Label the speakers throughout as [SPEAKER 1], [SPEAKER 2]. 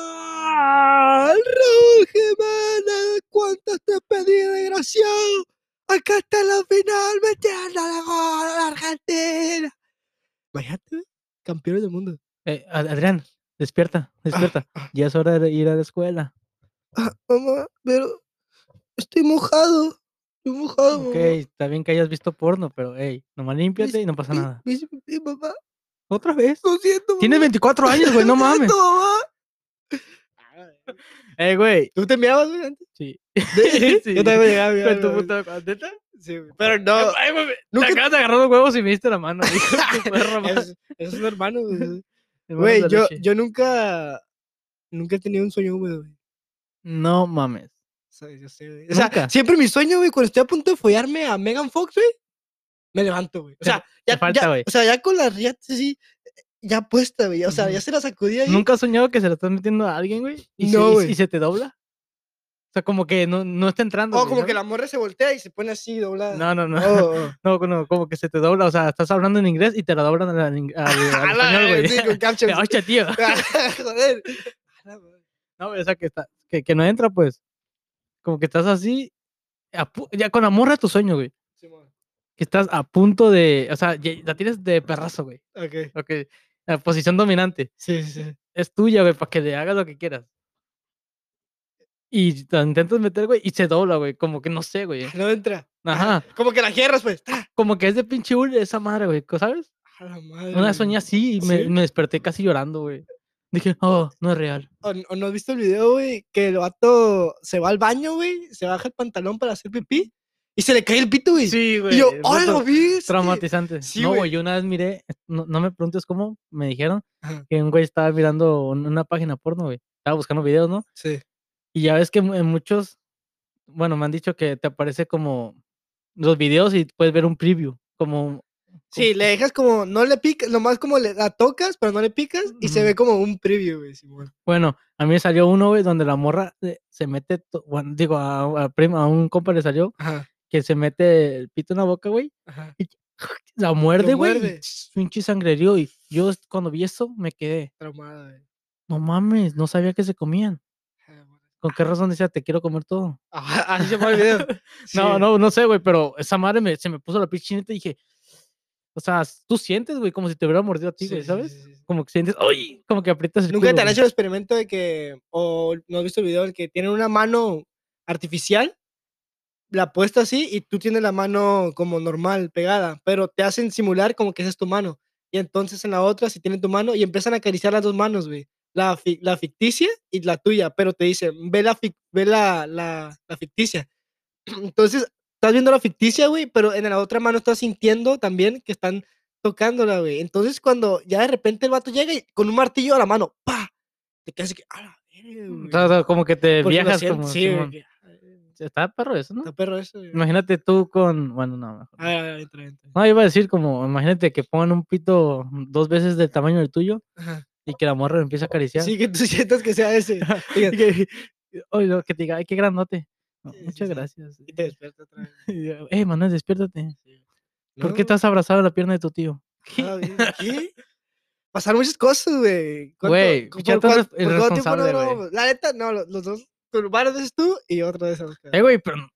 [SPEAKER 1] Bienvenido. Raúl Jiménez, ¿cuántas te pedí, desgraciado? Acá está la final, metiendo la gol a la Argentina. Imagínate, güey, campeones del mundo.
[SPEAKER 2] Eh, Ad- Adrián, despierta, despierta. Ya es hora de ir a la escuela.
[SPEAKER 1] Ah, mamá, pero estoy mojado. Estoy mojado,
[SPEAKER 2] Ok,
[SPEAKER 1] mamá.
[SPEAKER 2] está bien que hayas visto porno, pero hey, nomás límpiate y no pasa
[SPEAKER 1] Mi-
[SPEAKER 2] nada.
[SPEAKER 1] Mi, mi mamá,
[SPEAKER 2] ¿Otra vez?
[SPEAKER 1] lo siento,
[SPEAKER 2] Tienes
[SPEAKER 1] mamá.
[SPEAKER 2] 24 años, güey, no
[SPEAKER 1] Lo
[SPEAKER 2] mames.
[SPEAKER 1] siento, mamá.
[SPEAKER 2] Eh, güey.
[SPEAKER 1] ¿Tú te enviabas, güey, antes?
[SPEAKER 2] Sí. Sí.
[SPEAKER 1] Yo también llegaba,
[SPEAKER 2] Con
[SPEAKER 1] llegaba,
[SPEAKER 2] tu
[SPEAKER 1] güey.
[SPEAKER 2] puta ¿neta?
[SPEAKER 1] Sí, güey. Pero no,
[SPEAKER 2] Ay, güey,
[SPEAKER 1] nunca-
[SPEAKER 2] Te acabas de agarrar los huevos y me diste la mano. hijo de tu perra madre.
[SPEAKER 1] es, es un hermano, güey.
[SPEAKER 2] Hermanos
[SPEAKER 1] Güey,
[SPEAKER 2] de
[SPEAKER 1] yo,
[SPEAKER 2] leche.
[SPEAKER 1] yo nunca, nunca he tenido un sueño húmedo, güey.
[SPEAKER 2] No mames.
[SPEAKER 1] ¿Sabes? Yo sé, güey. O sea,
[SPEAKER 2] Nunca.
[SPEAKER 1] siempre mi sueño, güey, cuando estoy a punto de follarme a Megan Fox, güey, me levanto, güey. O
[SPEAKER 2] Te
[SPEAKER 1] sea,
[SPEAKER 2] fa- te
[SPEAKER 1] ya,
[SPEAKER 2] falta,
[SPEAKER 1] ya-
[SPEAKER 2] güey.
[SPEAKER 1] o sea, ya con la riata así, eh, ya puesta, güey. O sea, ya
[SPEAKER 2] Ujú.
[SPEAKER 1] se la sacudí ahí.
[SPEAKER 2] ¿Nunca has soñado que se la estás metiendo a alguien, güey? ¿Y, se-
[SPEAKER 1] No,
[SPEAKER 2] y se,
[SPEAKER 1] güey.
[SPEAKER 2] y se te dobla? O sea, como que no, no está entrando.
[SPEAKER 1] O
[SPEAKER 2] güey,
[SPEAKER 1] Oh, como que
[SPEAKER 2] ¿sabes?
[SPEAKER 1] la morra se voltea y se pone así doblada.
[SPEAKER 2] No, no, no.
[SPEAKER 1] Oh, oh.
[SPEAKER 2] No, no, como que se te dobla. O sea, estás hablando en inglés y te la doblan al, ing- al- al
[SPEAKER 1] A la
[SPEAKER 2] español,
[SPEAKER 1] verga,
[SPEAKER 2] güey.
[SPEAKER 1] sí, con captions.
[SPEAKER 2] Oye, tío.
[SPEAKER 1] Joder. A la madre.
[SPEAKER 2] No, güey, o sea, que, está, que, que no entra, pues. Como que estás así, a pu- ya con amor a tu sueño, güey.
[SPEAKER 1] Simón.
[SPEAKER 2] Que estás a punto de, o sea, ya- la tienes de perrazo, güey.
[SPEAKER 1] Ok.
[SPEAKER 2] Ok, la posición dominante.
[SPEAKER 1] Sí, sí, sí.
[SPEAKER 2] Es tuya, güey, para que le hagas lo que quieras. Y te la intentas meter, güey, y se dobla, güey. Como que no sé, güey.
[SPEAKER 1] Ah, No entra.
[SPEAKER 2] Ajá.
[SPEAKER 1] Como que la hierras, pues. ¡Ah!
[SPEAKER 2] Como que es de pinche hule esa madre, güey, co- ¿sabes?
[SPEAKER 1] A la madre.
[SPEAKER 2] Una
[SPEAKER 1] güey.
[SPEAKER 2] vez soñé así y me,
[SPEAKER 1] ¿Sí?
[SPEAKER 2] me desperté casi llorando, güey. Dije, oh, no es real.
[SPEAKER 1] ¿O, o no has visto el video, güey? Que el vato se va al baño, güey. Se baja el pantalón para hacer pipí. Y se le cae el pito, güey.
[SPEAKER 2] Sí,
[SPEAKER 1] y yo,
[SPEAKER 2] puto
[SPEAKER 1] ¡oh, lo vi!
[SPEAKER 2] Traumatizante.
[SPEAKER 1] Sí,
[SPEAKER 2] no,
[SPEAKER 1] güey.
[SPEAKER 2] güey, yo una vez miré, no, no me preguntes cómo, me dijeron
[SPEAKER 1] Ajá.
[SPEAKER 2] que un güey estaba mirando un- una página porno, güey. Estaba buscando videos, ¿no?
[SPEAKER 1] Sí.
[SPEAKER 2] Y ya ves que mu- en muchos, bueno, me han dicho que te aparece como los videos y puedes ver un preview, como...
[SPEAKER 1] Sí,
[SPEAKER 2] como-
[SPEAKER 1] le dejas como, no le picas, nomás como le, la tocas, pero no le picas, y se
[SPEAKER 2] Ujú.
[SPEAKER 1] ve como un preview, güey. Simón.
[SPEAKER 2] Bueno, a mí me salió uno, güey, donde la morra eh, se mete, to- bueno, digo, a, a prim- a un compa le salió
[SPEAKER 1] Ajá,
[SPEAKER 2] que se mete el pito en la boca, güey,
[SPEAKER 1] ajá.
[SPEAKER 2] la muerde, güey, y
[SPEAKER 1] muerde.
[SPEAKER 2] tss, pinche sangrerío, y yo cuando vi eso me quedé,
[SPEAKER 1] Traumada, güey.
[SPEAKER 2] no mames, no sabía que se comían.
[SPEAKER 1] A la madre.
[SPEAKER 2] ¿Con qué razón decía te quiero comer todo?
[SPEAKER 1] Ajá, Ah, Así se llama el video.
[SPEAKER 2] No,
[SPEAKER 1] Sí.
[SPEAKER 2] no, no sé, güey, pero esa madre me- se me puso la piel chinita y dije, o sea, tú sientes, güey, como si te hubiera mordido a ti,
[SPEAKER 1] Sí,
[SPEAKER 2] güey,
[SPEAKER 1] sí,
[SPEAKER 2] ¿sabes?
[SPEAKER 1] sí, sí, sí.
[SPEAKER 2] Como que sientes, ¡ay! Como que aprietas el
[SPEAKER 1] Nunca
[SPEAKER 2] culo,
[SPEAKER 1] te han
[SPEAKER 2] güey.
[SPEAKER 1] hecho el experimento de que, o no has visto el video, en que tienen una mano artificial, la puesta así, y tú tienes la mano como normal, pegada, pero te hacen simular como que esa es tu mano. Y entonces en la otra, si tienen tu mano, y empiezan a acariciar las dos manos, güey. La, fi- la ficticia y la tuya, pero te dicen, ve la, fic- ve la, la, la ficticia. Entonces, estás viendo la ficticia, güey, pero en la otra mano estás sintiendo también que están tocándola, güey. Entonces, cuando ya de repente el vato llega y con un martillo a la mano, ¡pa! Te quedas así que, ¡ah, la verga, güey!
[SPEAKER 2] O sea, o sea, como que Mm,
[SPEAKER 1] Porque
[SPEAKER 2] te
[SPEAKER 1] lo
[SPEAKER 2] viajas
[SPEAKER 1] sientes,
[SPEAKER 2] como...
[SPEAKER 1] sí, güey,
[SPEAKER 2] Simón.
[SPEAKER 1] que, "Ah, la verga,
[SPEAKER 2] Está perro eso, ¿no?
[SPEAKER 1] Está perro Ah. eso, güey.
[SPEAKER 2] Imagínate tú con... Bueno, no, mejor
[SPEAKER 1] A
[SPEAKER 2] no.
[SPEAKER 1] ver, a ver, entra, entra.
[SPEAKER 2] No, iba a decir como, imagínate que pongan un pito dos veces del tamaño del tuyo
[SPEAKER 1] Ajá.
[SPEAKER 2] y que la morra lo empiece a acariciar.
[SPEAKER 1] Sí, que tú sientas que sea ese.
[SPEAKER 2] Y que, oye, no, que te diga, ay, qué grandote. No,
[SPEAKER 1] Sí, sí,
[SPEAKER 2] muchas
[SPEAKER 1] sí.
[SPEAKER 2] gracias.
[SPEAKER 1] Y te despierta otra vez.
[SPEAKER 2] Y yo, Eh, Manuel, despiértate. ¿Por qué
[SPEAKER 1] No,
[SPEAKER 2] estás abrazado en la pierna de tu tío?
[SPEAKER 1] a la verga, Ah, ¿Qué? Pasaron muchas cosas, güey. ¿Cuánto-
[SPEAKER 2] Güey,
[SPEAKER 1] cu-
[SPEAKER 2] ya
[SPEAKER 1] por
[SPEAKER 2] todo
[SPEAKER 1] cuán-
[SPEAKER 2] irres-
[SPEAKER 1] por cuánto tiempo no
[SPEAKER 2] irresponsable, güey.
[SPEAKER 1] grabamos? La neta, no, lo- los dos. Tu varias veces tú y otra vez a buscar.
[SPEAKER 2] Eh, güey, pero no-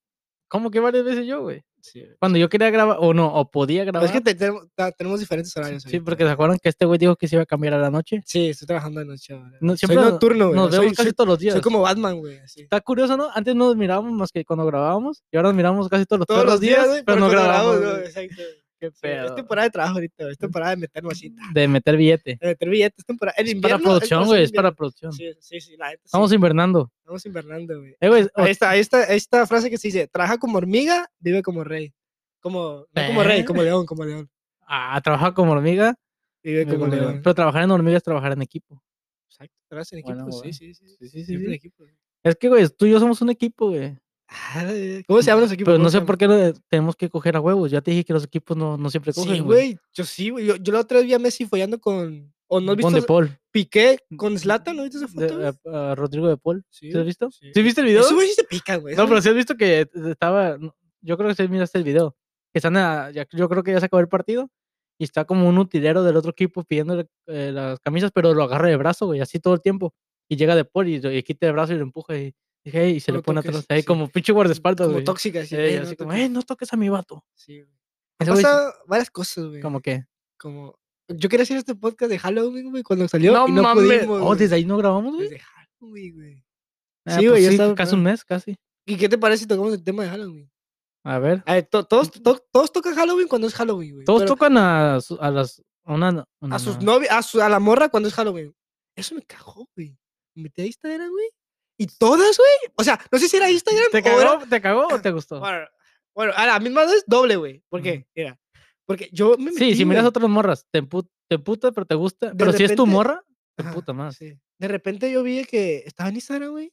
[SPEAKER 2] ¿cómo que varias veces yo, güey?
[SPEAKER 1] Sí, güey.
[SPEAKER 2] Cuando yo quería grabar, o no, o podía
[SPEAKER 1] Pero
[SPEAKER 2] grabar.
[SPEAKER 1] Es que te- tenemos- ta- tenemos diferentes horarios.
[SPEAKER 2] Sí,
[SPEAKER 1] ahorita.
[SPEAKER 2] porque se acuerdan que este güey dijo que se iba a cambiar a la noche.
[SPEAKER 1] Sí, estoy trabajando de noche ahora.
[SPEAKER 2] No,
[SPEAKER 1] soy
[SPEAKER 2] siempre no-
[SPEAKER 1] nocturno, güey.
[SPEAKER 2] Nos
[SPEAKER 1] soy-
[SPEAKER 2] vemos casi
[SPEAKER 1] soy,
[SPEAKER 2] todos los días.
[SPEAKER 1] soy como Batman, güey. así.
[SPEAKER 2] Está curioso, ¿no? Antes no nos mirábamos más que cuando grabábamos y ahora nos miramos casi todos los,
[SPEAKER 1] Todos los días, güey,
[SPEAKER 2] pero no
[SPEAKER 1] cuando
[SPEAKER 2] grabamos.
[SPEAKER 1] grabamos,
[SPEAKER 2] güey.
[SPEAKER 1] güey, exacto. güey.
[SPEAKER 2] Qué
[SPEAKER 1] Sí, Es
[SPEAKER 2] pedo. Mm.
[SPEAKER 1] temporada de trabajo ahorita, güey, es temporada de meternos así. ta,
[SPEAKER 2] De meter billete.
[SPEAKER 1] De meter billetes, es temporada. El
[SPEAKER 2] Es
[SPEAKER 1] invierno, eh,
[SPEAKER 2] para producción,
[SPEAKER 1] corazón
[SPEAKER 2] güey,
[SPEAKER 1] del
[SPEAKER 2] es para
[SPEAKER 1] invierno.
[SPEAKER 2] producción.
[SPEAKER 1] Sí, sí, sí, la neta. sí,
[SPEAKER 2] Estamos invernando.
[SPEAKER 1] Estamos invernando, güey.
[SPEAKER 2] Eh, güey,
[SPEAKER 1] Ahí está, ahí está, ahí está frase que se dice: trabaja como hormiga, vive como rey. Como, no como rey,
[SPEAKER 2] ¿Eh?
[SPEAKER 1] como león, como león.
[SPEAKER 2] a trabajar como hormiga.
[SPEAKER 1] Vive como
[SPEAKER 2] como
[SPEAKER 1] león.
[SPEAKER 2] león. Pero trabajar en hormiga es trabajar en equipo.
[SPEAKER 1] Exacto, trabajas en
[SPEAKER 2] Bueno,
[SPEAKER 1] equipo, sí,
[SPEAKER 2] güey.
[SPEAKER 1] sí, sí.
[SPEAKER 2] Sí, sí, sí,
[SPEAKER 1] siempre en
[SPEAKER 2] sí.
[SPEAKER 1] equipo, güey.
[SPEAKER 2] Es que, güey, tú y yo somos un equipo, güey.
[SPEAKER 1] ¿Cómo se llaman los equipos?
[SPEAKER 2] Pero
[SPEAKER 1] ¿Cómo
[SPEAKER 2] no
[SPEAKER 1] se
[SPEAKER 2] sé
[SPEAKER 1] llaman?
[SPEAKER 2] por qué lo de- tenemos que coger a huevos. Ya te dije que los equipos no, no siempre cogen.
[SPEAKER 1] Sí, güey, yo sí, güey. Yo, yo la otra vez vi a Messi follando con. ¿O no has
[SPEAKER 2] Con
[SPEAKER 1] visto?
[SPEAKER 2] De
[SPEAKER 1] esa-
[SPEAKER 2] Paul.
[SPEAKER 1] Piqué con Zlatan, ¿no viste esa
[SPEAKER 2] Mm, de-
[SPEAKER 1] foto? güey?
[SPEAKER 2] a- a Rodrigo De Paul.
[SPEAKER 1] Sí,
[SPEAKER 2] ¿Sí lo
[SPEAKER 1] güey,
[SPEAKER 2] has visto?
[SPEAKER 1] sí.
[SPEAKER 2] ¿Sí, viste el video?
[SPEAKER 1] Eso güey sí se pica, güey.
[SPEAKER 2] no,
[SPEAKER 1] eso
[SPEAKER 2] pero sí has visto que estaba. no, Yo creo que sí miraste el video. Que están a- ya- yo creo que ya se acabó el partido. Y está como un utilero del otro equipo pidiéndole eh, las camisas, pero lo agarra de brazo, güey, así todo el tiempo. Y llega de por y, lo- y quita el brazo y lo empuja y, y, hey, y se
[SPEAKER 1] No
[SPEAKER 2] le pone
[SPEAKER 1] toques,
[SPEAKER 2] atrás. Ahí
[SPEAKER 1] sí.
[SPEAKER 2] como pinche guardaespaldas,
[SPEAKER 1] Como
[SPEAKER 2] güey.
[SPEAKER 1] tóxica. Así,
[SPEAKER 2] Ey,
[SPEAKER 1] "Eh, no
[SPEAKER 2] así como,
[SPEAKER 1] toques".
[SPEAKER 2] "Ey, no toques a mi vato.
[SPEAKER 1] Sí, güey.
[SPEAKER 2] Ese güey sí-
[SPEAKER 1] Pasa varias cosas, güey.
[SPEAKER 2] como que.
[SPEAKER 1] Como... Yo quería hacer este podcast de Halloween, güey, cuando salió. y no pudimos,
[SPEAKER 2] Oh,
[SPEAKER 1] güey.
[SPEAKER 2] desde ahí no grabamos, güey.
[SPEAKER 1] Desde Halloween, güey.
[SPEAKER 2] Ah,
[SPEAKER 1] Sí, güey, ya estaba
[SPEAKER 2] Casi un mes, casi.
[SPEAKER 1] ¿Y qué te parece si tocamos el tema de Halloween?
[SPEAKER 2] A ver.
[SPEAKER 1] A ver, to- todos, to- todos tocan Halloween cuando es Halloween, güey.
[SPEAKER 2] Todos
[SPEAKER 1] pero
[SPEAKER 2] tocan a, su- a las. a una- una-
[SPEAKER 1] a sus novias, a, su- a la morra cuando es Halloween. Eso me cagó, güey. Me metí a Instagram, güey. Y todas, güey. O sea, no sé si era Instagram
[SPEAKER 2] ¿Te
[SPEAKER 1] o era-
[SPEAKER 2] cagó, ¿Te cagó o te gustó?
[SPEAKER 1] Bueno, bueno, a la misma vez doble, güey. ¿Por qué?
[SPEAKER 2] Ujú.
[SPEAKER 1] Mira. Porque yo me
[SPEAKER 2] Sí, si miras
[SPEAKER 1] güey.
[SPEAKER 2] otras morras, te, empu- te puta, pero te gusta. pero si es tu
[SPEAKER 1] repente-
[SPEAKER 2] morra, te
[SPEAKER 1] Ajá,
[SPEAKER 2] puta más.
[SPEAKER 1] sí. De repente yo vi que estaba en Instagram, güey.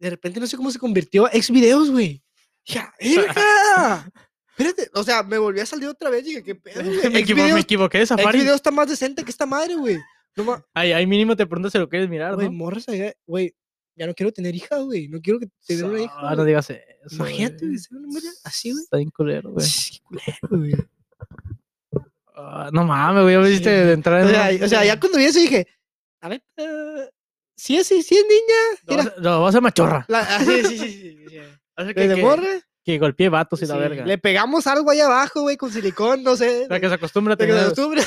[SPEAKER 1] De repente no sé cómo se convirtió a ex videos, güey. Ya, ¡verga! Espérate, o sea, me volví a salir otra vez y dije, ¿qué pedo, güey?
[SPEAKER 2] me, equivo- me
[SPEAKER 1] Xvideos-
[SPEAKER 2] equivoqué de
[SPEAKER 1] Xvideos
[SPEAKER 2] safari.
[SPEAKER 1] está más decente que esta madre, güey. No ma-
[SPEAKER 2] Ahí, ahí mínimo te preguntas si lo quieres mirar,
[SPEAKER 1] güey,
[SPEAKER 2] ¿no?
[SPEAKER 1] morras allá, güey. Ya no quiero tener hija, güey. No quiero que tener una hija.
[SPEAKER 2] Ah, no
[SPEAKER 1] güey.
[SPEAKER 2] digas eso.
[SPEAKER 1] Imagínate,
[SPEAKER 2] güey.
[SPEAKER 1] güey, ser una morra así, güey.
[SPEAKER 2] Está bien culero, güey.
[SPEAKER 1] Sí, culero, güey.
[SPEAKER 2] Ah, no mames, güey, ya me hiciste
[SPEAKER 1] Sí.
[SPEAKER 2] de entrar en
[SPEAKER 1] O
[SPEAKER 2] una-
[SPEAKER 1] sea, o sea, ya cuando vi eso dije, a ver, eh, sí, sí, sí es niña.
[SPEAKER 2] Lo vas
[SPEAKER 1] Mira,
[SPEAKER 2] a- Lo vas a machorra.
[SPEAKER 1] la, ah, sí, sí, sí, sí, sí.
[SPEAKER 2] Hace
[SPEAKER 1] Desde morra.
[SPEAKER 2] que golpee vatos y la
[SPEAKER 1] sí,
[SPEAKER 2] verga.
[SPEAKER 1] Le pegamos algo ahí abajo, güey, con silicón, no sé.
[SPEAKER 2] Para que
[SPEAKER 1] de-
[SPEAKER 2] se acostumbre a
[SPEAKER 1] de que se
[SPEAKER 2] tener-
[SPEAKER 1] acostumbre.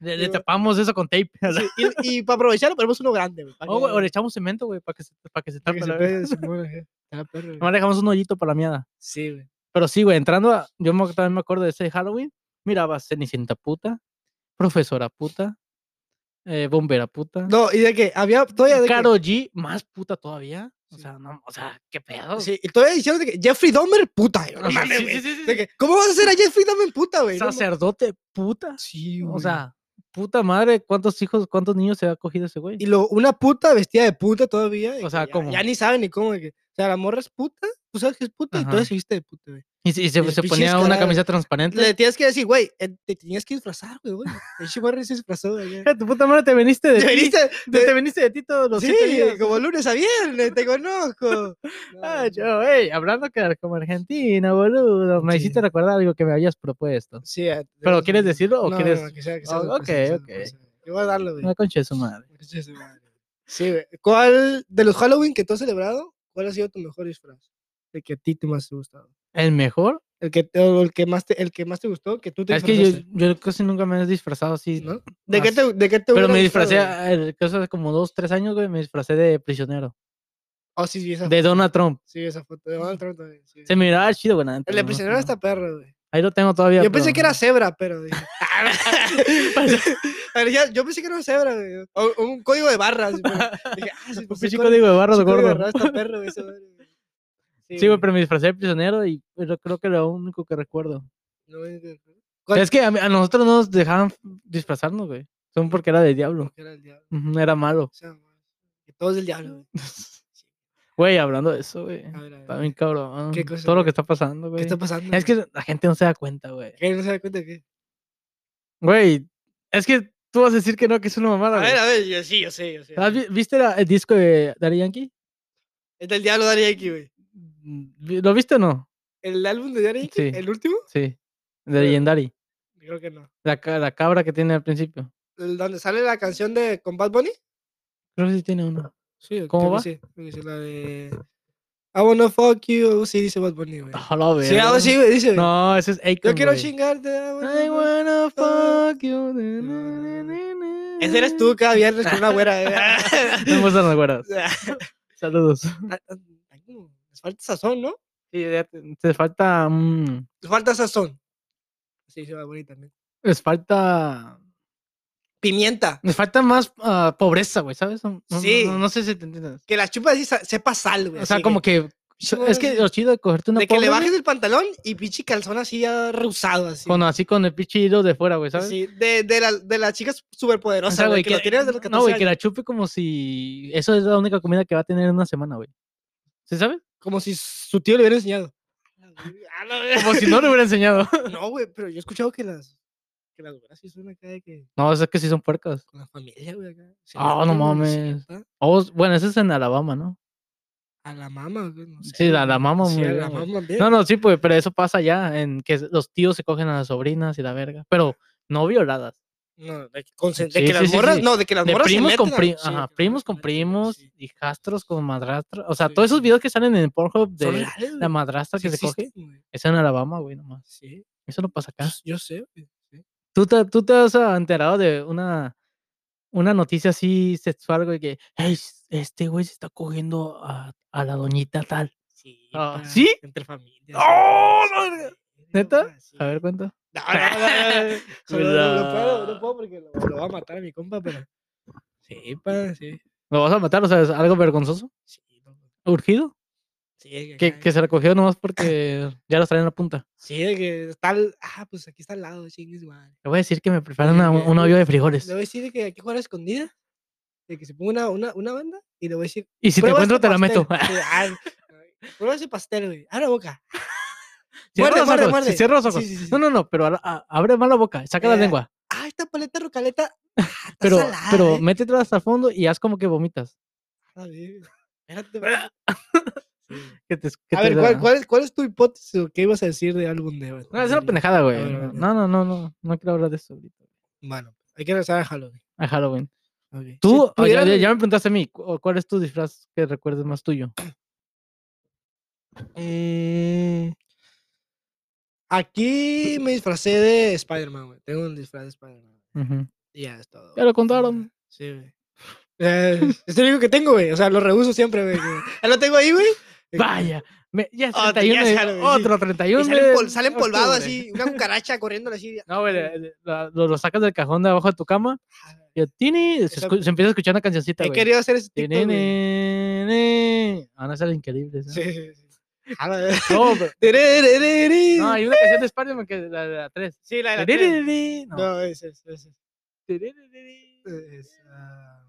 [SPEAKER 2] Le, le
[SPEAKER 1] sí, güey.
[SPEAKER 2] tapamos eso con tape.
[SPEAKER 1] Sí, y, para aprovecharlo ponemos uno grande, güey. pa'
[SPEAKER 2] O, Oh, güey,
[SPEAKER 1] que-
[SPEAKER 2] o le echamos cemento, güey, para que se, para que se
[SPEAKER 1] pa' que se
[SPEAKER 2] tape. la verga.
[SPEAKER 1] pegue, Simón, ajá. Ah, perro, güey.
[SPEAKER 2] Nomás le dejamos un hoyito para la miada.
[SPEAKER 1] Sí, güey.
[SPEAKER 2] Pero sí, güey, entrando a. Yo me- también me acuerdo de ese Halloween. Miraba Cenicienta puta, profesora puta, eh, bombera puta.
[SPEAKER 1] No, y de que había todavía. De que-
[SPEAKER 2] Caro G, más puta todavía. O
[SPEAKER 1] Sí.
[SPEAKER 2] sea, no, o sea, qué pedo.
[SPEAKER 1] sí, y todavía diciendo de que Jeffrey Dahmer, puta. güey, No
[SPEAKER 2] Sí,
[SPEAKER 1] mames,
[SPEAKER 2] sí,
[SPEAKER 1] güey.
[SPEAKER 2] sí, sí,
[SPEAKER 1] De
[SPEAKER 2] sí.
[SPEAKER 1] que, ¿Cómo vas a hacer a Jeffrey Dahmer, puta, güey? No mames.
[SPEAKER 2] Sacerdote puta.
[SPEAKER 1] Sí,
[SPEAKER 2] O
[SPEAKER 1] güey.
[SPEAKER 2] sea, puta madre, ¿cuántos hijos, cuántos niños se ha cogido ese güey?
[SPEAKER 1] Y lo, una puta vestida de puta todavía. de
[SPEAKER 2] O
[SPEAKER 1] que
[SPEAKER 2] sea,
[SPEAKER 1] ya-
[SPEAKER 2] ¿cómo?
[SPEAKER 1] Ya ni saben ni cómo. de que- o sea, la morra es puta. Tú sabes que es puta y
[SPEAKER 2] Ajá.
[SPEAKER 1] todavía se viste de puta, güey.
[SPEAKER 2] Y, se- y se,
[SPEAKER 1] y
[SPEAKER 2] se
[SPEAKER 1] pinches
[SPEAKER 2] ponía una
[SPEAKER 1] caras.
[SPEAKER 2] camisa transparente.
[SPEAKER 1] Le tienes que decir, güey, eh, te tenías que disfrazar, güey, güey. El chihuahua se disfrazó, güey. ya.
[SPEAKER 2] Hija de tu puta madre, te veniste de
[SPEAKER 1] Te
[SPEAKER 2] ti.
[SPEAKER 1] veniste,
[SPEAKER 2] Te,
[SPEAKER 1] te-
[SPEAKER 2] te veniste de ti todos los
[SPEAKER 1] Sí,
[SPEAKER 2] siete días.
[SPEAKER 1] como lunes a viernes, te conozco. No,
[SPEAKER 2] Ah,
[SPEAKER 1] no,
[SPEAKER 2] yo, ey, hablando que como argentino, boludo. Me
[SPEAKER 1] Sí.
[SPEAKER 2] hiciste recordar algo que me habías propuesto.
[SPEAKER 1] Sí, ah,
[SPEAKER 2] ¿Pero
[SPEAKER 1] tenemos
[SPEAKER 2] quieres
[SPEAKER 1] un-
[SPEAKER 2] decirlo o
[SPEAKER 1] No, no,
[SPEAKER 2] quieres.?
[SPEAKER 1] no, que sea- que sea
[SPEAKER 2] Ah,
[SPEAKER 1] otra cosa, que
[SPEAKER 2] ok,
[SPEAKER 1] sea otra
[SPEAKER 2] ok.
[SPEAKER 1] cosa. Yo voy a darlo, güey.
[SPEAKER 2] Una concha de su madre.
[SPEAKER 1] Concha de su madre. Sí, güey. ¿Cuál de los Halloween que tú has celebrado, cuál ha sido tu mejor disfraz? El que a ti te más te ha gustado.
[SPEAKER 2] El mejor.
[SPEAKER 1] El que, o el que, más, te, el que más te gustó, que tú te
[SPEAKER 2] Es que yo,
[SPEAKER 1] disfrazaste,
[SPEAKER 2] yo casi nunca me he disfrazado así.
[SPEAKER 1] ¿no? ¿De qué
[SPEAKER 2] Así.
[SPEAKER 1] te, de qué te
[SPEAKER 2] Pero
[SPEAKER 1] hubiera
[SPEAKER 2] me
[SPEAKER 1] gustado,
[SPEAKER 2] disfracé,
[SPEAKER 1] güey?
[SPEAKER 2] eh, cosa de como dos, tres años, güey, me disfracé de prisionero.
[SPEAKER 1] Oh, sí, sí, esa
[SPEAKER 2] De
[SPEAKER 1] foto.
[SPEAKER 2] Donald Trump.
[SPEAKER 1] Sí, esa foto. de Donald Trump también, sí.
[SPEAKER 2] Se me miraba chido, güey. la neta,
[SPEAKER 1] El
[SPEAKER 2] no
[SPEAKER 1] de
[SPEAKER 2] sé,
[SPEAKER 1] prisionero
[SPEAKER 2] no.
[SPEAKER 1] está perro, güey.
[SPEAKER 2] Ahí lo tengo todavía.
[SPEAKER 1] Yo pensé
[SPEAKER 2] pero
[SPEAKER 1] que era
[SPEAKER 2] no.
[SPEAKER 1] cebra, pero. dije, A ver, ya- yo pensé que era una cebra, güey. O- o un código de barras. güey, pero Dije, ah, sí,
[SPEAKER 2] Un
[SPEAKER 1] pues, sí,
[SPEAKER 2] pinche
[SPEAKER 1] código-
[SPEAKER 2] código de barras
[SPEAKER 1] sí, código de
[SPEAKER 2] gordo.
[SPEAKER 1] barras está perro, güey, esa madre, güey.
[SPEAKER 2] Sí, güey, pero me disfracé de prisionero y yo creo que lo único que recuerdo.
[SPEAKER 1] no me acuerdo ¿Cuál?
[SPEAKER 2] Es que a, mí- a nosotros no nos dejaron disfrazarnos, güey. Son porque era del diablo.
[SPEAKER 1] que era el diablo.
[SPEAKER 2] Ujú, Era malo.
[SPEAKER 1] O sea, güey, que todo es del diablo, güey.
[SPEAKER 2] Güey, hablando de eso, güey.
[SPEAKER 1] A ver, a ver,
[SPEAKER 2] Está bien cabrón.
[SPEAKER 1] ¿Qué cosa,
[SPEAKER 2] Todo lo
[SPEAKER 1] güey?
[SPEAKER 2] que está pasando,
[SPEAKER 1] ¿Qué
[SPEAKER 2] güey.
[SPEAKER 1] está pasando?
[SPEAKER 2] Es
[SPEAKER 1] güey?
[SPEAKER 2] que la gente no se da cuenta, güey.
[SPEAKER 1] ¿Qué? no se da cuenta que.
[SPEAKER 2] Güey, es que tú vas a decir que no, que es una mamada,
[SPEAKER 1] A
[SPEAKER 2] güey.
[SPEAKER 1] ver, a ver, yo, sí, yo sé, yo sé.
[SPEAKER 2] ¿Has vi- ¿Viste la- el disco de Daddy Yankee?
[SPEAKER 1] Es del diablo Daddy Yankee, güey.
[SPEAKER 2] Mm, vi- ¿Lo viste o no?
[SPEAKER 1] ¿El álbum de Daddy Yankee?
[SPEAKER 2] Sí.
[SPEAKER 1] ¿El último?
[SPEAKER 2] Sí. De
[SPEAKER 1] Pero-
[SPEAKER 2] Legendary.
[SPEAKER 1] Creo que no.
[SPEAKER 2] La, ca- la cabra que tiene al principio.
[SPEAKER 1] ¿El ¿Donde sale la canción de con Bad Bunny?
[SPEAKER 2] Creo que sí tiene uno.
[SPEAKER 1] Sí, creo
[SPEAKER 2] ¿Cómo
[SPEAKER 1] que
[SPEAKER 2] va?
[SPEAKER 1] Sí, creo que sí, la de. I wanna fuck you. Sí, dice Bad Bunny, güey.
[SPEAKER 2] Ah, la
[SPEAKER 1] Sí, algo
[SPEAKER 2] verga.
[SPEAKER 1] así, güey, dice. güey.
[SPEAKER 2] No, ese es
[SPEAKER 1] Yo
[SPEAKER 2] Akon,
[SPEAKER 1] quiero
[SPEAKER 2] güey.
[SPEAKER 1] chingarte. I wanna
[SPEAKER 2] I
[SPEAKER 1] fuck-
[SPEAKER 2] wanna
[SPEAKER 1] fuck
[SPEAKER 2] fuck you. na,
[SPEAKER 1] na,
[SPEAKER 2] na, na, na,
[SPEAKER 1] Mm. Ese eres tú
[SPEAKER 2] na.
[SPEAKER 1] cada viernes con una güera. eh.
[SPEAKER 2] Me gustan las güeras. Saludos.
[SPEAKER 1] Ah, ah, ay, no, Les falta sazón, ¿no?
[SPEAKER 2] Sí, ya te, te falta. mm,
[SPEAKER 1] Les falta sazón. Sí, se va bonita también.
[SPEAKER 2] les falta.
[SPEAKER 1] Pimienta.
[SPEAKER 2] Les falta más ah, pobreza, güey, ¿sabes? No, no-
[SPEAKER 1] Sí.
[SPEAKER 2] No, no sé si te entiendes.
[SPEAKER 1] Que la chupa así sa- sepa sal, güey.
[SPEAKER 2] O sea,
[SPEAKER 1] así
[SPEAKER 2] como que.
[SPEAKER 1] "Chingón",
[SPEAKER 2] Es que
[SPEAKER 1] así,
[SPEAKER 2] lo chido de cogerte una
[SPEAKER 1] pues, de que
[SPEAKER 2] pobre,
[SPEAKER 1] le
[SPEAKER 2] güey,
[SPEAKER 1] bajes el pantalón y pinche calzón así ya rehusado, así.
[SPEAKER 2] con, así con el pinche hilo de fuera, güey, ¿sabes?
[SPEAKER 1] así, de, de, la, de la chica
[SPEAKER 2] O
[SPEAKER 1] superpoderosa,
[SPEAKER 2] sea,
[SPEAKER 1] güey, que, la tienes desde los 14
[SPEAKER 2] No, güey, que
[SPEAKER 1] años.
[SPEAKER 2] la chupe como si. Eso es la única comida que va a tener en una semana, güey. ¿Sí sabes?
[SPEAKER 1] Como si su tío le hubiera enseñado. Ah, la verga.
[SPEAKER 2] Como si no le hubiera enseñado.
[SPEAKER 1] No, güey, pero yo he escuchado que las que las güeras sí son acá de que
[SPEAKER 2] No, es que sí son puercas.
[SPEAKER 1] con la familia, güey, acá. se
[SPEAKER 2] Ah,
[SPEAKER 1] meten,
[SPEAKER 2] no
[SPEAKER 1] güey, no sé,
[SPEAKER 2] mames.
[SPEAKER 1] pa,
[SPEAKER 2] Oh, bueno, eso es en Alabama, ¿no?
[SPEAKER 1] A la mama, güey, no sé.
[SPEAKER 2] Sí, la- la
[SPEAKER 1] güey,
[SPEAKER 2] mama,
[SPEAKER 1] sí,
[SPEAKER 2] muy
[SPEAKER 1] a la
[SPEAKER 2] bien, güey.
[SPEAKER 1] mama bien.
[SPEAKER 2] pues, No, no, sí, pues, pero eso pasa allá, en que los tíos se cogen a las sobrinas y la verga. Pero no violadas.
[SPEAKER 1] No, de que, consen- de
[SPEAKER 2] Sí,
[SPEAKER 1] que
[SPEAKER 2] sí,
[SPEAKER 1] las
[SPEAKER 2] sí,
[SPEAKER 1] morras,
[SPEAKER 2] sí.
[SPEAKER 1] no, de que las
[SPEAKER 2] De
[SPEAKER 1] morras se
[SPEAKER 2] primos, con
[SPEAKER 1] metan a-
[SPEAKER 2] pri-
[SPEAKER 1] sí,
[SPEAKER 2] ajá,
[SPEAKER 1] que
[SPEAKER 2] primos
[SPEAKER 1] se
[SPEAKER 2] con
[SPEAKER 1] metan,
[SPEAKER 2] primos,
[SPEAKER 1] sí.
[SPEAKER 2] hijastros con madrastras. O sea,
[SPEAKER 1] Sí,
[SPEAKER 2] todos esos
[SPEAKER 1] sí.
[SPEAKER 2] videos que salen en Pornhub
[SPEAKER 1] Son
[SPEAKER 2] de
[SPEAKER 1] reales,
[SPEAKER 2] la
[SPEAKER 1] güey,
[SPEAKER 2] madrastra
[SPEAKER 1] sí Pues
[SPEAKER 2] que se coge.
[SPEAKER 1] existen, güey,
[SPEAKER 2] Eso en Alabama, güey, nomás.
[SPEAKER 1] Sí,
[SPEAKER 2] Eso no pasa acá.
[SPEAKER 1] yo sé, güey, sí.
[SPEAKER 2] ¿Tú te, tú te has ah, enterado de una, una noticia así sexual, güey, que "Ey, s- este güey se está cogiendo a, a la doñita tal?
[SPEAKER 1] Sí,
[SPEAKER 2] Ah,
[SPEAKER 1] pa,
[SPEAKER 2] ¿sí?
[SPEAKER 1] Entre familias.
[SPEAKER 2] ¡Oh,
[SPEAKER 1] sí,
[SPEAKER 2] la verga!
[SPEAKER 1] sí,
[SPEAKER 2] ¿Neta?
[SPEAKER 1] pa, sí.
[SPEAKER 2] A ver, cuenta.
[SPEAKER 1] No, no, no, no, no. Solo no, no puedo,
[SPEAKER 2] Mira.
[SPEAKER 1] no puedo porque lo, lo va a matar a mi compa, pero. Sí, pa, sí.
[SPEAKER 2] ¿Lo vas a matar? O sea, es algo vergonzoso,
[SPEAKER 1] Sí, no,
[SPEAKER 2] urgido,
[SPEAKER 1] sí, de
[SPEAKER 2] que,
[SPEAKER 1] acá,
[SPEAKER 2] que se la cogió nomás porque ya los traen en la punta.
[SPEAKER 1] Sí, de que está al. Ah, pues aquí está al lado, chingues, madre.
[SPEAKER 2] Le voy a decir que me preparan
[SPEAKER 1] Oye,
[SPEAKER 2] una-
[SPEAKER 1] güey,
[SPEAKER 2] un hoyo de frijoles.
[SPEAKER 1] Le voy a decir de que aquí juega a escondida, de que se ponga una, una, una banda y le voy a decir.
[SPEAKER 2] Y si te
[SPEAKER 1] "Prueba
[SPEAKER 2] encuentro,
[SPEAKER 1] este
[SPEAKER 2] te la meto.
[SPEAKER 1] pastel". Sí, ah, Prueba ese pastel, güey. Abre la boca.
[SPEAKER 2] Cierra
[SPEAKER 1] Muerde,
[SPEAKER 2] los
[SPEAKER 1] muerde,
[SPEAKER 2] ojos. sí,
[SPEAKER 1] muerde.
[SPEAKER 2] Cierra los
[SPEAKER 1] Sí,
[SPEAKER 2] ojos.
[SPEAKER 1] sí, sí, sí.
[SPEAKER 2] No, no, no, pero a- a- abre más la boca, saca la
[SPEAKER 1] Eh,
[SPEAKER 2] lengua.
[SPEAKER 1] Ah, esta paleta rocaleta. ah, está
[SPEAKER 2] Pero,
[SPEAKER 1] salada,
[SPEAKER 2] pero
[SPEAKER 1] eh.
[SPEAKER 2] métete hasta el fondo y haz como que vomitas.
[SPEAKER 1] A ver, espérate, espérate.
[SPEAKER 2] Que te- que
[SPEAKER 1] A
[SPEAKER 2] te
[SPEAKER 1] ver,
[SPEAKER 2] da-
[SPEAKER 1] ¿cuál, cuál, es, ¿cuál es tu hipótesis o qué ibas a decir de álbum de Eva?
[SPEAKER 2] No, es una pendejada, güey.
[SPEAKER 1] ver, a ver.
[SPEAKER 2] No, no, no, no. No quiero hablar de eso ahorita.
[SPEAKER 1] Bueno, hay que regresar a Halloween.
[SPEAKER 2] A Halloween.
[SPEAKER 1] Ok. Si
[SPEAKER 2] Tú, ah, ya-
[SPEAKER 1] tuvieras-
[SPEAKER 2] ya, ya me preguntaste a mí, cu- o ¿cuál es tu disfraz que recuerdes más tuyo?
[SPEAKER 1] Mm, Aquí me disfracé de Spider-Man, güey. Tengo un disfraz de Spider-Man.
[SPEAKER 2] Ujú.
[SPEAKER 1] Y ya es todo.
[SPEAKER 2] Ya lo contaron.
[SPEAKER 1] Sí, güey. Eh, es el único que tengo, güey. O sea, lo reuso siempre, güey. que- Ah, Lo tengo ahí, güey. de que-
[SPEAKER 2] Vaya, me- ya es
[SPEAKER 1] Otro,
[SPEAKER 2] 31
[SPEAKER 1] ya
[SPEAKER 2] de-
[SPEAKER 1] es Halloween, sí.
[SPEAKER 2] otro 31
[SPEAKER 1] Y sale, empol-
[SPEAKER 2] de
[SPEAKER 1] sale empolvado
[SPEAKER 2] octubre.
[SPEAKER 1] así, una cucaracha corriendo así.
[SPEAKER 2] No, güey, le- le- la- lo, lo sacas del cajón de abajo de tu cama y tini, se,
[SPEAKER 1] Esa-
[SPEAKER 2] escu- se empieza a escuchar una cancioncita,
[SPEAKER 1] He
[SPEAKER 2] güey.
[SPEAKER 1] querido hacer ese TikTok, güey.
[SPEAKER 2] Tinene. Ah, no, esa era increíble. esa.
[SPEAKER 1] Sí, sí, sí. A la-
[SPEAKER 2] No, pero-
[SPEAKER 1] Terererere.
[SPEAKER 2] no, hay una canción de Spider-Man que la de la 3.
[SPEAKER 1] Sí, Ah, la de la tele.
[SPEAKER 2] Tererere, no.
[SPEAKER 1] No, ese es, ese es.
[SPEAKER 2] Tererere.
[SPEAKER 1] es, ah,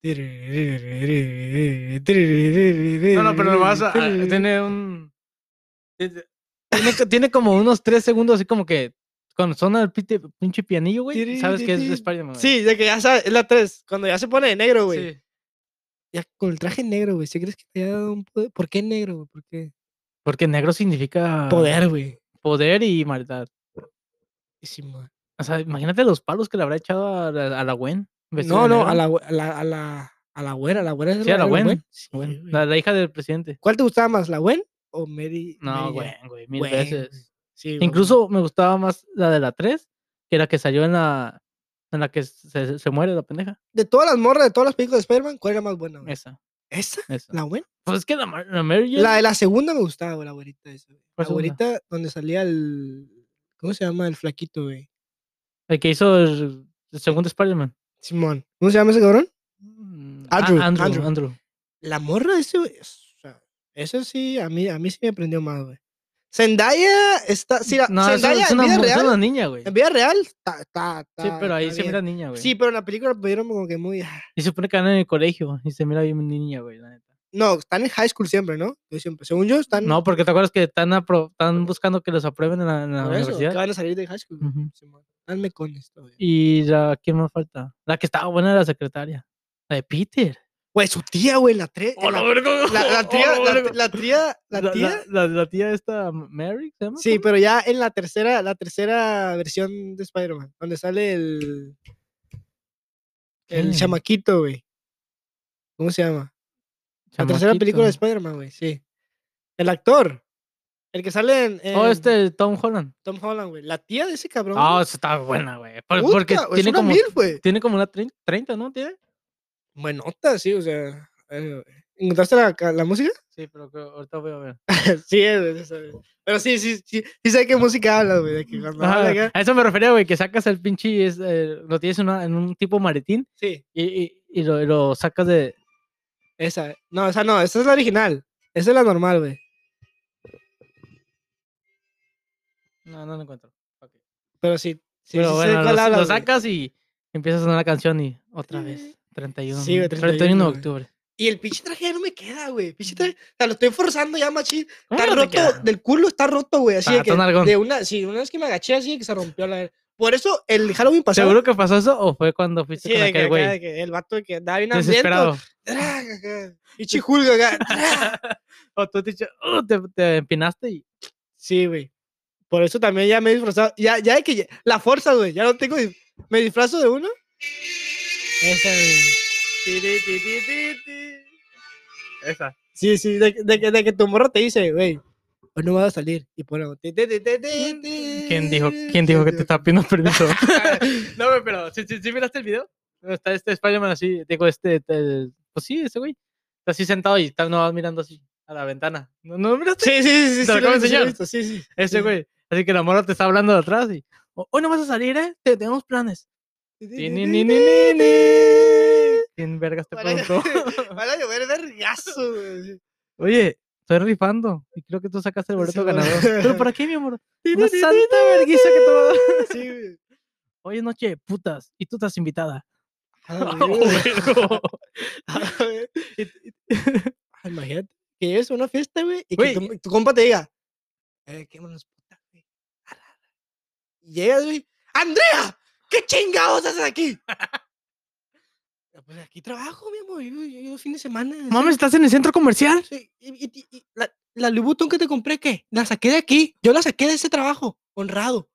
[SPEAKER 1] terererere, terererere,
[SPEAKER 2] No, no, pero nomás a- a-
[SPEAKER 1] tererere.
[SPEAKER 2] tiene un. Tiene, co- tiene como unos 3 segundos, así como que. Cuando suena el pite- pinche pianillo, güey, sabes que es de
[SPEAKER 1] Tiririririn.
[SPEAKER 2] Spider-Man. güey.
[SPEAKER 1] Sí, de que ya sabes, es la 3. Cuando ya se pone de negro, güey.
[SPEAKER 2] Sí.
[SPEAKER 1] Ya con el traje negro, güey. ¿Sí crees que te ha dado un poder? ¿Por qué negro, güey? ¿Por qué?
[SPEAKER 2] Porque negro significa.
[SPEAKER 1] Poder, güey.
[SPEAKER 2] Poder y maldad.
[SPEAKER 1] Y sí, man.
[SPEAKER 2] O sea, imagínate los palos que le habrá echado a la, a la Gwen. vestida
[SPEAKER 1] No,
[SPEAKER 2] de
[SPEAKER 1] no,
[SPEAKER 2] negro.
[SPEAKER 1] a la, güe- a la, a la, a la güera, a la güera. es
[SPEAKER 2] Sí, a
[SPEAKER 1] era
[SPEAKER 2] la Gwen.
[SPEAKER 1] Sí,
[SPEAKER 2] Gwen,
[SPEAKER 1] güey.
[SPEAKER 2] la, la hija del presidente.
[SPEAKER 1] ¿Cuál te gustaba más, la Gwen o Mary?
[SPEAKER 2] No,
[SPEAKER 1] Mary
[SPEAKER 2] güey,
[SPEAKER 1] Jane?
[SPEAKER 2] güey, mil
[SPEAKER 1] Gwen,
[SPEAKER 2] veces.
[SPEAKER 1] güey. Sí, güey,
[SPEAKER 2] Incluso me gustaba más la de la 3, que la que salió en la en la que se, se muere la pendeja.
[SPEAKER 1] De todas las morras, de todas las películas de Spider-Man, ¿cuál era más buena? güey?
[SPEAKER 2] Esa,
[SPEAKER 1] ¿Esa?
[SPEAKER 2] esa.
[SPEAKER 1] ¿La Gwen?
[SPEAKER 2] Pues es que la, Mar- la Mary Jane-
[SPEAKER 1] La e de la segunda me gustaba, güey, la abuelita esa. güey. La
[SPEAKER 2] ¿Cuál segunda?
[SPEAKER 1] abuelita donde salía el... ¿Cómo se llama? El flaquito, güey.
[SPEAKER 2] el que hizo el, el segundo Spider-Man.
[SPEAKER 1] Simón. ¿Cómo se llama ese cabrón?
[SPEAKER 2] Mm, a-
[SPEAKER 1] Andrew,
[SPEAKER 2] Andrew,
[SPEAKER 1] Andrew.
[SPEAKER 2] Andrew.
[SPEAKER 1] La morra de ese, güey. es- O sea, eso sí, a mí, a mí sí me prendió más, güey. Zendaya está... Sí, la,
[SPEAKER 2] No, es,
[SPEAKER 1] Zendaya
[SPEAKER 2] es
[SPEAKER 1] en
[SPEAKER 2] una,
[SPEAKER 1] vida
[SPEAKER 2] mu- es
[SPEAKER 1] real...
[SPEAKER 2] una niña, güey.
[SPEAKER 1] En vida real, está... está,
[SPEAKER 2] Sí,
[SPEAKER 1] está-
[SPEAKER 2] pero ahí
[SPEAKER 1] está
[SPEAKER 2] se
[SPEAKER 1] bien.
[SPEAKER 2] mira niña, güey.
[SPEAKER 1] Sí, pero en la película pudieron como que muy... ah.
[SPEAKER 2] Y se supone que anda en el colegio y se mira bien niña, güey, la neta.
[SPEAKER 1] No, están en high school siempre, ¿no? Yo siempre. Según yo, están...
[SPEAKER 2] No, pues, porque te acuerdas que están, apro- están buscando que los aprueben en la, en la
[SPEAKER 1] Por eso, que
[SPEAKER 2] universidad.
[SPEAKER 1] van a salir de high school. güey.
[SPEAKER 2] Ujú.
[SPEAKER 1] Simón. Están mecones todavía.
[SPEAKER 2] Y la, ¿quién más falta? La que estaba buena era la secretaria. La de Peter.
[SPEAKER 1] Güey, su tía, güey, la tres. Oh,
[SPEAKER 2] Oh,
[SPEAKER 1] la, la, la tría, la, la tría, la tía.
[SPEAKER 2] La, la tía esta, Mary, ¿se llama?
[SPEAKER 1] sí, pero ya en la tercera, la tercera versión de Spider-Man, donde sale el. El
[SPEAKER 2] ¿Qué?
[SPEAKER 1] chamaquito, güey. ¿Cómo se llama? La tercera película de Spider-Man, güey, sí. El actor. El que sale en.
[SPEAKER 2] Oh,
[SPEAKER 1] en
[SPEAKER 2] este, Tom Holland.
[SPEAKER 1] Tom Holland, güey. La tía de ese cabrón.
[SPEAKER 2] Ah,
[SPEAKER 1] güey.
[SPEAKER 2] esa está buena, güey. Por-
[SPEAKER 1] Puta,
[SPEAKER 2] porque
[SPEAKER 1] güey, es
[SPEAKER 2] tiene
[SPEAKER 1] una
[SPEAKER 2] como,
[SPEAKER 1] mil, güey.
[SPEAKER 2] tiene como una 30, 30, ¿no? ¿Tiene?
[SPEAKER 1] Buenota, sí, o sea. eh, ¿Encontraste la, ca- la música?
[SPEAKER 2] Sí, pero que ahorita voy a ver.
[SPEAKER 1] sí, es, güey, esa, güey. Pero sí, sí, sí, sí sé qué música hablas, güey. de que cuando habla
[SPEAKER 2] Ajá,
[SPEAKER 1] acá-
[SPEAKER 2] a eso me refería, güey, que sacas el pinche, es, eh, lo tienes en una- en un tipo maletín
[SPEAKER 1] Sí,
[SPEAKER 2] y, y, y lo, y lo sacas de...
[SPEAKER 1] esa. No, esa no, esa es la original. Esa es la normal, güey.
[SPEAKER 2] No, no lo encuentro. Ok.
[SPEAKER 1] Pero sí, sí,
[SPEAKER 2] Pero
[SPEAKER 1] sí sé
[SPEAKER 2] bueno,
[SPEAKER 1] cuál
[SPEAKER 2] lo,
[SPEAKER 1] hablas, güey.
[SPEAKER 2] lo sacas y empieza a sonar la canción y otra vez. 31,
[SPEAKER 1] Sí, güey,
[SPEAKER 2] 31,
[SPEAKER 1] 31,
[SPEAKER 2] de
[SPEAKER 1] güey.
[SPEAKER 2] octubre.
[SPEAKER 1] Y el pinche traje ya no me queda, güey. Pinche traje. O sea, lo estoy forzando ya, machín.
[SPEAKER 2] ¿Cómo
[SPEAKER 1] Está
[SPEAKER 2] Ah, no te
[SPEAKER 1] roto,
[SPEAKER 2] queda?
[SPEAKER 1] del culo está roto, güey. Así
[SPEAKER 2] Ah,
[SPEAKER 1] de que.
[SPEAKER 2] está nalgón.
[SPEAKER 1] De una, sí, una vez que me agaché, así de que se rompió la. Por eso el Halloween pasado.
[SPEAKER 2] ¿Seguro que pasó eso o fue cuando fuiste
[SPEAKER 1] Sí,
[SPEAKER 2] con
[SPEAKER 1] de que,
[SPEAKER 2] aquel
[SPEAKER 1] acá, de
[SPEAKER 2] güey?
[SPEAKER 1] que el vato de que andaba bien hambriento.
[SPEAKER 2] Desesperado.
[SPEAKER 1] ¡trac! acá, Y chijulga acá. ¡trac!
[SPEAKER 2] o tú te, echa- ¡Uh! te, te empinaste y
[SPEAKER 1] Sí, güey. Por eso también ya me he disfrazado. Ya, ya de que ya- la fuerza, güey. Ya no tengo. dis- Me disfrazo de uno. Esa, güey. Ti, ti, ti, ti, ti, ti.
[SPEAKER 2] Esa.
[SPEAKER 1] Sí, sí, de, que- de que- de que tu morro te dice, güey, hoy no vas a salir. Y ponemos. ti, ti, ti, ti, ti, ti.
[SPEAKER 2] ¿Quién dijo, ¿quién dijo que te estaba pidiendo permiso?
[SPEAKER 1] dijo?
[SPEAKER 2] no, güey, pero si ¿sí, sí miraste el video. Donde Está este Spider-Man así, digo, este, el- pues sí, ese güey. Está así sentado y está nomás mirando así a la ventana. ¿No, no lo miraste?
[SPEAKER 1] Sí, sí, sí, sí. sí,
[SPEAKER 2] ¿Te lo
[SPEAKER 1] lo he
[SPEAKER 2] acabo de
[SPEAKER 1] visto, sí, lo he
[SPEAKER 2] enseñar?
[SPEAKER 1] visto, Sí, sí.
[SPEAKER 2] Ese güey. Así que la mora te está hablando de atrás y, "Oh, hoy no vas a salir, ¿eh? Te- tenemos planes. Ti, ni, ni, ni, ni, ni. ¿Quién este vergas te
[SPEAKER 1] Para-
[SPEAKER 2] preguntó?
[SPEAKER 1] Van a llover vergazo, güey.
[SPEAKER 2] Oye, estoy rifando y creo que tú sacaste
[SPEAKER 1] Sí,
[SPEAKER 2] el boleto
[SPEAKER 1] bueno.
[SPEAKER 2] ganador. ¿Pero para qué, mi amor? Una santa vergüenza que te va a dar.
[SPEAKER 1] Sí, güey.
[SPEAKER 2] Hoy es noche de putas y tú estás invitada.
[SPEAKER 1] Ah,
[SPEAKER 2] Oh,
[SPEAKER 1] güey.
[SPEAKER 2] vergo.
[SPEAKER 1] A ver, y- y- Ah, Imagínate que llegues a una fiesta, güey, y
[SPEAKER 2] Güey,
[SPEAKER 1] que tu, tu compa te diga, eh, qué manos putas, güey. Arra, arra". Y llegas, güey, ¡Andrea! ¿Qué chingados haces aquí? "No, pues aquí trabajo, mi amor, yo, yo- yo fin de semana. sí,
[SPEAKER 2] Mames, ¿estás en el centro comercial?
[SPEAKER 1] sí, y, y- y- y la, la Louis Vuitton que te compré, ¿qué? La saqué de aquí, yo la saqué de ese trabajo, honrado.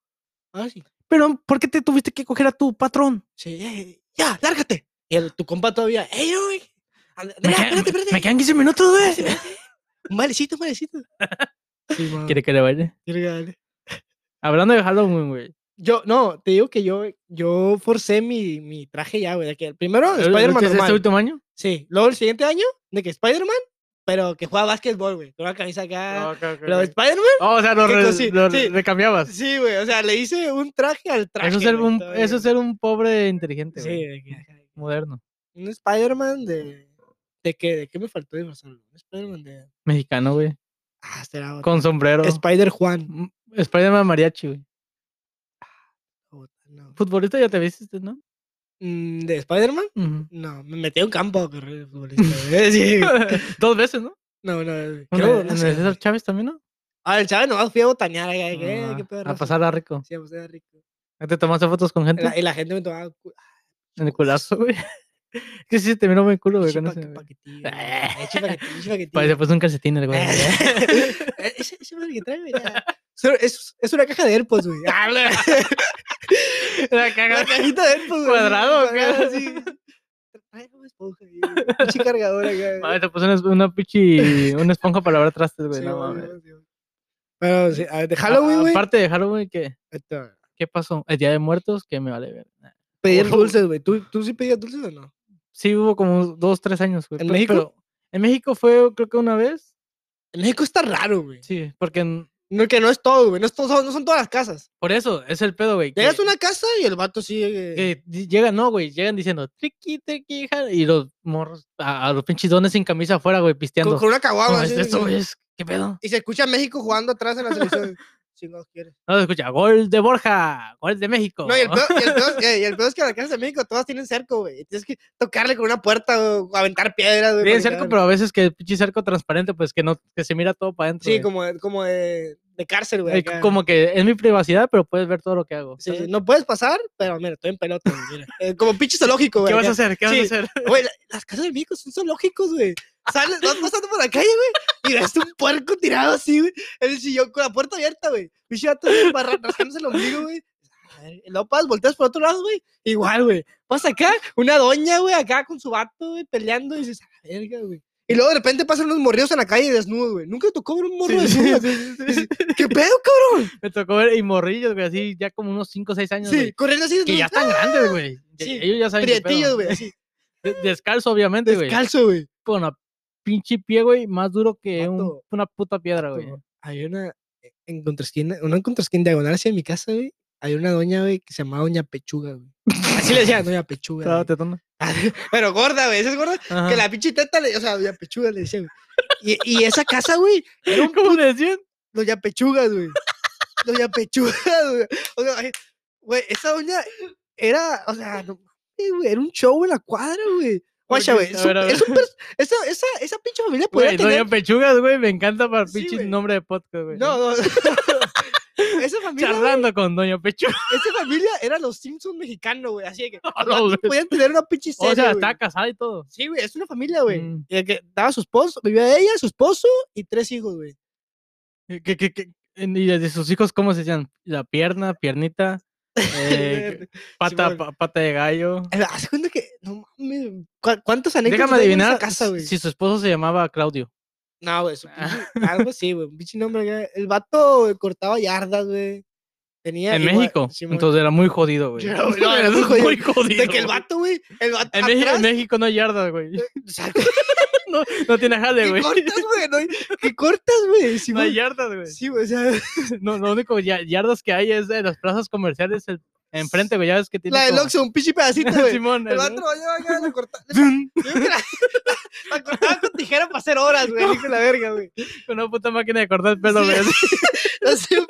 [SPEAKER 1] Ah, sí.
[SPEAKER 2] Pero, ¿por qué te tuviste que coger a tu patrón?
[SPEAKER 1] Sí, eh, ya, lárgate. Y el- tu compa todavía, ¡ey, no, güey! "And-
[SPEAKER 2] Me,
[SPEAKER 1] Andrea,
[SPEAKER 2] queda-
[SPEAKER 1] espérate,
[SPEAKER 2] me-
[SPEAKER 1] espérate.
[SPEAKER 2] me quedan 15 minutos,
[SPEAKER 1] Sí,
[SPEAKER 2] güey.
[SPEAKER 1] espérate. Un bailecito, un bailecito. Sí, ma,
[SPEAKER 2] ¿Quiere que le baile?
[SPEAKER 1] quiere que baile.
[SPEAKER 2] Hablando de Halloween, güey.
[SPEAKER 1] Yo, no, te digo que yo, yo forcé mi, mi traje ya, güey. de que el primero,
[SPEAKER 2] ¿Lo- lo
[SPEAKER 1] Spider-Man
[SPEAKER 2] hiciste ¿Este
[SPEAKER 1] normal.
[SPEAKER 2] último año?
[SPEAKER 1] Sí, luego el siguiente año, de que Spider-Man, pero que juega básquetbol, güey. Con una camisa acá. Ah, Pero Spider-man,
[SPEAKER 2] Oh, o sea, lo,
[SPEAKER 1] que
[SPEAKER 2] re-
[SPEAKER 1] cosi-
[SPEAKER 2] lo
[SPEAKER 1] sí.
[SPEAKER 2] recambiabas.
[SPEAKER 1] sí, güey. O sea, le hice un traje al traje.
[SPEAKER 2] eso, es ser
[SPEAKER 1] güey,
[SPEAKER 2] un,
[SPEAKER 1] todo,
[SPEAKER 2] eso es
[SPEAKER 1] güey.
[SPEAKER 2] ser un pobre inteligente,
[SPEAKER 1] Sí,
[SPEAKER 2] güey.
[SPEAKER 1] de que acá,
[SPEAKER 2] Moderno.
[SPEAKER 1] un Spider-Man de. ¿De qué? ¿De qué me faltó disfrazarlo? Un Spider-Man de.
[SPEAKER 2] Mexicano, güey.
[SPEAKER 1] Ah, será otro.
[SPEAKER 2] Con sombrero.
[SPEAKER 1] Spider-Juan.
[SPEAKER 2] Mm, Spider-Man mariachi, güey.
[SPEAKER 1] Puta, no.
[SPEAKER 2] Futbolista ya te viste, ¿no?
[SPEAKER 1] Mm, ¿De Spider-Man?
[SPEAKER 2] Ujú.
[SPEAKER 1] No, me metí a un campo a correr de futbolista. güey, sí, güey.
[SPEAKER 2] Dos veces, ¿no?
[SPEAKER 1] No, no, güey,
[SPEAKER 2] Una-
[SPEAKER 1] creo,
[SPEAKER 2] en
[SPEAKER 1] no
[SPEAKER 2] el
[SPEAKER 1] sé,
[SPEAKER 2] César
[SPEAKER 1] güey.
[SPEAKER 2] Chávez también, ¿no?
[SPEAKER 1] Ah, el chaval nomás fui a botanear. acá, de que, eh,
[SPEAKER 2] Ah,
[SPEAKER 1] qué pedo,
[SPEAKER 2] a
[SPEAKER 1] raza.
[SPEAKER 2] pasarla rico.
[SPEAKER 1] Sí, a pasarla rico.
[SPEAKER 2] ¿Te tomaste fotos con gente?
[SPEAKER 1] La- y la gente me tomaba cu-
[SPEAKER 2] En el culazo, güey. que sí, se te miró muy culo, güey.
[SPEAKER 1] pinche
[SPEAKER 2] con
[SPEAKER 1] pa-
[SPEAKER 2] ese,
[SPEAKER 1] paquetillo,
[SPEAKER 2] güey.
[SPEAKER 1] güey, pinche paquetillo, pinche
[SPEAKER 2] Parece
[SPEAKER 1] paquetillo.
[SPEAKER 2] pues un calcetín el güey.
[SPEAKER 1] Eh, Ese ese es el que trae, güey, ya. Solo- Es, es una caja de AirPods, güey. Ah, la-
[SPEAKER 2] La
[SPEAKER 1] Una
[SPEAKER 2] caga.
[SPEAKER 1] cajita de AirPods, güey.
[SPEAKER 2] Cuadrado, acá.
[SPEAKER 1] cuadrado, sí. Trae una esponja, ahí, güey, pinche cargador acá. güey.
[SPEAKER 2] Madre, te puse una, una pichi, una esponja para lavar trastes, güey.
[SPEAKER 1] Sí,
[SPEAKER 2] no
[SPEAKER 1] güey,
[SPEAKER 2] mames.
[SPEAKER 1] sí, güey. Pero sí, a ver, de
[SPEAKER 2] A-
[SPEAKER 1] Halloween, güey.
[SPEAKER 2] Aparte de Halloween, ¿qué,
[SPEAKER 1] esto,
[SPEAKER 2] ¿qué pasó? El Día de Muertos, que me vale ver. Nah.
[SPEAKER 1] Pedir
[SPEAKER 2] Ojo.
[SPEAKER 1] dulces, güey. ¿Tú, ¿Tú sí pedías dulces o no?
[SPEAKER 2] Sí, hubo como dos, tres años, güey.
[SPEAKER 1] ¿En
[SPEAKER 2] pe-
[SPEAKER 1] México?
[SPEAKER 2] en México fue, creo que una vez.
[SPEAKER 1] En México está raro, güey.
[SPEAKER 2] Sí, porque en-
[SPEAKER 1] No, que no es todo, güey. No, es todo- no son todas las casas.
[SPEAKER 2] por eso es el pedo, güey.
[SPEAKER 1] Llegas
[SPEAKER 2] que-
[SPEAKER 1] a una casa y el vato sigue. eh,
[SPEAKER 2] que di- llegan, no, güey, llegan diciendo triqui, triqui, ja", y los morros, a, a los pinches dones sin camisa afuera, güey,
[SPEAKER 1] con,
[SPEAKER 2] pisteando.
[SPEAKER 1] con una caguama.
[SPEAKER 2] No, es-
[SPEAKER 1] así,
[SPEAKER 2] esto,
[SPEAKER 1] güey,
[SPEAKER 2] güey, es, ¿qué pedo?
[SPEAKER 1] y se escucha a México jugando atrás en la selección. si no quieres.
[SPEAKER 2] No se escucha, gol de Borja, gol de México.
[SPEAKER 1] No, y el, peor, y, el peor, es- y el peor es que las casas de México todas tienen cerco, güey. Tienes que tocarle con una puerta o aventar piedras, güey.
[SPEAKER 2] Tienen
[SPEAKER 1] para que
[SPEAKER 2] cerco,
[SPEAKER 1] abra.
[SPEAKER 2] pero a veces que el pinche cerco transparente, pues que no, que se mira todo para adentro.
[SPEAKER 1] Sí,
[SPEAKER 2] güey.
[SPEAKER 1] como, de- como de, de cárcel, güey.
[SPEAKER 2] Eh,
[SPEAKER 1] acá.
[SPEAKER 2] como que es mi privacidad, pero puedes ver todo lo que hago.
[SPEAKER 1] Sí, sí,
[SPEAKER 2] ¿sabes?
[SPEAKER 1] no puedes pasar, pero mira, estoy en pelota, güey, mira. Eh, como pinche zoológico, güey.
[SPEAKER 2] ¿Qué vas
[SPEAKER 1] acá.
[SPEAKER 2] a hacer? ¿Qué vas
[SPEAKER 1] Sí.
[SPEAKER 2] a hacer?
[SPEAKER 1] Güey, la- las casas de México son zoológicos, güey. Sales, vas pasando por la calle, güey, y ves un puerco tirado así, güey, en el sillón con la puerta abierta, güey. Bicho gato barra- rascándose el ombligo, güey. A ver, y Luego pasas, volteas por otro lado, güey. Igual, güey. Vas acá, una doña, güey, acá con su vato, güey, peleando, y dices, a la verga, güey. Y luego de repente pasan unos morridos en la calle desnudos, güey. Nunca tocó ver un morro
[SPEAKER 2] Sí, sí,
[SPEAKER 1] desnudo.
[SPEAKER 2] sí, sí, sí.
[SPEAKER 1] Dices, ¿Qué pedo, cabrón?
[SPEAKER 2] Me tocó ver y morrillos, güey, así ya como unos 5 o 6 años.
[SPEAKER 1] Sí,
[SPEAKER 2] güey,
[SPEAKER 1] corriendo así
[SPEAKER 2] que ya
[SPEAKER 1] desnudos.
[SPEAKER 2] están grandes, güey. Ya-
[SPEAKER 1] Sí,
[SPEAKER 2] Ellos ya saben. qué pedo.
[SPEAKER 1] Prietillos, güey, así.
[SPEAKER 2] De- Descalzo, obviamente, güey.
[SPEAKER 1] Descalzo, güey.
[SPEAKER 2] con la pinche pie, güey, más duro que un-
[SPEAKER 1] Vato,
[SPEAKER 2] una puta piedra, güey.
[SPEAKER 1] Vato, Hay una eh, en contraesquina, una en contraesquina diagonal hacia mi casa, güey. Hay una doña, güey, que se llamaba Doña Pechuga, güey. Así le decía Doña Pechuga.
[SPEAKER 2] Estaba
[SPEAKER 1] güey.
[SPEAKER 2] tetona.
[SPEAKER 1] Pero gorda, güey. Esa es gorda.
[SPEAKER 2] Ajá.
[SPEAKER 1] Que la pinche teta, le, o sea, Doña Pechuga le decía, güey. Y, y esa casa, güey, era un
[SPEAKER 2] ¿Cómo le decían?
[SPEAKER 1] Doña Pechugas, güey. Doña Pechugas, güey. O sea, ay, güey, esa doña era, o sea, no mames, güey, era un show en la cuadra, güey. Guacha,
[SPEAKER 2] Porque-
[SPEAKER 1] güey.
[SPEAKER 2] a
[SPEAKER 1] su-
[SPEAKER 2] ver, a ver.
[SPEAKER 1] es un pers- Esa, esa, esa pinche familia podía
[SPEAKER 2] Güey,
[SPEAKER 1] tener
[SPEAKER 2] Doña Pechugas, güey, me encanta para el
[SPEAKER 1] Sí,
[SPEAKER 2] pinche
[SPEAKER 1] güey.
[SPEAKER 2] nombre de podcast, güey.
[SPEAKER 1] No, no. Esa familia, güey,
[SPEAKER 2] Charlando con Doña Pechuga.
[SPEAKER 1] esa familia era los Simpsons mexicanos, güey. Así de que
[SPEAKER 2] A
[SPEAKER 1] los
[SPEAKER 2] la
[SPEAKER 1] vatos
[SPEAKER 2] vez.
[SPEAKER 1] podían tener una pinche serie,
[SPEAKER 2] O sea,
[SPEAKER 1] güey.
[SPEAKER 2] está casada y todo.
[SPEAKER 1] Sí, güey, es una familia, güey.
[SPEAKER 2] Mm.
[SPEAKER 1] Y de que Estaba su esposo, vivía ella, su esposo y tres hijos, güey.
[SPEAKER 2] ¿Qué, qué, qué? Y de de sus hijos, ¿cómo se llaman? La pierna, piernita, eh, pata,
[SPEAKER 1] Simón.
[SPEAKER 2] pa- pata de gallo.
[SPEAKER 1] Hace cuenta que. No mames. ¿cu- ¿Cuántos anécdotas
[SPEAKER 2] Déjame
[SPEAKER 1] hay en esa
[SPEAKER 2] adivinar
[SPEAKER 1] casa, güey?
[SPEAKER 2] si su esposo se llamaba Claudio.
[SPEAKER 1] No, güey, su
[SPEAKER 2] Ah.
[SPEAKER 1] pinche- algo así, güey. Un pinche nombre. acá. El vato güey, cortaba yardas, güey. Tenía.
[SPEAKER 2] En
[SPEAKER 1] igual-
[SPEAKER 2] México.
[SPEAKER 1] Simón.
[SPEAKER 2] Entonces era muy jodido, güey.
[SPEAKER 1] Era- no, era muy jodido.
[SPEAKER 2] muy jodido.
[SPEAKER 1] De que el
[SPEAKER 2] güey.
[SPEAKER 1] vato, güey. El vato.
[SPEAKER 2] En, Meji- en
[SPEAKER 1] atrás,
[SPEAKER 2] México no hay yardas, güey.
[SPEAKER 1] o sea,
[SPEAKER 2] No, no tiene jale,
[SPEAKER 1] ¿Qué
[SPEAKER 2] güey.
[SPEAKER 1] cortas, güey? No hay- ¿Qué cortas, güey? Sí,
[SPEAKER 2] No hay
[SPEAKER 1] güey.
[SPEAKER 2] yardas, güey.
[SPEAKER 1] Sí, güey, o sea,
[SPEAKER 2] No, lo único ya- yardas que hay es de las plazas comerciales el- enfrente, güey. Ya ves que tiene.
[SPEAKER 1] la del
[SPEAKER 2] como-
[SPEAKER 1] Oxxo, un pinche pedacito, güey.
[SPEAKER 2] Simón,
[SPEAKER 1] El
[SPEAKER 2] el-
[SPEAKER 1] vato vaya, vaya, la corta-
[SPEAKER 2] ¡Zum!
[SPEAKER 1] Yo creo que La la cortaba con tijera para hacer horas, güey. hijo de la verga, güey.
[SPEAKER 2] Con una puta máquina de cortar pelo,
[SPEAKER 1] Sí.
[SPEAKER 2] güey.
[SPEAKER 1] No sé, güey.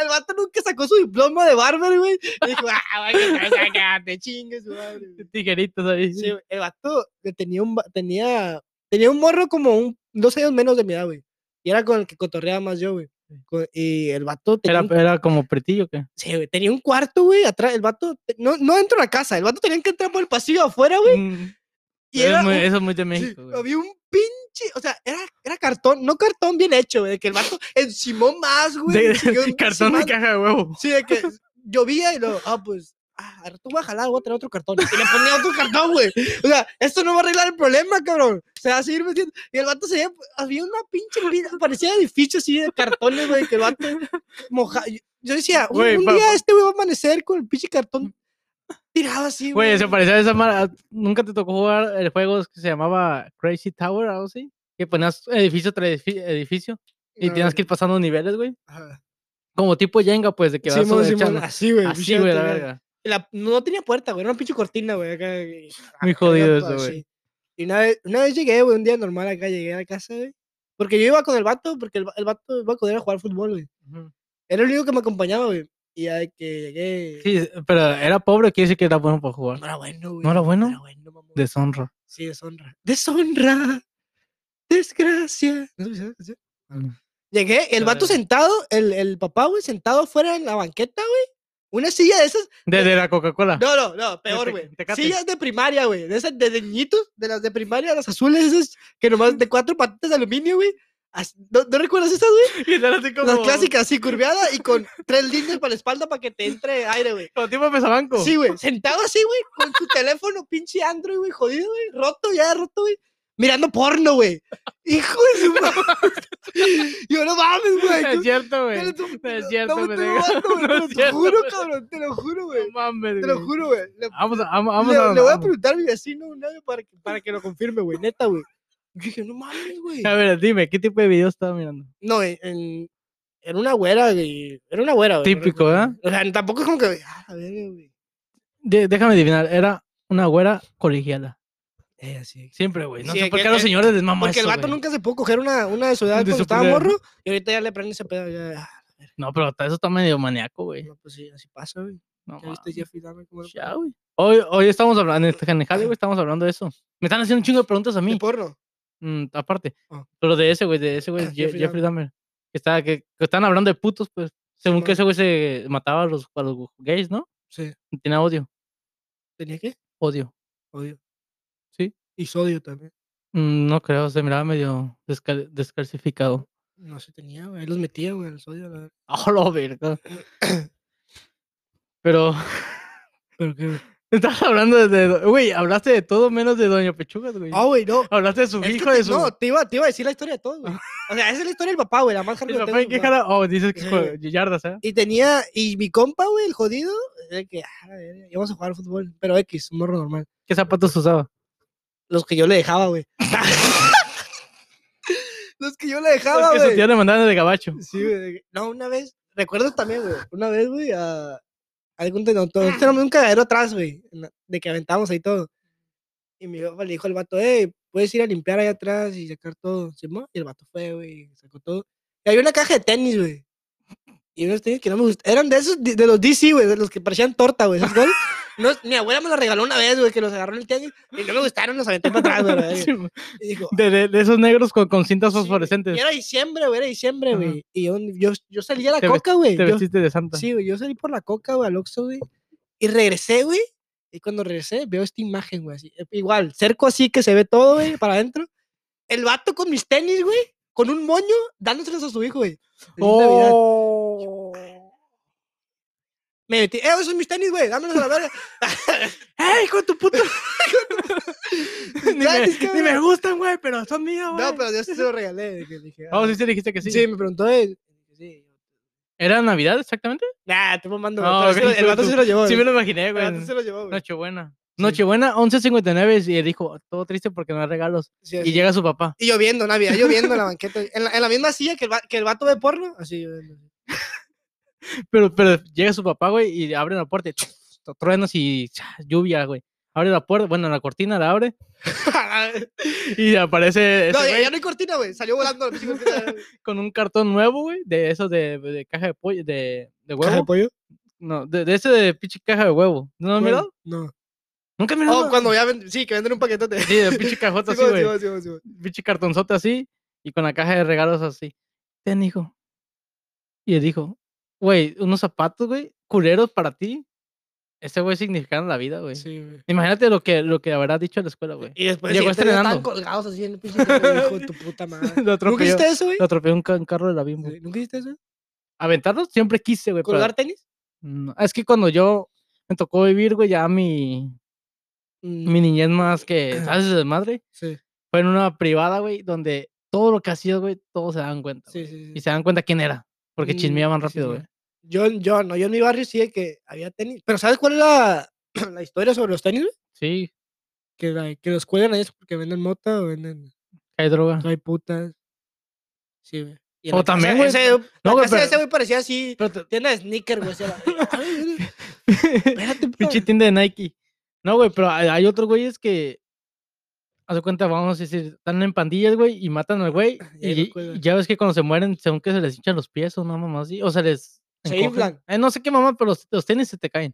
[SPEAKER 1] El vato nunca sacó su diploma de barber, güey. Y dijo, ah, vaya, saca, te chingues, madre, güey.
[SPEAKER 2] Tijeritas ahí.
[SPEAKER 1] Sí, güey, el vato le tenía un, va- tenía, tenía un morro como un, dos años menos de mi edad, güey. Y era con el que cotorreaba más yo, güey. Con- Y el vato tenía,
[SPEAKER 2] Era,
[SPEAKER 1] un,
[SPEAKER 2] era como pretillo, ¿qué?
[SPEAKER 1] sí, güey, tenía un cuarto, güey, atrás. El vato, te- no, no dentro de la casa, el vato tenía que entrar por el pasillo afuera, güey.
[SPEAKER 2] Mm,
[SPEAKER 1] Y
[SPEAKER 2] eso es
[SPEAKER 1] era
[SPEAKER 2] muy-
[SPEAKER 1] un-
[SPEAKER 2] eso es muy de
[SPEAKER 1] Sí,
[SPEAKER 2] México, güey.
[SPEAKER 1] había un pinche, o sea, era, era cartón, no cartón bien hecho, güey, de que el vato encimó más, güey.
[SPEAKER 2] De-
[SPEAKER 1] siguió
[SPEAKER 2] cartón de
[SPEAKER 1] encimando.
[SPEAKER 2] caja de huevo.
[SPEAKER 1] Sí, de que llovía y lo, ah, pues, ah, ahora tú vas a jalar, voy a traer otro cartón. Y le ponía otro cartón, güey. O sea, esto no va a arreglar el problema, cabrón. Se va a seguir metiendo. Y el vato se veía, había una pinche, pila, parecía edificio así de cartones, güey, que el vato moja. Yo, yo decía, un,
[SPEAKER 2] Güey,
[SPEAKER 1] un
[SPEAKER 2] pa-
[SPEAKER 1] día este güey va a amanecer con el pinche cartón tirado así, güey.
[SPEAKER 2] Güey, se parecía a esa mara. Nunca te tocó jugar el juego que se llamaba Crazy Tower, algo así. Que ponías edificio tras edifi- edificio y
[SPEAKER 1] No,
[SPEAKER 2] tenías que ir pasando niveles, güey.
[SPEAKER 1] ajá.
[SPEAKER 2] Como tipo Jenga, pues, de que vas
[SPEAKER 1] Simón,
[SPEAKER 2] sobre-
[SPEAKER 1] Simón,
[SPEAKER 2] echando.
[SPEAKER 1] así, güey.
[SPEAKER 2] Así,
[SPEAKER 1] pinche
[SPEAKER 2] güey, la
[SPEAKER 1] vato,
[SPEAKER 2] verga.
[SPEAKER 1] la- no tenía puerta, güey, era una pinche cortina, güey. acá, y-
[SPEAKER 2] Muy
[SPEAKER 1] acá,
[SPEAKER 2] jodido
[SPEAKER 1] pa-
[SPEAKER 2] eso, güey.
[SPEAKER 1] sí. Y una vez, una vez llegué, güey, un día normal acá, llegué a la casa, güey. Porque yo iba con el vato, porque el, va- el vato iba con él a jugar fútbol, güey.
[SPEAKER 2] Ujú.
[SPEAKER 1] Era el único que me acompañaba, güey. Y ya que llegué.
[SPEAKER 2] Sí, pero era pobre, quiere decir que era bueno para jugar.
[SPEAKER 1] No era bueno, güey.
[SPEAKER 2] era bueno?
[SPEAKER 1] era bueno, mamón.
[SPEAKER 2] Deshonra.
[SPEAKER 1] Sí, deshonra. ¡Deshonra! ¡Desgracia! ¿No sabes esa canción?
[SPEAKER 2] No.
[SPEAKER 1] Llegué, el
[SPEAKER 2] No,
[SPEAKER 1] vato
[SPEAKER 2] no.
[SPEAKER 1] sentado, el, el papá, güey, sentado afuera en la banqueta, güey. Una silla de esas
[SPEAKER 2] De, de la Coca-Cola.
[SPEAKER 1] No, no, no, peor,
[SPEAKER 2] Te-
[SPEAKER 1] güey.
[SPEAKER 2] Tecate.
[SPEAKER 1] Sillas de primaria, güey. De esas de de niñitos, de las de primaria, las azules, esas que nomás de cuatro patitas de aluminio, güey. As- ¿No, no recuerdas esas, güey?
[SPEAKER 2] Y era así como...
[SPEAKER 1] Las clásicas, así curveada y con tres líneas para la espalda para que te entre aire, güey.
[SPEAKER 2] Como tipo pesabanco.
[SPEAKER 1] Sí, güey. Sentado así, güey, con tu teléfono, pinche Android, güey, jodido, güey. Roto, ya roto, güey. Mirando porno, güey. Hijo de su madre. Yo no mames, güey.
[SPEAKER 2] Es
[SPEAKER 1] ¿cómo-
[SPEAKER 2] cierto, güey.
[SPEAKER 1] pero tú-
[SPEAKER 2] No es
[SPEAKER 1] no-
[SPEAKER 2] cierto,
[SPEAKER 1] no me estoy
[SPEAKER 2] pendejo.
[SPEAKER 1] robando, güey,
[SPEAKER 2] No
[SPEAKER 1] te
[SPEAKER 2] es
[SPEAKER 1] lo
[SPEAKER 2] cierto,
[SPEAKER 1] juro,
[SPEAKER 2] güey.
[SPEAKER 1] cabrón. Te lo juro,
[SPEAKER 2] No
[SPEAKER 1] güey.
[SPEAKER 2] mames,
[SPEAKER 1] Te lo
[SPEAKER 2] güey.
[SPEAKER 1] juro, güey. Le-
[SPEAKER 2] Vamos a... Vamos, vamos
[SPEAKER 1] le,
[SPEAKER 2] a...
[SPEAKER 1] le voy a
[SPEAKER 2] vamos.
[SPEAKER 1] preguntar a mi vecino un audio para que, para que lo confirme, güey. Neta, güey. Yo dije, no mames, güey.
[SPEAKER 2] A ver, dime, ¿qué tipo de video estaba mirando?
[SPEAKER 1] No, en, en- era una güera, güey. Era una güera, güey. no
[SPEAKER 2] Típico, ¿eh?
[SPEAKER 1] recuerdo.
[SPEAKER 2] ¿verdad?
[SPEAKER 1] O sea, tampoco es como que. Ah, la verga, güey.
[SPEAKER 2] De- déjame adivinar, era una güera colegiala.
[SPEAKER 1] Eh, así.
[SPEAKER 2] Siempre, güey. No
[SPEAKER 1] Sí,
[SPEAKER 2] sé
[SPEAKER 1] es
[SPEAKER 2] por
[SPEAKER 1] que-
[SPEAKER 2] qué a los
[SPEAKER 1] eh,
[SPEAKER 2] señores les mama
[SPEAKER 1] Porque el
[SPEAKER 2] eso,
[SPEAKER 1] vato
[SPEAKER 2] güey.
[SPEAKER 1] nunca se pudo coger una, una de su edad
[SPEAKER 2] De
[SPEAKER 1] cuando
[SPEAKER 2] su
[SPEAKER 1] estaba
[SPEAKER 2] edad.
[SPEAKER 1] morro. Y ahorita ya le prende ese pedo. Ya, ah,
[SPEAKER 2] No, pero hasta eso está medio maníaco, güey.
[SPEAKER 1] no, pues sí, así pasa, güey.
[SPEAKER 2] No,
[SPEAKER 1] Ya viste
[SPEAKER 2] mames.
[SPEAKER 1] Jeffrey Dahmer cómo era?
[SPEAKER 2] Ya, güey. Hoy, hoy estamos hablando, en este Janejale, güey, estamos hablando de eso. Me están haciendo un chingo de preguntas a
[SPEAKER 1] De
[SPEAKER 2] mí,
[SPEAKER 1] porno.
[SPEAKER 2] mm, aparte.
[SPEAKER 1] Ah.
[SPEAKER 2] Pero de ese, güey, de ese, güey, Je-
[SPEAKER 1] Jeffrey
[SPEAKER 2] Jeffrey Dahmer. Que, estaba, que, que estaban hablando de putos, pues. Según que
[SPEAKER 1] Simón.
[SPEAKER 2] ese güey se mataba a los, a los gays, ¿no?
[SPEAKER 1] Sí.
[SPEAKER 2] Tenía odio,
[SPEAKER 1] ¿Tenía qué?
[SPEAKER 2] odio.
[SPEAKER 1] Odio.
[SPEAKER 2] Sí.
[SPEAKER 1] Y sodio también.
[SPEAKER 2] Mm, No creo, se miraba medio descal- descalcificado.
[SPEAKER 1] No se tenía, güey. Ahí los metía, güey, el sodio. La...
[SPEAKER 2] ¡Oh, la verga! Pero
[SPEAKER 1] ¿Pero qué, güey?
[SPEAKER 2] estabas hablando de... do- Güey, hablaste de todo menos de Doña Pechugas, güey.
[SPEAKER 1] Ah, güey, no.
[SPEAKER 2] Hablaste de su
[SPEAKER 1] Es que
[SPEAKER 2] hijo,
[SPEAKER 1] te-
[SPEAKER 2] de su...
[SPEAKER 1] No, te iba, te iba a decir la historia de todo, güey. O sea, esa es la historia del papá, güey, la más
[SPEAKER 2] ¿Y
[SPEAKER 1] hardcore
[SPEAKER 2] papá
[SPEAKER 1] de
[SPEAKER 2] en
[SPEAKER 1] todas,
[SPEAKER 2] qué
[SPEAKER 1] güey.
[SPEAKER 2] jala? Oh, dices que
[SPEAKER 1] Sí,
[SPEAKER 2] jue-
[SPEAKER 1] güey.
[SPEAKER 2] yardas, ¿eh?
[SPEAKER 1] Y tenía, y mi compa, güey, el jodido, de que, ah, la verga, íbamos a jugar al fútbol, pero X, un morro normal.
[SPEAKER 2] ¿Qué zapatos usaba?
[SPEAKER 1] Los que yo le dejaba, güey. Los que yo le dejaba,
[SPEAKER 2] Es que su
[SPEAKER 1] güey.
[SPEAKER 2] tía le mandaban de gabacho.
[SPEAKER 1] Sí, güey. de que- No, una vez, recuerdo también, güey, una vez, güey, a algún tenotón, este era un cagadero atrás, güey, en la- de que aventábamos ahí todo. Y mi papá le dijo al vato, hey, puedes ir a limpiar ahí atrás y sacar todo. Simón, Y el vato fue, güey, sacó todo. Y había una caja de tenis, güey. Y unos tenis que no me gustaban. Eran de esos, de de los DC, güey, de los que parecían torta, güey. ¿Sabes cuál? Unos- mi abuela me los regaló una vez, güey, que los agarró en el tenis. Y no me gustaron, los aventé para atrás, güey. la verga.
[SPEAKER 2] Sí, güey.
[SPEAKER 1] Y dijo,
[SPEAKER 2] De, de- de esos negros con, con cintas
[SPEAKER 1] Sí, güey.
[SPEAKER 2] fosforescentes.
[SPEAKER 1] Y era diciembre, güey, era diciembre,
[SPEAKER 2] Ajá.
[SPEAKER 1] güey. Y yo, yo, yo salí a la
[SPEAKER 2] Te vest-
[SPEAKER 1] coca, güey.
[SPEAKER 2] Te
[SPEAKER 1] Yo-
[SPEAKER 2] vestiste de santa.
[SPEAKER 1] Sí, güey, yo salí por la coca, güey, al Oxxo, güey. Y regresé, güey. Y cuando regresé, veo esta imagen, güey. así, eh, Igual, cerco así que se ve todo, güey, para adentro. El vato con mis tenis, güey. con un moño dándoselos a su hijo, güey. En Navidad.
[SPEAKER 2] ¡Oh!
[SPEAKER 1] Me metí, eh, esos son mis tenis, güey, dámelos a la verga.
[SPEAKER 2] ¡Ey, ¡Eh, hijo de tu puta! ni, me,
[SPEAKER 1] Gratis,
[SPEAKER 2] ni
[SPEAKER 1] cabrón.
[SPEAKER 2] me gustan, güey, pero son míos, güey.
[SPEAKER 1] No, pero yo se lo regalé. de que dije,
[SPEAKER 2] Oh,
[SPEAKER 1] ah,
[SPEAKER 2] sí, sí, dijiste que sí.
[SPEAKER 1] sí. me preguntó él. Sí.
[SPEAKER 2] ¿Era Navidad exactamente?
[SPEAKER 1] Nah, te mamando.
[SPEAKER 2] No,
[SPEAKER 1] güey, pero sí
[SPEAKER 2] ok,
[SPEAKER 1] lo- el
[SPEAKER 2] tú-
[SPEAKER 1] vato
[SPEAKER 2] tú-
[SPEAKER 1] se lo llevó.
[SPEAKER 2] Sí, me
[SPEAKER 1] güey.
[SPEAKER 2] lo imaginé,
[SPEAKER 1] El
[SPEAKER 2] güey.
[SPEAKER 1] vato se lo llevó, güey.
[SPEAKER 2] Nochebuena.
[SPEAKER 1] Sí.
[SPEAKER 2] Nochebuena, 11.59, y él dijo, todo triste porque no hay regalos.
[SPEAKER 1] Sí,
[SPEAKER 2] Y
[SPEAKER 1] así.
[SPEAKER 2] llega su papá.
[SPEAKER 1] Y lloviendo, Navidad, lloviendo en la banqueta. En la, en la misma silla que el, va- que el vato ve porno. Así lloviendo.
[SPEAKER 2] Pero, pero llega su papá, güey, y abre la puerta. y Truenos y cha, lluvia, güey. Abre la puerta, bueno, la cortina la abre y aparece ese
[SPEAKER 1] no, ya,
[SPEAKER 2] güey
[SPEAKER 1] ya no hay cortina, güey. Salió volando la pinche cortina.
[SPEAKER 2] con un cartón nuevo, güey, de esos de, de caja de pollo, de, de huevo.
[SPEAKER 1] ¿Caja de pollo?
[SPEAKER 2] No, de, de ese de pinche caja de huevo. ¿No lo has
[SPEAKER 1] ¿Cuál?
[SPEAKER 2] mirado?
[SPEAKER 1] No.
[SPEAKER 2] Nunca he mirado.
[SPEAKER 1] Oh, cuando ya ven- Sí, que venden un paquetote.
[SPEAKER 2] Sí, de pinche cajota
[SPEAKER 1] Sí,
[SPEAKER 2] así,
[SPEAKER 1] güey, sí,
[SPEAKER 2] güey.
[SPEAKER 1] güey, sí, güey, sí, güey.
[SPEAKER 2] Pinche cartonzote así y con la caja de regalos así. Ten, hijo. Y él dijo, güey, unos zapatos, güey, culeros para ti. Este güey significaron la vida, güey.
[SPEAKER 1] Sí, güey.
[SPEAKER 2] Imagínate lo que, lo que habrá dicho en la escuela, güey.
[SPEAKER 1] Y después
[SPEAKER 2] Llegó
[SPEAKER 1] sí, pero ya estaban
[SPEAKER 2] estrenando.
[SPEAKER 1] colgados así en el pinche carro, hijo de tu puta madre.
[SPEAKER 2] Lo
[SPEAKER 1] Ah, ¿Nunca
[SPEAKER 2] atropelló,
[SPEAKER 1] hiciste eso, güey?
[SPEAKER 2] lo atropelló un, ca- un carro de la Bimbo.
[SPEAKER 1] Sí, ¿Nunca hiciste eso?
[SPEAKER 2] Aventarlo siempre quise, güey. pero-
[SPEAKER 1] ¿Colgar tenis?
[SPEAKER 2] no, Es que cuando yo me tocó vivir, güey, ya mi,
[SPEAKER 1] Mm,
[SPEAKER 2] mi niñez más que, ¿sabes? De madre.
[SPEAKER 1] Sí,
[SPEAKER 2] Fue en una privada, güey, donde todo lo que hacías, güey, todos se dan cuenta.
[SPEAKER 1] sí,
[SPEAKER 2] güey,
[SPEAKER 1] sí.
[SPEAKER 2] Y
[SPEAKER 1] sí.
[SPEAKER 2] se dan cuenta quién era. Porque
[SPEAKER 1] Mm,
[SPEAKER 2] chismeaban
[SPEAKER 1] sí,
[SPEAKER 2] rápido,
[SPEAKER 1] sí.
[SPEAKER 2] güey.
[SPEAKER 1] Yo, yo, no, yo en mi barrio sí de que había tenis. Pero ¿sabes cuál es la, la historia sobre los tenis, güey?
[SPEAKER 2] Sí,
[SPEAKER 1] Que, la- que los cuelgan a ellos porque venden mota o venden...
[SPEAKER 2] hay droga.
[SPEAKER 1] No hay putas. Sí, güey. Y en
[SPEAKER 2] O
[SPEAKER 1] la casa-
[SPEAKER 2] Ah. Oh, también, güey,
[SPEAKER 1] Ese,
[SPEAKER 2] pero-
[SPEAKER 1] la
[SPEAKER 2] güey,
[SPEAKER 1] casa de
[SPEAKER 2] pero-
[SPEAKER 1] ese güey parecía así.
[SPEAKER 2] Pero te-
[SPEAKER 1] Tienda de sneaker, güey. así a la- Ay, güey, Espérate,
[SPEAKER 2] Pinche
[SPEAKER 1] puta.
[SPEAKER 2] tienda de Nike. No, güey, pero hay, hay otros güeyes que. Haz de cuenta, vamos a decir, están en pandillas, güey, y matan al güey.
[SPEAKER 1] Y ahí lo
[SPEAKER 2] Y,
[SPEAKER 1] cuelgan.
[SPEAKER 2] y ya ves que cuando se mueren, según que se les hinchan los pies o una mamá así, o se les.
[SPEAKER 1] Se
[SPEAKER 2] encogen.
[SPEAKER 1] inflan.
[SPEAKER 2] Eh, no sé qué mamá, pero los, los tenis se te caen.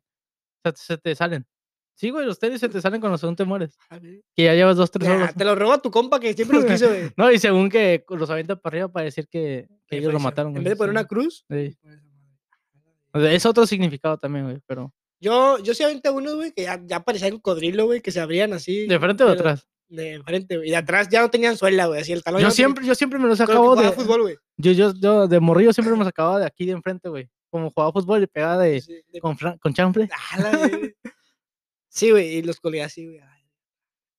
[SPEAKER 2] O sea, se te salen. Sí, güey, los tenis se te salen cuando según te mueres.
[SPEAKER 1] A ver.
[SPEAKER 2] Que ya llevas dos, tres
[SPEAKER 1] Nah,
[SPEAKER 2] horas.
[SPEAKER 1] te lo roba tu compa que siempre los quiso, güey.
[SPEAKER 2] No, y según que los avientan para arriba para decir que, que ellos lo
[SPEAKER 1] Perfección.
[SPEAKER 2] mataron.
[SPEAKER 1] En
[SPEAKER 2] güey,
[SPEAKER 1] vez de poner
[SPEAKER 2] sí,
[SPEAKER 1] una cruz.
[SPEAKER 2] sí. O sea, Es otro significado también, güey, pero.
[SPEAKER 1] Yo, yo sí aventé unos, güey, que ya, ya parecían cocodrilo, güey, que se abrían así.
[SPEAKER 2] ¿De frente o de
[SPEAKER 1] pero-
[SPEAKER 2] atrás?
[SPEAKER 1] De enfrente, güey. Y de atrás ya no tenían suela, güey. Así el talón.
[SPEAKER 2] Yo siempre, yo siempre me los acabo
[SPEAKER 1] acabo
[SPEAKER 2] de.
[SPEAKER 1] de fútbol, güey.
[SPEAKER 2] Yo, yo, yo de morrillo siempre me sacaba de aquí de enfrente, güey. Como jugaba fútbol y pegaba de,
[SPEAKER 1] Sí, de-
[SPEAKER 2] con, fran- con chanfle.
[SPEAKER 1] ala, güey. Sí, güey, y los colgué así, güey. Ay,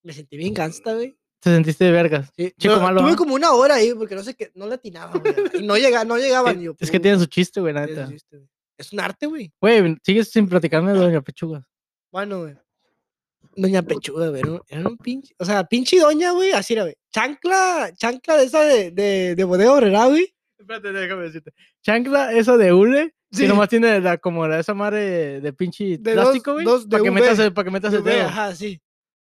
[SPEAKER 1] Me sentí bien gangsta, güey.
[SPEAKER 2] Te sentiste de vergas.
[SPEAKER 1] Sí,
[SPEAKER 2] Chico
[SPEAKER 1] pero
[SPEAKER 2] malo,
[SPEAKER 1] Tuve
[SPEAKER 2] ¿ah?
[SPEAKER 1] como una hora ahí porque no sé qué, no latinaba, güey. Y no, llega, no llegaban. y yo, pues,
[SPEAKER 2] Es que
[SPEAKER 1] "Puta,
[SPEAKER 2] tienen su chiste, güey, la
[SPEAKER 1] tiene
[SPEAKER 2] neta.
[SPEAKER 1] su chiste, este, güey". Es un arte, güey.
[SPEAKER 2] Güey, sigues sin platicarme de Doña Pechuga.
[SPEAKER 1] Bueno, güey. Doña Pechuga, güey. Era un, era un pinche. O sea, pinche doña, güey. Así era, güey. Chancla, chancla de esa de, de, de bodega obrera, güey.
[SPEAKER 2] Espérate, déjame decirte. Chancla, esa de hule,
[SPEAKER 1] Sí.
[SPEAKER 2] que nomás tiene la, como la, esa madre de pinche
[SPEAKER 1] De dos-
[SPEAKER 2] plástico, güey.
[SPEAKER 1] dos de
[SPEAKER 2] Para que
[SPEAKER 1] UV,
[SPEAKER 2] metas el, para que metas el
[SPEAKER 1] Güey,
[SPEAKER 2] dedo.
[SPEAKER 1] Ajá, sí.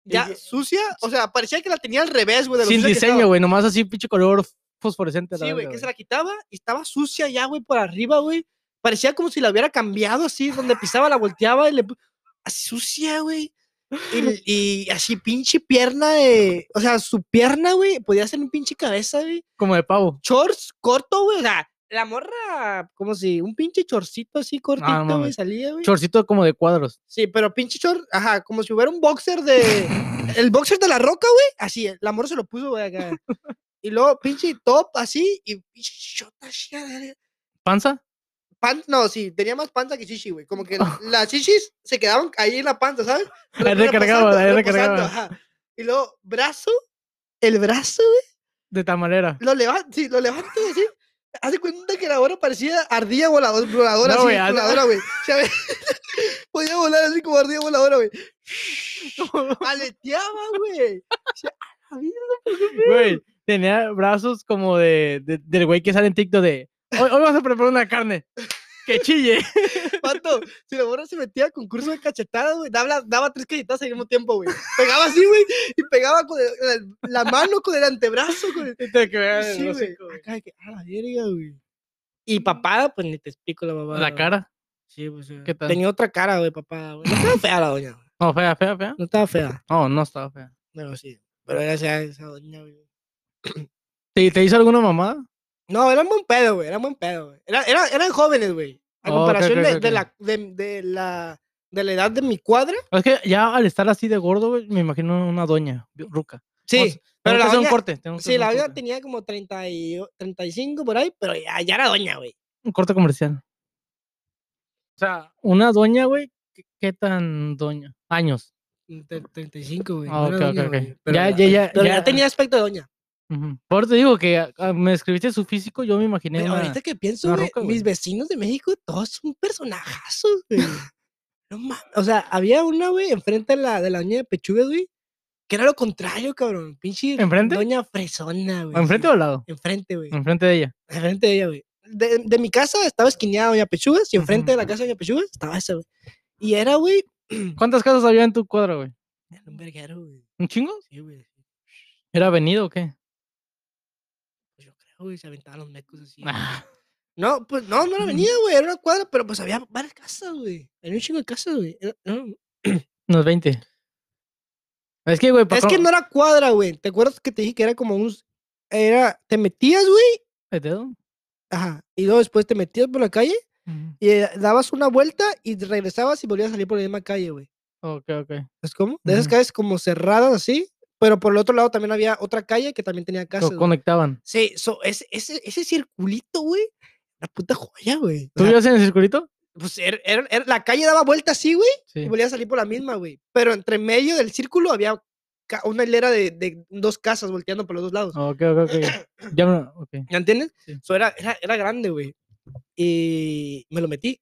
[SPEAKER 2] Y
[SPEAKER 1] Ya
[SPEAKER 2] que-
[SPEAKER 1] sucia, o sea, parecía que la tenía al revés, güey. de lo
[SPEAKER 2] Sin
[SPEAKER 1] sucia que
[SPEAKER 2] diseño,
[SPEAKER 1] estaba.
[SPEAKER 2] güey, nomás así pinche color fosforescente. a la
[SPEAKER 1] Sí, güey,
[SPEAKER 2] verga,
[SPEAKER 1] que se la quitaba y estaba sucia ya, güey, por arriba, güey. Parecía como si la hubiera cambiado así, donde pisaba, la volteaba y le. pu- Así sucia, güey. Y, y así pinche pierna de. O sea, su pierna, güey, podía ser un pinche cabeza, güey.
[SPEAKER 2] Como de pavo.
[SPEAKER 1] Shorts corto, güey. O sea, la morra, como si un pinche chorcito así cortito, güey,
[SPEAKER 2] mames.
[SPEAKER 1] salía, güey.
[SPEAKER 2] Chorcito como de cuadros.
[SPEAKER 1] Sí, pero pinche short, ajá, como si hubiera un boxer de. El boxer de la roca, güey. Así, el amor se lo puso, güey, acá. Y luego, pinche top, así, y pinche short así, a la verga.
[SPEAKER 2] ¿Panza?
[SPEAKER 1] Pan, no, sí, tenía más panza que chichi, güey. Como que las chichis se quedaban ahí en la panza, ¿sabes?
[SPEAKER 2] Ahí
[SPEAKER 1] Re-
[SPEAKER 2] recargaba,
[SPEAKER 1] reposando,
[SPEAKER 2] ahí
[SPEAKER 1] reposando,
[SPEAKER 2] recargaba.
[SPEAKER 1] ajá. Y luego, brazo, el brazo, güey,
[SPEAKER 2] De tamalera.
[SPEAKER 1] lo levanto, sí, lo levanto así. Hace cuenta que la hora parecía ardilla voladora, voladora,
[SPEAKER 2] No,
[SPEAKER 1] así,
[SPEAKER 2] güey, haz-
[SPEAKER 1] voladora, güey. ¿sabes? Podía volar así como ardilla voladora, güey. Aleteaba, güey. O sea, a la mierda.
[SPEAKER 2] Güey, tenía brazos como de, de- del güey que sale en TikTok de hoy, hoy vamos a preparar una carne. Que chille.
[SPEAKER 1] Pato, si la morra se metía a concurso de cachetadas, güey, daba, daba tres cachetadas al mismo tiempo, güey. Pegaba así, güey, y pegaba con el- la, la mano, con el antebrazo, con el...
[SPEAKER 2] Te quedas en
[SPEAKER 1] Sí,
[SPEAKER 2] el
[SPEAKER 1] güey.
[SPEAKER 2] hocico, güey.
[SPEAKER 1] Acá de que, a la verga, güey. Y papada, pues ni te explico la papada.
[SPEAKER 2] La
[SPEAKER 1] güey.
[SPEAKER 2] cara.
[SPEAKER 1] Sí, pues. eh,
[SPEAKER 2] ¿Qué tal?
[SPEAKER 1] Tenía otra cara, güey, papada, güey. No estaba fea la doña, güey.
[SPEAKER 2] No, fea, fea, fea.
[SPEAKER 1] No estaba fea,
[SPEAKER 2] No, no estaba fea.
[SPEAKER 1] pero sí. Pero era esa, esa doña, güey.
[SPEAKER 2] ¿Te, te hizo alguna mamada?
[SPEAKER 1] No, eran buen pedo, güey. Eran buen pedo, güey. Era, era- eran jóvenes, güey. A
[SPEAKER 2] Oh, ok,
[SPEAKER 1] comparación
[SPEAKER 2] ok,
[SPEAKER 1] de,
[SPEAKER 2] ok,
[SPEAKER 1] de
[SPEAKER 2] ok.
[SPEAKER 1] la, de, de la, de la edad de mi cuadra.
[SPEAKER 2] Es que ya al estar así de gordo, güey, me imagino una doña, bi- ruca. Vamos-
[SPEAKER 1] Sí,
[SPEAKER 2] tenemos
[SPEAKER 1] pero
[SPEAKER 2] que
[SPEAKER 1] la
[SPEAKER 2] hacer un
[SPEAKER 1] doña-
[SPEAKER 2] corte. tenemos que
[SPEAKER 1] sí,
[SPEAKER 2] hacer
[SPEAKER 1] la
[SPEAKER 2] un
[SPEAKER 1] doña
[SPEAKER 2] corte.
[SPEAKER 1] tenía como 30 y, 35 por ahí, pero ya, ya era doña, güey.
[SPEAKER 2] Un corte comercial. O sea, una doña, güey, ¿qué, qué tan doña? Años.
[SPEAKER 1] Mm, Tre- 35, güey.
[SPEAKER 2] Ah,
[SPEAKER 1] no
[SPEAKER 2] ok,
[SPEAKER 1] era
[SPEAKER 2] ok,
[SPEAKER 1] doña,
[SPEAKER 2] ok.
[SPEAKER 1] güey, pero
[SPEAKER 2] Ya,
[SPEAKER 1] la-
[SPEAKER 2] ya, ya.
[SPEAKER 1] Pero ya
[SPEAKER 2] ya-
[SPEAKER 1] tenía aspecto de doña.
[SPEAKER 2] Ujú. Por eso te digo que ah, ah, me describiste su físico, yo me imaginé
[SPEAKER 1] Pero
[SPEAKER 2] una-
[SPEAKER 1] ahorita que pienso,
[SPEAKER 2] una
[SPEAKER 1] güey,
[SPEAKER 2] roca, güey.
[SPEAKER 1] mis vecinos de México todos son personajazos, güey. no mames. O sea, había una, güey, enfrente de la, de la doña de Pechuga, güey, que era lo contrario, cabrón. Pinche
[SPEAKER 2] ¿Enfrente?
[SPEAKER 1] doña fresona, güey. sí.
[SPEAKER 2] ¿Enfrente o Mm. al lado?
[SPEAKER 1] Enfrente, güey.
[SPEAKER 2] Enfrente de ella.
[SPEAKER 1] Enfrente de ella, güey. De, de mi casa estaba esquineada doña Pechugas y enfrente de la
[SPEAKER 2] Ujú.
[SPEAKER 1] casa de doña Pechugas estaba esa, güey. Y era, güey,
[SPEAKER 2] ¿Cuántas casas había en tu cuadra, güey?
[SPEAKER 1] era un verguero, güey.
[SPEAKER 2] ¿Un chingo?
[SPEAKER 1] Sí, güey.
[SPEAKER 2] ¿Era venido o qué?
[SPEAKER 1] Pues yo creo, güey, se aventaban los mecos así. güey.
[SPEAKER 2] Ah,
[SPEAKER 1] No, pues no, no era
[SPEAKER 2] Ujú.
[SPEAKER 1] avenida, güey, era una cuadra, pero pues había varias casas, güey. Había un chingo de casas, güey. Era- era-
[SPEAKER 2] unos 20. Es que, güey, para
[SPEAKER 1] Es que no era cuadra, güey. ¿Te acuerdas que te dije que era como un... Era... Te metías, güey.
[SPEAKER 2] ¿El dedo?
[SPEAKER 1] Ajá. Y luego después te metías por la calle
[SPEAKER 2] Ujú.
[SPEAKER 1] y eh, dabas una vuelta y regresabas y volvías a salir por la misma calle, güey.
[SPEAKER 2] Ok, ok.
[SPEAKER 1] ¿Es como? De esas
[SPEAKER 2] Ujú.
[SPEAKER 1] calles como cerradas así, pero por el otro lado también había otra calle que también tenía
[SPEAKER 2] Lo
[SPEAKER 1] casas. güey.
[SPEAKER 2] conectaban.
[SPEAKER 1] Sí, so, ese, ese, ese circulito, güey. La puta joya, güey. O
[SPEAKER 2] ¿Tú
[SPEAKER 1] sea,
[SPEAKER 2] vivías en el circulito?
[SPEAKER 1] pues era- era- era- la calle daba vuelta así, güey. y
[SPEAKER 2] Sí.
[SPEAKER 1] volvía a salir por la misma, güey. Pero entre medio del círculo había ca- una hilera de, de dos casas volteando por los dos lados.
[SPEAKER 2] Ok, ok, ok. Ya me... ok.
[SPEAKER 1] ¿Ya entiendes?
[SPEAKER 2] Sí.
[SPEAKER 1] So, era, era, era grande, güey. Y me lo metí.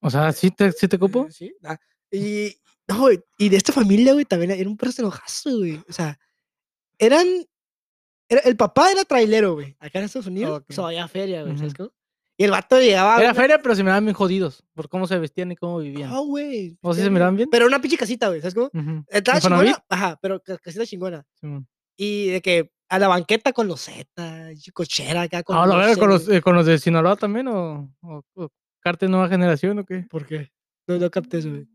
[SPEAKER 2] O sea, ¿sí te, sí te cupo?
[SPEAKER 1] eh, Sí. ah, Y, no, güey, y de esta familia, güey, también era un personajazo, güey. O sea, eran... era- el papá era trailero, güey. Acá en Estados Unidos.
[SPEAKER 2] Ok.
[SPEAKER 1] So, había feria, güey. ¿sabes
[SPEAKER 2] Ujú.
[SPEAKER 1] cómo? Y el vato llegaba... a
[SPEAKER 2] Era
[SPEAKER 1] Ah, una-
[SPEAKER 2] feria, pero se miraban bien jodidos por cómo se vestían y cómo vivían.
[SPEAKER 1] No, güey.
[SPEAKER 2] ¿O sí se
[SPEAKER 1] fíjate,
[SPEAKER 2] miraban bien?
[SPEAKER 1] Pero una pinche casita, güey. ¿Sabes cómo?
[SPEAKER 2] Ujú,
[SPEAKER 1] Estaba
[SPEAKER 2] ¿Infonavit?
[SPEAKER 1] chingona. Ajá, pero ca- casita chingona.
[SPEAKER 2] Simón.
[SPEAKER 1] Y de que a la banqueta con los Z, cochera acá con
[SPEAKER 2] Ah, la verga, con los,
[SPEAKER 1] Z.
[SPEAKER 2] eh, con los de Sinaloa también o, o, o Cártel Nueva Generación o qué?
[SPEAKER 1] ¿Por qué? No, no capté eso, güey.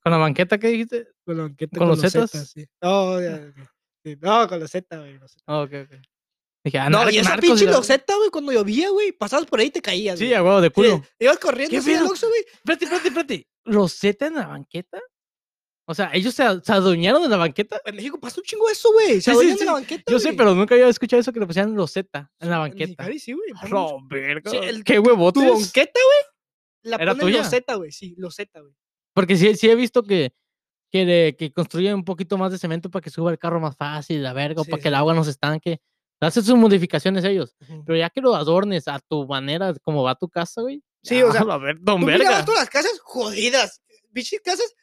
[SPEAKER 2] ¿Con la banqueta que dijiste?
[SPEAKER 1] Con la banqueta
[SPEAKER 2] ¿Con Ah. los
[SPEAKER 1] Z,
[SPEAKER 2] Zetas?
[SPEAKER 1] sí. No, ya, ya, sí. No, con los Z, güey. los Zetas.
[SPEAKER 2] Ah, ok, ok. Dije, ah,
[SPEAKER 1] No,
[SPEAKER 2] nar-
[SPEAKER 1] y esa
[SPEAKER 2] narcos
[SPEAKER 1] pinche
[SPEAKER 2] la
[SPEAKER 1] los
[SPEAKER 2] verga.
[SPEAKER 1] Z, güey, cuando llovía, güey, pasabas por ahí y te caías.
[SPEAKER 2] Sí,
[SPEAKER 1] güey.
[SPEAKER 2] a huevo de culo.
[SPEAKER 1] Ibas corriendo
[SPEAKER 2] ¿Qué
[SPEAKER 1] así al
[SPEAKER 2] pedo?
[SPEAKER 1] Oxxo, güey.
[SPEAKER 2] Espérate, espérate, espérate. ¿Los Z en la banqueta? O sea, ¿ellos se, a- se adueñaron de la banqueta?
[SPEAKER 1] En México pasa un chingo eso, güey.
[SPEAKER 2] Sí, sí,
[SPEAKER 1] Se sí, de
[SPEAKER 2] sí.
[SPEAKER 1] la banqueta.
[SPEAKER 2] Yo sé,
[SPEAKER 1] güey.
[SPEAKER 2] pero nunca había escuchado eso que le pusieran los Z en la
[SPEAKER 1] En
[SPEAKER 2] banqueta.
[SPEAKER 1] Mexicali sí, güey.
[SPEAKER 2] A
[SPEAKER 1] pasa
[SPEAKER 2] la
[SPEAKER 1] mucho.
[SPEAKER 2] verga,
[SPEAKER 1] el-
[SPEAKER 2] ¡Qué
[SPEAKER 1] Tu
[SPEAKER 2] huevotes!
[SPEAKER 1] banqueta, güey. La
[SPEAKER 2] ¿Era
[SPEAKER 1] ponen
[SPEAKER 2] tuya?
[SPEAKER 1] los Z, güey. Sí, los Z, güey.
[SPEAKER 2] Porque sí, sí he visto que, que, le- que construyen un poquito más de cemento para que suba el carro más fácil, la verga, o
[SPEAKER 1] Sí,
[SPEAKER 2] para
[SPEAKER 1] sí,
[SPEAKER 2] que el agua no se estanque. Hacen sus modificaciones ellos.
[SPEAKER 1] Ujú.
[SPEAKER 2] Pero ya que lo adornes a tu manera, como va tu casa, güey.
[SPEAKER 1] Sí,
[SPEAKER 2] ya,
[SPEAKER 1] o sea,
[SPEAKER 2] a la ver- don
[SPEAKER 1] Tú mirabas
[SPEAKER 2] verga.
[SPEAKER 1] todas las casas jodidas. Pinches casas.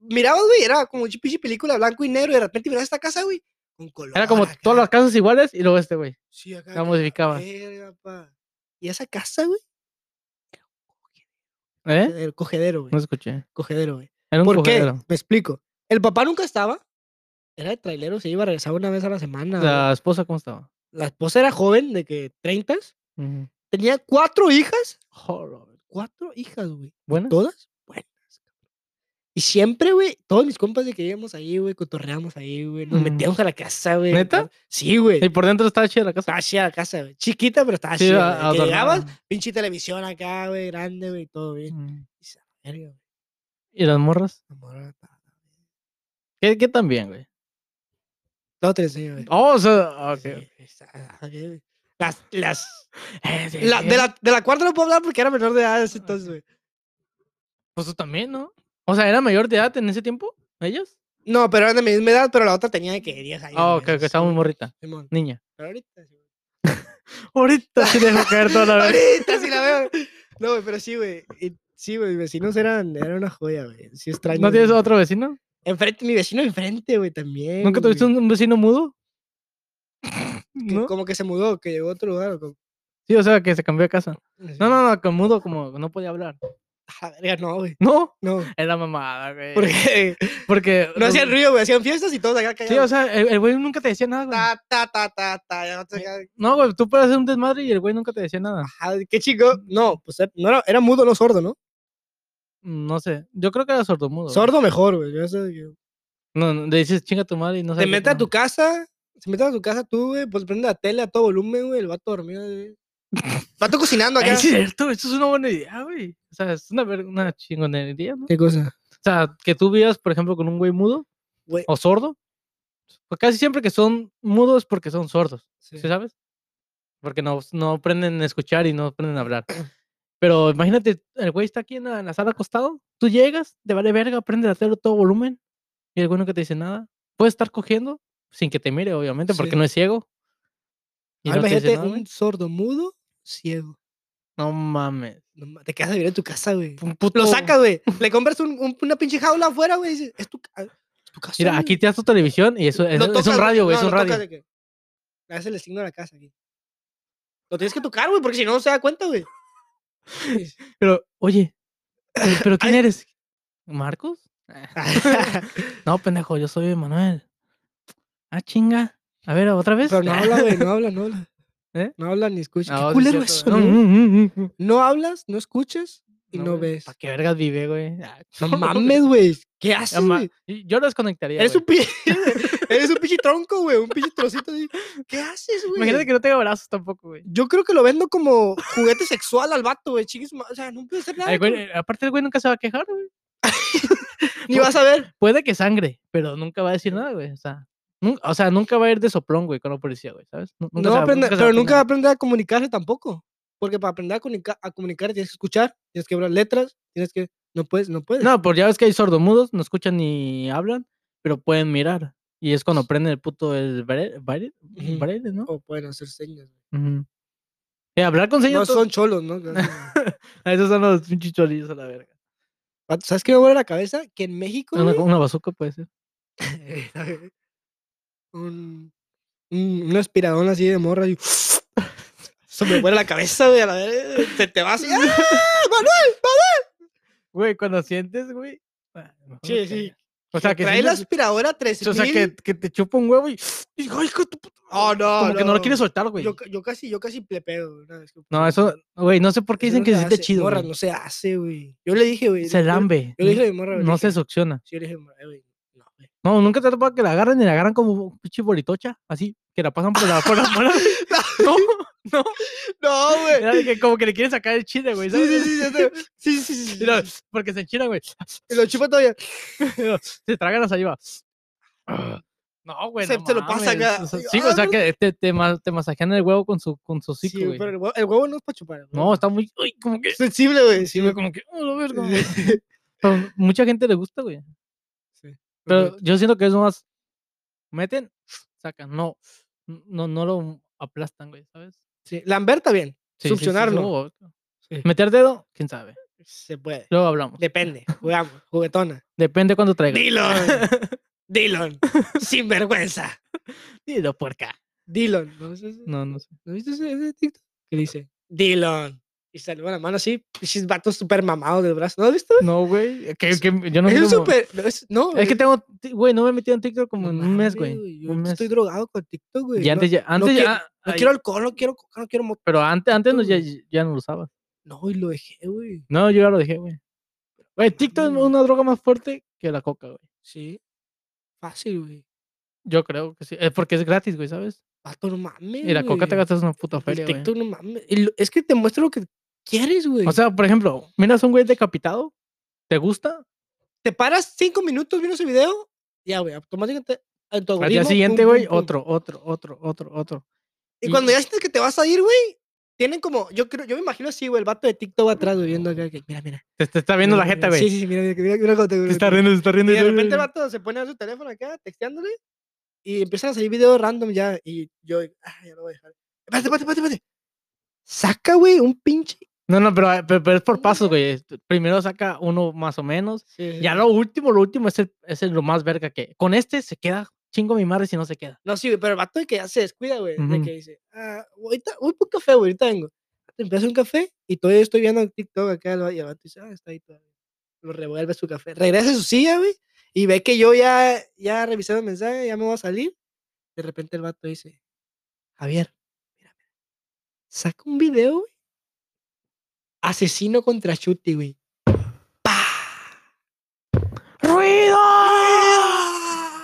[SPEAKER 1] Mirabas, güey, era como una pinche película blanco y negro. Y de repente mirabas esta casa, güey, con color.
[SPEAKER 2] Era como
[SPEAKER 1] acá,
[SPEAKER 2] todas las casas iguales y luego este, güey.
[SPEAKER 1] Sí, acá.
[SPEAKER 2] La
[SPEAKER 1] acá,
[SPEAKER 2] modificaban.
[SPEAKER 1] verga, pa. Y esa casa, güey,
[SPEAKER 2] ¿Eh?
[SPEAKER 1] el cogedero, güey.
[SPEAKER 2] No escuché.
[SPEAKER 1] Cogedero, güey.
[SPEAKER 2] Era un
[SPEAKER 1] ¿Por
[SPEAKER 2] cogedero.
[SPEAKER 1] qué? Me explico. El papá nunca estaba. Era de trailero, se iba a regresar una vez a la semana. Ah, güey.
[SPEAKER 2] La esposa, ¿cómo estaba?
[SPEAKER 1] La esposa era joven, de que 30.
[SPEAKER 2] Ujú.
[SPEAKER 1] Tenía cuatro hijas.
[SPEAKER 2] Joder,
[SPEAKER 1] Cuatro hijas, güey.
[SPEAKER 2] ¿Buena?
[SPEAKER 1] Todas buenas. cabrón. Y siempre, güey, todos mis compas de que íbamos ahí, güey, cotorreamos ahí, güey. Nos
[SPEAKER 2] Ujú.
[SPEAKER 1] metíamos a la casa, güey.
[SPEAKER 2] Mm. ¿Neta?
[SPEAKER 1] ¿no? Sí, güey.
[SPEAKER 2] Y por dentro estaba chida la casa.
[SPEAKER 1] Estaba chida la casa, güey. Chiquita, pero estaba
[SPEAKER 2] Sí,
[SPEAKER 1] chida. güey.
[SPEAKER 2] a-
[SPEAKER 1] Ah, Que llegabas,
[SPEAKER 2] adornada.
[SPEAKER 1] pinche televisión acá, güey, grande, güey, todo bien.
[SPEAKER 2] Mm.
[SPEAKER 1] Y se- verga, güey,
[SPEAKER 2] ¿Y las morras?
[SPEAKER 1] la morra estaba-
[SPEAKER 2] ¿Qué, qué también, güey?
[SPEAKER 1] Todo te lo enseño, güey.
[SPEAKER 2] Oh, o sea, ok.
[SPEAKER 1] Sí, está- ok, güey. Las, las,
[SPEAKER 2] Eh, sí,
[SPEAKER 1] la-
[SPEAKER 2] sí.
[SPEAKER 1] de, la, de la cuarta no puedo hablar porque era menor de edad en ese entonces, güey.
[SPEAKER 2] Pues tú también, ¿no? O sea, ¿era mayor de edad en ese tiempo? ¿Ellos?
[SPEAKER 1] No, pero eran de mi misma edad, pero la otra tenía de que 10 años.
[SPEAKER 2] Ah,
[SPEAKER 1] güey,
[SPEAKER 2] ok, que
[SPEAKER 1] así,
[SPEAKER 2] estaba muy
[SPEAKER 1] güey.
[SPEAKER 2] morrita.
[SPEAKER 1] Simón.
[SPEAKER 2] Niña.
[SPEAKER 1] Pero ahorita, sí, güey.
[SPEAKER 2] Ahorita sí dejo caer toda la vez.
[SPEAKER 1] Ahorita sí la veo. No, güey, pero sí, güey. y- Sí, güey, mis vecinos eran, eran una joya, güey. Sí, extraño.
[SPEAKER 2] ¿No tienes
[SPEAKER 1] güey.
[SPEAKER 2] otro vecino?
[SPEAKER 1] Enfrente, mi vecino enfrente, güey, también.
[SPEAKER 2] ¿Nunca tuviste
[SPEAKER 1] güey,
[SPEAKER 2] un un vecino mudo?
[SPEAKER 1] que
[SPEAKER 2] ¿No?
[SPEAKER 1] Como que se mudó, que llegó a otro lugar. o como-
[SPEAKER 2] Sí, o sea, que se cambió de casa. No, no, no, con mudo como no podía hablar.
[SPEAKER 1] Ah, verga, no, güey.
[SPEAKER 2] No,
[SPEAKER 1] No.
[SPEAKER 2] era mamada, güey.
[SPEAKER 1] Porque
[SPEAKER 2] Porque...
[SPEAKER 1] no hacían ruido, güey. Hacían fiestas y todos acá
[SPEAKER 2] Sí, o
[SPEAKER 1] cagados.
[SPEAKER 2] sea, el el güey nunca te decía nada, güey.
[SPEAKER 1] Ta, ta, ta, ta, ta. ya no
[SPEAKER 2] eh,
[SPEAKER 1] te- ya-
[SPEAKER 2] No, güey, tú puedes hacer un desmadre y el güey nunca te decía nada.
[SPEAKER 1] Ajá, qué chico. No, pues eh, no era, era mudo, no sordo, ¿no?
[SPEAKER 2] Mm, No sé. Yo creo que era sordomudo. güey.
[SPEAKER 1] Sordo mejor, güey. yo sé que-
[SPEAKER 2] No, no, le dices chinga tu madre y no
[SPEAKER 1] Te
[SPEAKER 2] sabes.
[SPEAKER 1] mete a tu casa, se mete a tu casa tú, güey, pues prende la tele a todo volumen, güey, el vato dormido, güey. Vato cocinando acá.
[SPEAKER 2] Ah, Es cierto, esto es una buena idea, güey. O sea, es una, ver- una chingonería, ¿no?
[SPEAKER 1] ¿Qué cosa?
[SPEAKER 2] O sea, que tú vivas, por ejemplo, con un güey mudo
[SPEAKER 1] Güey.
[SPEAKER 2] o sordo Pues casi siempre que son mudos porque son sordos.
[SPEAKER 1] Sí.
[SPEAKER 2] ¿sí sabes? Porque no, no aprenden a escuchar y no aprenden a hablar. Pero imagínate, el güey está aquí en la, en la sala acostado, tú llegas, te vale verga, aprendes a hacerlo todo volumen, y el güey nunca te dice nada. Puedes estar cogiendo sin que te mire, obviamente, porque
[SPEAKER 1] Sí.
[SPEAKER 2] no es ciego. Y
[SPEAKER 1] Ah,
[SPEAKER 2] no, te dice
[SPEAKER 1] imagínate
[SPEAKER 2] nada, güey.
[SPEAKER 1] un sordo mudo ciego.
[SPEAKER 2] No mames.
[SPEAKER 1] No ma- te quedas a vivir en tu casa, güey.
[SPEAKER 2] Un
[SPEAKER 1] Lo
[SPEAKER 2] puto-
[SPEAKER 1] sacas, güey. Le compras un- un- una pinche jaula afuera, güey. y dices, Es tu, ca- es tu casa.
[SPEAKER 2] Mira,
[SPEAKER 1] güey".
[SPEAKER 2] aquí te das tu televisión y eso es,
[SPEAKER 1] Lo
[SPEAKER 2] es
[SPEAKER 1] tocas,
[SPEAKER 2] un radio, güey, es
[SPEAKER 1] No,
[SPEAKER 2] un
[SPEAKER 1] lo tocas
[SPEAKER 2] radio.
[SPEAKER 1] de que- Le haces el signo de la casa aquí. Lo tienes que tocar, güey, porque si no, no se da cuenta, güey.
[SPEAKER 2] Pero, oye, pero- ¿pero quién
[SPEAKER 1] Ay.
[SPEAKER 2] eres? ¿Marcos? No, pendejo, yo soy Manuel. Ah, chinga. A ver, otra vez.
[SPEAKER 1] Pero no habla, güey, no habla, no habla.
[SPEAKER 2] Pues, ¿Eh?
[SPEAKER 1] No habla ni escucha.
[SPEAKER 2] Ah,
[SPEAKER 1] Qué
[SPEAKER 2] sí,
[SPEAKER 1] culero
[SPEAKER 2] cierto,
[SPEAKER 1] eso,
[SPEAKER 2] ¿verdad?
[SPEAKER 1] ¿no?
[SPEAKER 2] Mm, mm, mm, mm.
[SPEAKER 1] No hablas, no escuchas y no,
[SPEAKER 2] güey,
[SPEAKER 1] ves.
[SPEAKER 2] ¿Para qué vergas vive, güey? Ah,
[SPEAKER 1] No mames, güey. ¿Qué haces,
[SPEAKER 2] ama-
[SPEAKER 1] güey?
[SPEAKER 2] y- Yo lo desconectaría.
[SPEAKER 1] Eres
[SPEAKER 2] güey.
[SPEAKER 1] un, pi- eres un pinche tronco, güey. Un pinche trocito. así. ¿Qué haces, güey?
[SPEAKER 2] Imagínate que no tenga brazos tampoco, güey.
[SPEAKER 1] Yo creo que lo vendo como juguete sexual al vato, güey. Chiquis, o sea, no puede hacer nada.
[SPEAKER 2] Ay, güey,
[SPEAKER 1] güey.
[SPEAKER 2] eh, aparte, el güey nunca se va a quejar, güey.
[SPEAKER 1] Ni vas a ver.
[SPEAKER 2] Puede que sangre, pero nunca va a decir nada, güey. O sea, nun- o sea, nunca va a ir de soplón, güey, con la policía, güey, ¿sabes? Nu-
[SPEAKER 1] No
[SPEAKER 2] nunca se
[SPEAKER 1] va
[SPEAKER 2] va-
[SPEAKER 1] a aprender,
[SPEAKER 2] nunca se va
[SPEAKER 1] pero
[SPEAKER 2] a
[SPEAKER 1] nunca va a
[SPEAKER 2] poner-
[SPEAKER 1] aprender a comunicarse tampoco. Porque para aprender a, comunica- a comunicar tienes que escuchar, tienes que ver letras, tienes que. No puedes, no puedes.
[SPEAKER 2] No, porque ya ves que hay sordomudos, no escuchan ni hablan, pero pueden mirar. Y es cuando aprenden el puto el braille, braille-
[SPEAKER 1] Ujú.
[SPEAKER 2] braille, ¿no?
[SPEAKER 1] O pueden hacer señas. güey.
[SPEAKER 2] Ujú. Eh, hablar con
[SPEAKER 1] No
[SPEAKER 2] señas. to-
[SPEAKER 1] son cholos, ¿no? No, no.
[SPEAKER 2] Ah, Esos son los pinches cholillos a la verga.
[SPEAKER 1] Vato, ¿Sabes qué me vuelve la cabeza? Que en México.
[SPEAKER 2] Una,
[SPEAKER 1] güey,
[SPEAKER 2] una bazooka puede ser.
[SPEAKER 1] un, un, un aspiradón así de morra. Y... Se me vuelve la cabeza, güey. A la vez te, te vas y. ¡Ah! ¡Manuel!
[SPEAKER 2] Güey, cuando sientes, güey. ah, mejor
[SPEAKER 1] Sí,
[SPEAKER 2] me
[SPEAKER 1] sí,
[SPEAKER 2] callo. O sea, que
[SPEAKER 1] Trae la
[SPEAKER 2] sientas-
[SPEAKER 1] aspiradora 3000.
[SPEAKER 2] o sea, que, que te chupa un huevo y. y digo, "Ay, hijo de tu puta madre",
[SPEAKER 1] Oh, no,
[SPEAKER 2] Como que no lo
[SPEAKER 1] no.
[SPEAKER 2] quieres soltar, güey.
[SPEAKER 1] Yo, ca- yo casi, yo casi le pedo. güey, una vez que-
[SPEAKER 2] No, eso. Güey, no sé por qué
[SPEAKER 1] eso
[SPEAKER 2] dicen
[SPEAKER 1] no
[SPEAKER 2] que
[SPEAKER 1] se
[SPEAKER 2] se siente
[SPEAKER 1] hace,
[SPEAKER 2] chido.
[SPEAKER 1] Morra,
[SPEAKER 2] güey.
[SPEAKER 1] no se hace, güey. Yo le dije, güey.
[SPEAKER 2] se
[SPEAKER 1] yo-
[SPEAKER 2] lambe.
[SPEAKER 1] Yo le
[SPEAKER 2] no-
[SPEAKER 1] dije a mi morra, güey, le
[SPEAKER 2] no se
[SPEAKER 1] dije-
[SPEAKER 2] succiona.
[SPEAKER 1] Sí, yo le dije, a mi morra, "Eh, güey. No, güey.
[SPEAKER 2] No, nunca te ha topado que la agarran y la agarran como un pinche bolitocha. Así, que la pasan por la. Por la, por la- no, no.
[SPEAKER 1] No,
[SPEAKER 2] Era
[SPEAKER 1] güey.
[SPEAKER 2] de que como que le quieren sacar el chile, güey.
[SPEAKER 1] Sí,
[SPEAKER 2] ¿sabes?
[SPEAKER 1] sí, sí, ya sé. sí, sí, sí, sí,
[SPEAKER 2] Y lo-
[SPEAKER 1] sí.
[SPEAKER 2] porque se enchila, güey.
[SPEAKER 1] Y lo chupa todavía.
[SPEAKER 2] se tragan las saliva. Ah, No, güey.
[SPEAKER 1] Se-
[SPEAKER 2] no
[SPEAKER 1] te lo pasa
[SPEAKER 2] mames,
[SPEAKER 1] acá,
[SPEAKER 2] o sea,
[SPEAKER 1] y,
[SPEAKER 2] sí, o
[SPEAKER 1] "Ah,
[SPEAKER 2] sea
[SPEAKER 1] no".
[SPEAKER 2] que te, te, ma- te masajean el huevo con su, con su
[SPEAKER 1] Sí,
[SPEAKER 2] hocico, güey.
[SPEAKER 1] pero el huevo, el huevo no es para chupar. el
[SPEAKER 2] No,
[SPEAKER 1] huevo.
[SPEAKER 2] está muy. Uy, como que.
[SPEAKER 1] sensible, güey.
[SPEAKER 2] Sí,
[SPEAKER 1] Sí,
[SPEAKER 2] güey,
[SPEAKER 1] me
[SPEAKER 2] como que. "Oh, la verga, güey". Pero mucha gente le gusta, güey.
[SPEAKER 1] Pero,
[SPEAKER 2] Pero yo siento que es más. Meten, sacan. No. No, no lo aplastan, güey, ¿sabes?
[SPEAKER 1] sí. Lambert está bien.
[SPEAKER 2] Sí, sí, sí,
[SPEAKER 1] Succionar, no.
[SPEAKER 2] supongo.
[SPEAKER 1] Sí.
[SPEAKER 2] Meter dedo, quién sabe.
[SPEAKER 1] Se puede.
[SPEAKER 2] Luego hablamos.
[SPEAKER 1] Depende. Jugamos. Juguetona.
[SPEAKER 2] Depende cuando traiga.
[SPEAKER 1] Dylan. Dylan. Sinvergüenza.
[SPEAKER 2] Dilo, puerca.
[SPEAKER 1] Dylan. ¿No, es ese?
[SPEAKER 2] No, no sé.
[SPEAKER 1] ¿No viste ese, ese TikTok? Que dice Dylan. Y salió la mano así. Pinches vatos súper mamados del brazo. ¿No lo has visto?
[SPEAKER 2] No, güey. que- que yo no
[SPEAKER 1] es
[SPEAKER 2] miro
[SPEAKER 1] un
[SPEAKER 2] mo-
[SPEAKER 1] súper. No, es, no,
[SPEAKER 2] Es que
[SPEAKER 1] güey,
[SPEAKER 2] tengo, ti- güey, no me he metido en TikTok
[SPEAKER 1] no
[SPEAKER 2] como en un mes, güey.
[SPEAKER 1] mames, Yo
[SPEAKER 2] Un
[SPEAKER 1] estoy
[SPEAKER 2] mes.
[SPEAKER 1] drogado con TikTok, güey.
[SPEAKER 2] Y
[SPEAKER 1] No,
[SPEAKER 2] antes, ya, antes
[SPEAKER 1] quiero-
[SPEAKER 2] ya-
[SPEAKER 1] no
[SPEAKER 2] ay,
[SPEAKER 1] quiero alcohol, no quiero coca, no quiero mo-
[SPEAKER 2] pero antes, antes no, ya,
[SPEAKER 1] güey.
[SPEAKER 2] ya no lo usaba.
[SPEAKER 1] No, y lo dejé, güey.
[SPEAKER 2] No, yo ya lo dejé, güey. Güey, TikTok es
[SPEAKER 1] mames.
[SPEAKER 2] una droga más fuerte que la coca, güey.
[SPEAKER 1] Sí. Fácil, güey.
[SPEAKER 2] Yo creo que sí. Es porque es gratis, güey, ¿sabes?
[SPEAKER 1] Vato, no mames.
[SPEAKER 2] Y la coca te
[SPEAKER 1] güey.
[SPEAKER 2] gastas una puta
[SPEAKER 1] El
[SPEAKER 2] feria, güey.
[SPEAKER 1] TikTok, no mames. Y lo- Es que te muestra lo que quieres, güey.
[SPEAKER 2] O sea, por ejemplo, miras a un güey decapitado, ¿te gusta?
[SPEAKER 1] te paras cinco minutos viendo ese video, ya, güey, automáticamente. En tu
[SPEAKER 2] Al día
[SPEAKER 1] algoritmo,
[SPEAKER 2] siguiente,
[SPEAKER 1] pum,
[SPEAKER 2] güey,
[SPEAKER 1] pum, pum.
[SPEAKER 2] otro, otro, otro, otro, otro.
[SPEAKER 1] Y
[SPEAKER 2] y-
[SPEAKER 1] cuando ya sientes que te vas a ir, güey, tienen como, yo creo, yo me imagino así, güey, el vato de TikTok va atrás, güey, viendo acá, que mira, mira.
[SPEAKER 2] Te, te está viendo
[SPEAKER 1] mira,
[SPEAKER 2] la
[SPEAKER 1] mira,
[SPEAKER 2] jeta,
[SPEAKER 1] mira.
[SPEAKER 2] güey.
[SPEAKER 1] Mm, Sí, sí, sí, mira, mira, mira, mira cómo te-
[SPEAKER 2] Te
[SPEAKER 1] mira
[SPEAKER 2] está
[SPEAKER 1] cómo-
[SPEAKER 2] riendo, te está riendo.
[SPEAKER 1] Y
[SPEAKER 2] te
[SPEAKER 1] de
[SPEAKER 2] está
[SPEAKER 1] repente el
[SPEAKER 2] riendo.
[SPEAKER 1] vato se pone a su teléfono acá, texteándole, y empiezan a salir videos random ya, y yo, ah, ya lo voy a dejar. Espérate, espérate, espérate, espérate. Saca, güey, un pinche.
[SPEAKER 2] No, no, pero, eh, pero, pero es por pasos, güey. Primero saca uno más o menos. Ya lo último, lo último es, el, es el lo más verga que. Con este se queda chingo mi madre si no se queda.
[SPEAKER 1] No, sí, güey, pero el vato de que ya se descuida, güey. De
[SPEAKER 2] Ujú.
[SPEAKER 1] que dice, ah, ahorita, voy por un café, güey, ahorita vengo. Te empieza un café y todavía estoy viendo en TikTok acá el va- y el vato dice, ah, está ahí todavía. Lo revuelve su café. Regresa a su silla, güey, y ve que yo ya, ya revisé los mensajes, ya me voy a salir. De repente el vato dice, Javier, mira, mira, saca un video, güey. Asesino contra Chuti, güey.
[SPEAKER 2] ¡Ruido!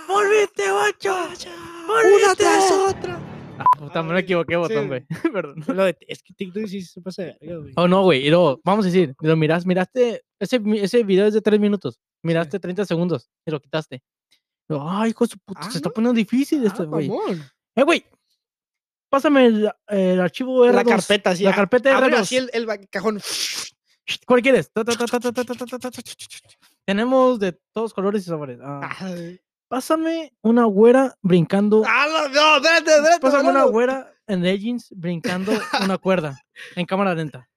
[SPEAKER 2] ¡Volviste, guacho!
[SPEAKER 1] Una tras otra.
[SPEAKER 2] Puta, me lo equivoqué, botón, güey. Perdón.
[SPEAKER 1] Lo de- es que TikTok sí se pasa de verga, güey.
[SPEAKER 2] Oh, no, güey. Y luego, vamos a decir, y lo miras, miraste. Ese, mi- ese video es de tres minutos. Miraste 30 segundos y lo quitaste. Yo, Ay, hijo de su puta,
[SPEAKER 1] Ah,
[SPEAKER 2] se está
[SPEAKER 1] ¿no?
[SPEAKER 2] poniendo difícil
[SPEAKER 1] Ah,
[SPEAKER 2] este güey.
[SPEAKER 1] mamón.
[SPEAKER 2] Eh, güey, pásame el, el archivo R2.
[SPEAKER 1] La carpeta, así.
[SPEAKER 2] La
[SPEAKER 1] ah,
[SPEAKER 2] carpeta R2.
[SPEAKER 1] Abre así el, el ba- cajón.
[SPEAKER 2] ¿Cuál quieres? Ta, ta, ta, ta, ta, ta, ta, ta, ta, ta. Tenemos de todos colores y sabores. Ah,
[SPEAKER 1] Ah,
[SPEAKER 2] pásame una güera brincando.
[SPEAKER 1] ah, no, no, espérate, espérate.
[SPEAKER 2] Pásame una
[SPEAKER 1] espérate.
[SPEAKER 2] güera en leggings brincando una cuerda en cámara lenta.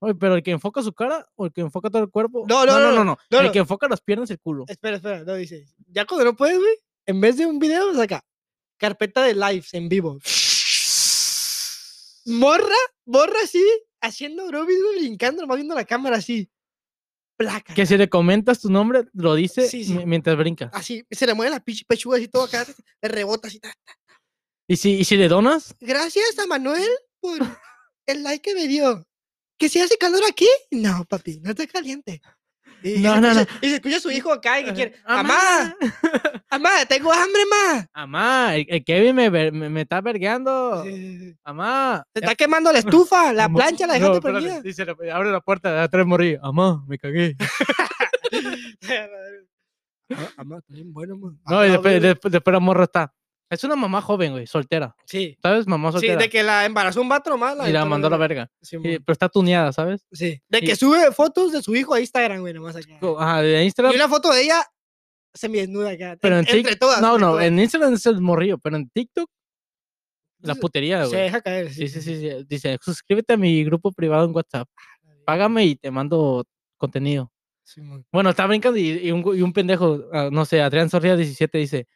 [SPEAKER 2] Oye, pero el que enfoca su cara o el que enfoca todo el cuerpo.
[SPEAKER 1] No, no,
[SPEAKER 2] no,
[SPEAKER 1] no,
[SPEAKER 2] no.
[SPEAKER 1] no,
[SPEAKER 2] El
[SPEAKER 1] no.
[SPEAKER 2] que enfoca las piernas y el culo.
[SPEAKER 1] Espera, espera, no dice. Ya cuando no puedes, güey, en vez de un video, saca carpeta de lives en vivo. Morra, morra así, haciendo grobis, güey, brincando, nomás viendo la cámara así. Placa.
[SPEAKER 2] Que si le comentas tu nombre, lo dice
[SPEAKER 1] Sí, sí.
[SPEAKER 2] mi- mientras brinca.
[SPEAKER 1] Así, se le mueve la pinche pechuga así todo acá, le rebota así. ta.
[SPEAKER 2] Y si, y si le donas,
[SPEAKER 1] Gracias a Manuel por el like que me dio. ¿Que si hace calor aquí? No, papi, no está caliente. Y, y
[SPEAKER 2] No,
[SPEAKER 1] se
[SPEAKER 2] no, Ah,
[SPEAKER 1] escucha- y se escucha a su hijo acá y que quiere,
[SPEAKER 2] Eh, ¡Amá!
[SPEAKER 1] ¡Amá! ¡Amá, tengo hambre, ma!
[SPEAKER 2] ¡Amá! El, el Kevin me, ver- me, me está vergueando.
[SPEAKER 1] Sí, sí, sí.
[SPEAKER 2] ¡Amá!
[SPEAKER 1] Se está quemando la estufa, la
[SPEAKER 2] Amá,
[SPEAKER 1] plancha la
[SPEAKER 2] no,
[SPEAKER 1] dejaste
[SPEAKER 2] espérate,
[SPEAKER 1] prendida.
[SPEAKER 2] dice la- abre la puerta, da tres morrillos. ¡Amá! Me cagué.
[SPEAKER 1] Ah, Amá, también bueno, ma.
[SPEAKER 2] No,
[SPEAKER 1] Amá,
[SPEAKER 2] y después,
[SPEAKER 1] Ah, bueno.
[SPEAKER 2] después- después la morra está. Es una mamá joven, güey, soltera.
[SPEAKER 1] Sí.
[SPEAKER 2] ¿Sabes? Mamá
[SPEAKER 1] Sí,
[SPEAKER 2] soltera.
[SPEAKER 1] de que la embarazó un vato nomás.
[SPEAKER 2] y la
[SPEAKER 1] aventó
[SPEAKER 2] mandó a la verga.
[SPEAKER 1] Sí,
[SPEAKER 2] Y-
[SPEAKER 1] mon.
[SPEAKER 2] pero está tuneada, ¿sabes?
[SPEAKER 1] Sí. De
[SPEAKER 2] y-
[SPEAKER 1] que sube fotos de su hijo a Instagram, güey, nomás acá.
[SPEAKER 2] Co- Ajá, de
[SPEAKER 1] Y
[SPEAKER 2] Instagram.
[SPEAKER 1] una foto de ella semidesnuda acá.
[SPEAKER 2] Pero en
[SPEAKER 1] en- entre
[SPEAKER 2] Tik-
[SPEAKER 1] todas.
[SPEAKER 2] No,
[SPEAKER 1] entre
[SPEAKER 2] no,
[SPEAKER 1] todas.
[SPEAKER 2] en Instagram es el morrillo, pero en TikTok. La
[SPEAKER 1] Sí,
[SPEAKER 2] putería,
[SPEAKER 1] Se
[SPEAKER 2] güey.
[SPEAKER 1] deja caer.
[SPEAKER 2] Sí, sí, sí, sí. Dice, suscríbete a mi grupo privado en WhatsApp. Págame y te mando contenido.
[SPEAKER 1] Simón.
[SPEAKER 2] Bueno, está brincando y, y un, gu- y un pendejo, ah, no sé, Adrián Sorria 17 dice,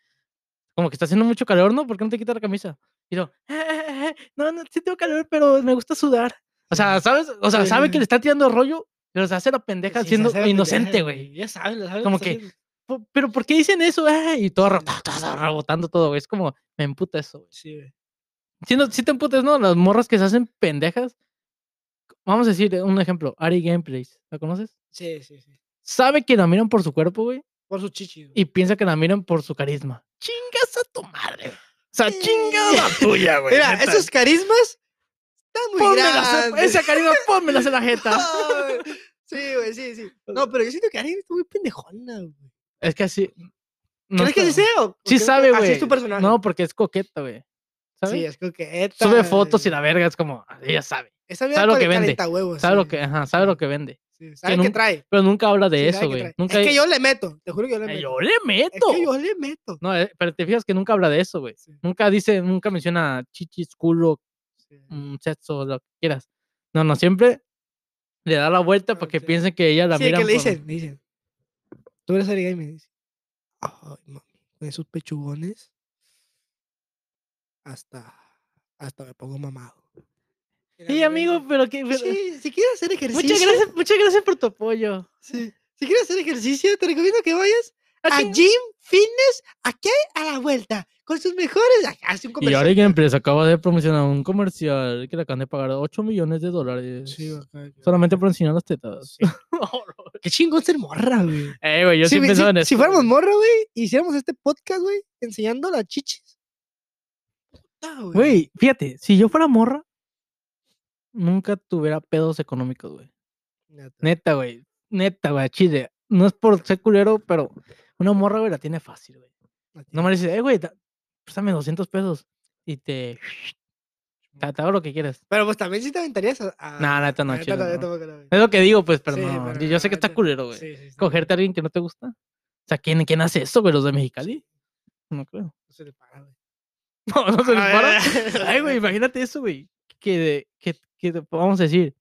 [SPEAKER 2] como que está haciendo mucho calor, ¿no? ¿Por qué no te quitas la camisa? Y yo, "Eh, no, no, sí tengo calor, pero me gusta sudar. O sea, ¿sabes? O sea,
[SPEAKER 1] Sí,
[SPEAKER 2] sabe
[SPEAKER 1] sí,
[SPEAKER 2] que
[SPEAKER 1] sí.
[SPEAKER 2] le está tirando rollo, pero se hace la pendeja
[SPEAKER 1] Sí, se
[SPEAKER 2] siendo
[SPEAKER 1] hace la
[SPEAKER 2] inocente,
[SPEAKER 1] pendeja,
[SPEAKER 2] güey.
[SPEAKER 1] Ya saben, lo saben.
[SPEAKER 2] Como
[SPEAKER 1] está
[SPEAKER 2] que-
[SPEAKER 1] haciendo.
[SPEAKER 2] Po- Pero ¿por qué dicen eso? Ah, Y todo, re- todo rebotando todo, güey. Es como, me emputa eso, güey.
[SPEAKER 1] Sí, güey.
[SPEAKER 2] Si, no, si te emputas, ¿no? Las morras que se hacen pendejas. Vamos a decir eh, un ejemplo, Ari Gameplays, ¿la conoces?
[SPEAKER 1] sí, sí, sí.
[SPEAKER 2] Sabe que la miran por su cuerpo, güey.
[SPEAKER 1] Por su chichi. güey.
[SPEAKER 2] y piensa que la miran por su carisma. Chingas a tu madre. güey. O sea,
[SPEAKER 1] Sí.
[SPEAKER 2] chinga la tuya, güey.
[SPEAKER 1] Mira,
[SPEAKER 2] neta.
[SPEAKER 1] esos carismas están muy
[SPEAKER 2] Pónmelas en-
[SPEAKER 1] grandes.
[SPEAKER 2] esa carisma, pónmelas en la jeta.
[SPEAKER 1] Ah, güey. Sí, güey, sí, sí. No, pero yo siento que Ariel está muy pendejona, güey.
[SPEAKER 2] Es que así. no
[SPEAKER 1] ¿Crees que
[SPEAKER 2] está-
[SPEAKER 1] sí sea? o- o
[SPEAKER 2] Sí
[SPEAKER 1] crees que
[SPEAKER 2] sabe, güey.
[SPEAKER 1] Así es tu personaje.
[SPEAKER 2] No, porque es coqueta, güey. ¿Sabes?
[SPEAKER 1] sí, es coqueta.
[SPEAKER 2] Sube fotos y la verga es como, ella sabe.
[SPEAKER 1] Esa vida
[SPEAKER 2] sabe lo
[SPEAKER 1] cale-
[SPEAKER 2] que vende,
[SPEAKER 1] calienta huevos,
[SPEAKER 2] Sabe
[SPEAKER 1] sí,
[SPEAKER 2] lo que, ajá, sabe lo que vende.
[SPEAKER 1] sí, Sabe qué
[SPEAKER 2] nunca-
[SPEAKER 1] trae.
[SPEAKER 2] Pero nunca habla de
[SPEAKER 1] sí, sabe
[SPEAKER 2] eso,
[SPEAKER 1] qué
[SPEAKER 2] güey.
[SPEAKER 1] trae.
[SPEAKER 2] Nunca
[SPEAKER 1] Es que
[SPEAKER 2] di-
[SPEAKER 1] yo le meto. Te juro que yo le
[SPEAKER 2] Eh,
[SPEAKER 1] meto.
[SPEAKER 2] yo le
[SPEAKER 1] Es
[SPEAKER 2] meto.
[SPEAKER 1] que yo le meto.
[SPEAKER 2] No, eh, pero te fijas que nunca habla de eso, güey.
[SPEAKER 1] Sí,
[SPEAKER 2] Nunca dice, nunca menciona chichis, culo,
[SPEAKER 1] sí.
[SPEAKER 2] mm, sexo, lo que quieras. No, no, siempre le da la vuelta
[SPEAKER 1] Ah,
[SPEAKER 2] para que
[SPEAKER 1] sí.
[SPEAKER 2] piensen que ella la
[SPEAKER 1] sí,
[SPEAKER 2] mira.
[SPEAKER 1] que le dicen, le dicen. Tú eres Ari Gamer", y me dice. Ay, mami, con esos pechugones. Hasta, hasta me pongo mamado. Y la
[SPEAKER 2] Sí,
[SPEAKER 1] mira y
[SPEAKER 2] amigo,
[SPEAKER 1] dice,
[SPEAKER 2] pero que. pero-
[SPEAKER 1] Sí, si quieres hacer ejercicio.
[SPEAKER 2] Muchas gracias, muchas gracias por tu apoyo.
[SPEAKER 1] sí, Si quieres hacer ejercicio, te recomiendo que vayas a
[SPEAKER 2] Así-
[SPEAKER 1] Gym Fitness aquí a la vuelta. Con sus mejores. ah, Hace un
[SPEAKER 2] Y
[SPEAKER 1] comercial.
[SPEAKER 2] ahora Gameplays acaba de promocionar un comercial que le acaban de pagar 8 millones de dólares.
[SPEAKER 1] Sí, acá, acá,
[SPEAKER 2] solamente
[SPEAKER 1] acá.
[SPEAKER 2] por enseñar las tetas.
[SPEAKER 1] Sí. Qué chingón ser morra, güey.
[SPEAKER 2] eh, güey, yo sí,
[SPEAKER 1] vi-
[SPEAKER 2] pensaba en eso.
[SPEAKER 1] si fuéramos
[SPEAKER 2] güey.
[SPEAKER 1] morro, güey, hiciéramos este podcast, güey, enseñando las chichis. Puta,
[SPEAKER 2] Güey, fíjate, si yo fuera morra, nunca tuviera pedos económicos, güey.
[SPEAKER 1] Neta.
[SPEAKER 2] Neta, güey. Neta, güey, chile. No es por ser culero, pero una morra, güey, la tiene fácil, güey. No me dice, eh, güey, da- préstame 200 pesos y te. Te, te hago lo que quieras.
[SPEAKER 1] Pero pues también sí te aventarías a. a-
[SPEAKER 2] Nah, neta, no,
[SPEAKER 1] Ah, neta,
[SPEAKER 2] chile,
[SPEAKER 1] no, yo
[SPEAKER 2] no.
[SPEAKER 1] tampoco lo hago.
[SPEAKER 2] Es lo que digo, pues, pero
[SPEAKER 1] Sí,
[SPEAKER 2] no.
[SPEAKER 1] pero
[SPEAKER 2] yo, yo sé que
[SPEAKER 1] no,
[SPEAKER 2] está
[SPEAKER 1] no.
[SPEAKER 2] culero, güey.
[SPEAKER 1] Sí, sí, sí,
[SPEAKER 2] Cogerte a alguien que no te gusta. O sea, ¿quién, quién hace eso, güey? ¿Los de Mexicali? No creo.
[SPEAKER 1] no se le para, güey. Ah, eh.
[SPEAKER 2] No, no se les
[SPEAKER 1] A
[SPEAKER 2] para.
[SPEAKER 1] ver,
[SPEAKER 2] Ay, güey, imagínate eso, güey. Que, de- que, que, te- vamos a decir.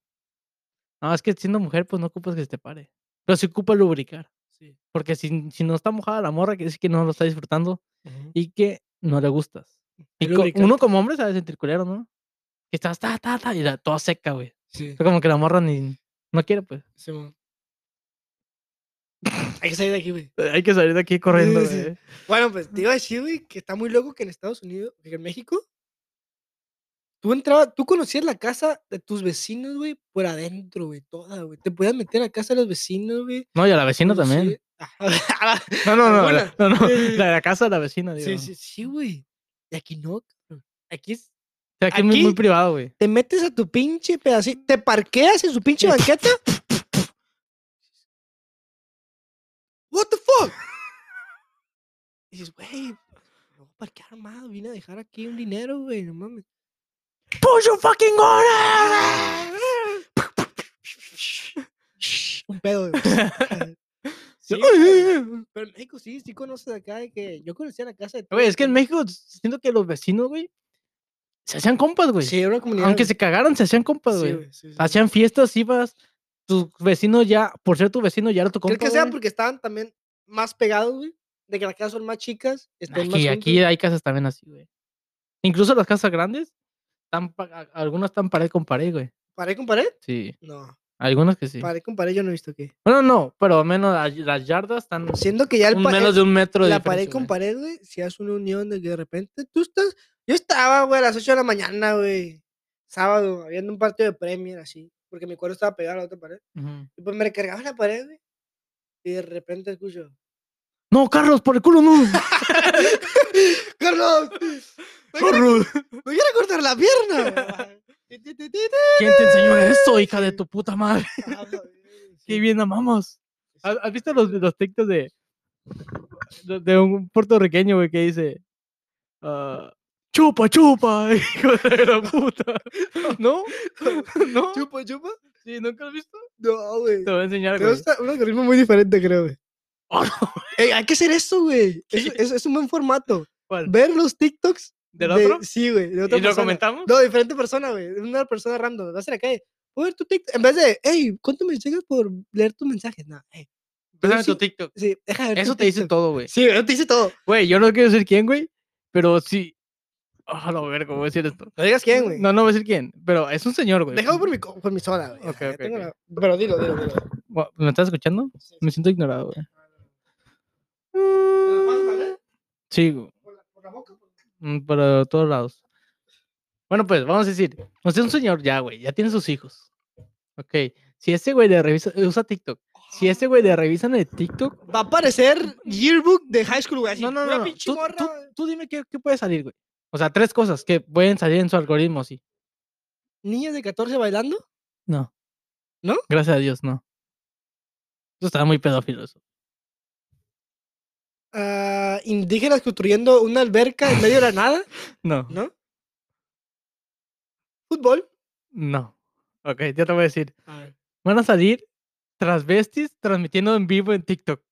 [SPEAKER 2] No, es que siendo mujer, pues no ocupas que se te pare. Pero sí ocupa lubricar.
[SPEAKER 1] Sí.
[SPEAKER 2] Porque si, si no está mojada la morra, que decir que no lo está disfrutando. y que no le gustas.
[SPEAKER 1] El
[SPEAKER 2] Y co- uno
[SPEAKER 1] lubricante.
[SPEAKER 2] como hombre sabe sentir culero, ¿no? Que estás ta, ta, ta, y la, toda seca, güey.
[SPEAKER 1] Sí,
[SPEAKER 2] Fue como que la morra ni. No quiere, pues.
[SPEAKER 1] Simón. Hay que salir de aquí, güey.
[SPEAKER 2] Eh, Hay que salir de aquí corriendo, eh.
[SPEAKER 1] Sí, sí.
[SPEAKER 2] güey.
[SPEAKER 1] Bueno, pues te iba a decir, güey, que está muy loco que en Estados Unidos, que en México, tú entrabas, tú conocías la casa de tus vecinos, güey, por adentro, güey, toda, güey. Te podías meter a la casa de los vecinos, güey.
[SPEAKER 2] No, y a la vecina también.
[SPEAKER 1] conocer- Ah,
[SPEAKER 2] Pues, No, no, no.
[SPEAKER 1] Alguna.
[SPEAKER 2] la- No, no.
[SPEAKER 1] Sí, sí, sí.
[SPEAKER 2] La de la casa de la vecina, digo.
[SPEAKER 1] sí, sí, sí, güey. Y aquí no, cabrón. Aquí es-
[SPEAKER 2] O sea, que es muy- muy
[SPEAKER 1] Aquí-
[SPEAKER 2] privado, güey.
[SPEAKER 1] te metes a tu pinche pedacito, te parqueas en su pinche banqueta. What the fuck? Y dices, güey, no, ¿para qué armado? Vine a dejar aquí un dinero, güey, no mames. ¡Push your fucking order! un pedo, güey. Sí, güey. pero en México sí, sí conoces acá de que yo conocía la casa de
[SPEAKER 2] Güey,
[SPEAKER 1] todos,
[SPEAKER 2] es que en México siento que los vecinos, güey, se hacían compas, güey.
[SPEAKER 1] Sí, era una comunidad.
[SPEAKER 2] Aunque
[SPEAKER 1] güey.
[SPEAKER 2] se cagaran, se hacían compas,
[SPEAKER 1] Sí,
[SPEAKER 2] güey.
[SPEAKER 1] güey, sí, sí, sí.
[SPEAKER 2] Hacían fiestas, ibas. Tu vecino ya, por ser tu vecino, ya era tu compa.
[SPEAKER 1] ¿Crees que sea
[SPEAKER 2] güey.
[SPEAKER 1] porque estaban también más pegados, güey? De que las casas son más chicas. estén más
[SPEAKER 2] Aquí, aquí
[SPEAKER 1] juntos.
[SPEAKER 2] hay casas también así, güey. Incluso las casas grandes, están pa- a- algunas están pared con pared, güey.
[SPEAKER 1] ¿Pared con pared?
[SPEAKER 2] Sí,
[SPEAKER 1] No,
[SPEAKER 2] algunas que sí.
[SPEAKER 1] pared con pared yo no he visto que.
[SPEAKER 2] Bueno, no, pero al menos las, las yardas están
[SPEAKER 1] Siendo que ya el
[SPEAKER 2] Mm, un
[SPEAKER 1] pa-
[SPEAKER 2] menos de un metro de
[SPEAKER 1] la pared
[SPEAKER 2] diferencia, ¿eh?
[SPEAKER 1] con
[SPEAKER 2] güey.
[SPEAKER 1] pared, güey, si haces una unión de que de repente tú estás. Yo estaba, güey, a las 8 de la mañana, güey. Sábado, habiendo un partido de Premier, así. Porque mi cuerpo estaba pegado a la otra pared.
[SPEAKER 2] Ujú.
[SPEAKER 1] Y pues me recargaba en la pared, güey. Y de repente escucho.
[SPEAKER 2] No, Carlos, por el culo no.
[SPEAKER 1] ¡Carlos! ¡Me quiere-
[SPEAKER 2] Carlos.
[SPEAKER 1] me quiere cortar la pierna! Ti, ti, ti, ti, ti.
[SPEAKER 2] ¿Quién te enseñó eso, hija de tu puta madre?
[SPEAKER 1] Ah, la verga,
[SPEAKER 2] Qué
[SPEAKER 1] sí.
[SPEAKER 2] bien amamos. ¿Has, has visto los, los TikToks de, de, de un puertorriqueño, güey, que dice... ah, chupa, chupa, hijo de la puta. ¿No? ¿No?
[SPEAKER 1] ¿Chupa, chupa?
[SPEAKER 2] Sí, ¿Nunca lo has visto?
[SPEAKER 1] No, güey.
[SPEAKER 2] Te voy a enseñar, güey.
[SPEAKER 1] Tenemos una- un algoritmo muy diferente, creo, güey.
[SPEAKER 2] Oh, no,
[SPEAKER 1] Ey, hay que hacer eso, güey. Es, es- es un buen formato.
[SPEAKER 2] ¿Cuál?
[SPEAKER 1] Ver los TikToks.
[SPEAKER 2] ¿Del
[SPEAKER 1] de-
[SPEAKER 2] otro?
[SPEAKER 1] sí, güey. De otra
[SPEAKER 2] ¿Y lo
[SPEAKER 1] persona.
[SPEAKER 2] comentamos?
[SPEAKER 1] No, diferente persona, güey. Una persona random. Vas a la calle. Voy a ver tu TikTok. En vez de, hey, ¿cuánto me llegas por leer tus mensajes? No, hey.
[SPEAKER 2] Pásame
[SPEAKER 1] sí-
[SPEAKER 2] Pues tu TikTok.
[SPEAKER 1] Sí, deja de ver
[SPEAKER 2] Eso
[SPEAKER 1] tu
[SPEAKER 2] te dice
[SPEAKER 1] TikTok.
[SPEAKER 2] todo, güey.
[SPEAKER 1] Sí, eso te dice todo.
[SPEAKER 2] Güey, yo no quiero decir quién, güey, pero sí... Ojalá, ver cómo voy a decir esto.
[SPEAKER 1] No digas quién, güey.
[SPEAKER 2] No, no voy a decir quién, pero es un señor, güey.
[SPEAKER 1] Déjalo por mi, co- por mi sola, güey.
[SPEAKER 2] Ok,
[SPEAKER 1] Ya
[SPEAKER 2] ok,
[SPEAKER 1] tengo
[SPEAKER 2] ok.
[SPEAKER 1] la- Pero dilo, dilo, dilo.
[SPEAKER 2] Gua- ¿Me estás escuchando?
[SPEAKER 1] Sí,
[SPEAKER 2] Me
[SPEAKER 1] sí.
[SPEAKER 2] siento ignorado, güey.
[SPEAKER 1] ¿Pero más, vale?
[SPEAKER 2] Sí, güey,
[SPEAKER 1] ¿Por la- por la boca?
[SPEAKER 2] mm, para todos lados. Bueno, pues, vamos a decir, no sé, un señor ya, güey, ya tiene sus hijos. Ok, si ese güey le revisa, usa TikTok. Si ese güey le revisan el TikTok,
[SPEAKER 1] Va a aparecer yearbook de high school, güey. así,
[SPEAKER 2] no, no,
[SPEAKER 1] pura
[SPEAKER 2] no, no,
[SPEAKER 1] pinche
[SPEAKER 2] Tú,
[SPEAKER 1] morra,
[SPEAKER 2] tú-
[SPEAKER 1] güey.
[SPEAKER 2] tú dime qué, qué puede salir, güey. O sea, tres cosas que pueden salir en su algoritmo, sí.
[SPEAKER 1] ¿Niñas de 14 bailando?
[SPEAKER 2] No.
[SPEAKER 1] ¿No?
[SPEAKER 2] Gracias a Dios, no. Eso estaba muy pedófilo eso.
[SPEAKER 1] Ah, indígenas construyendo una alberca en medio de la nada,
[SPEAKER 2] No,
[SPEAKER 1] ¿no? Fútbol.
[SPEAKER 2] no. Ok, ya te voy a decir. van a salir transvestis transmitiendo en vivo en TikTok.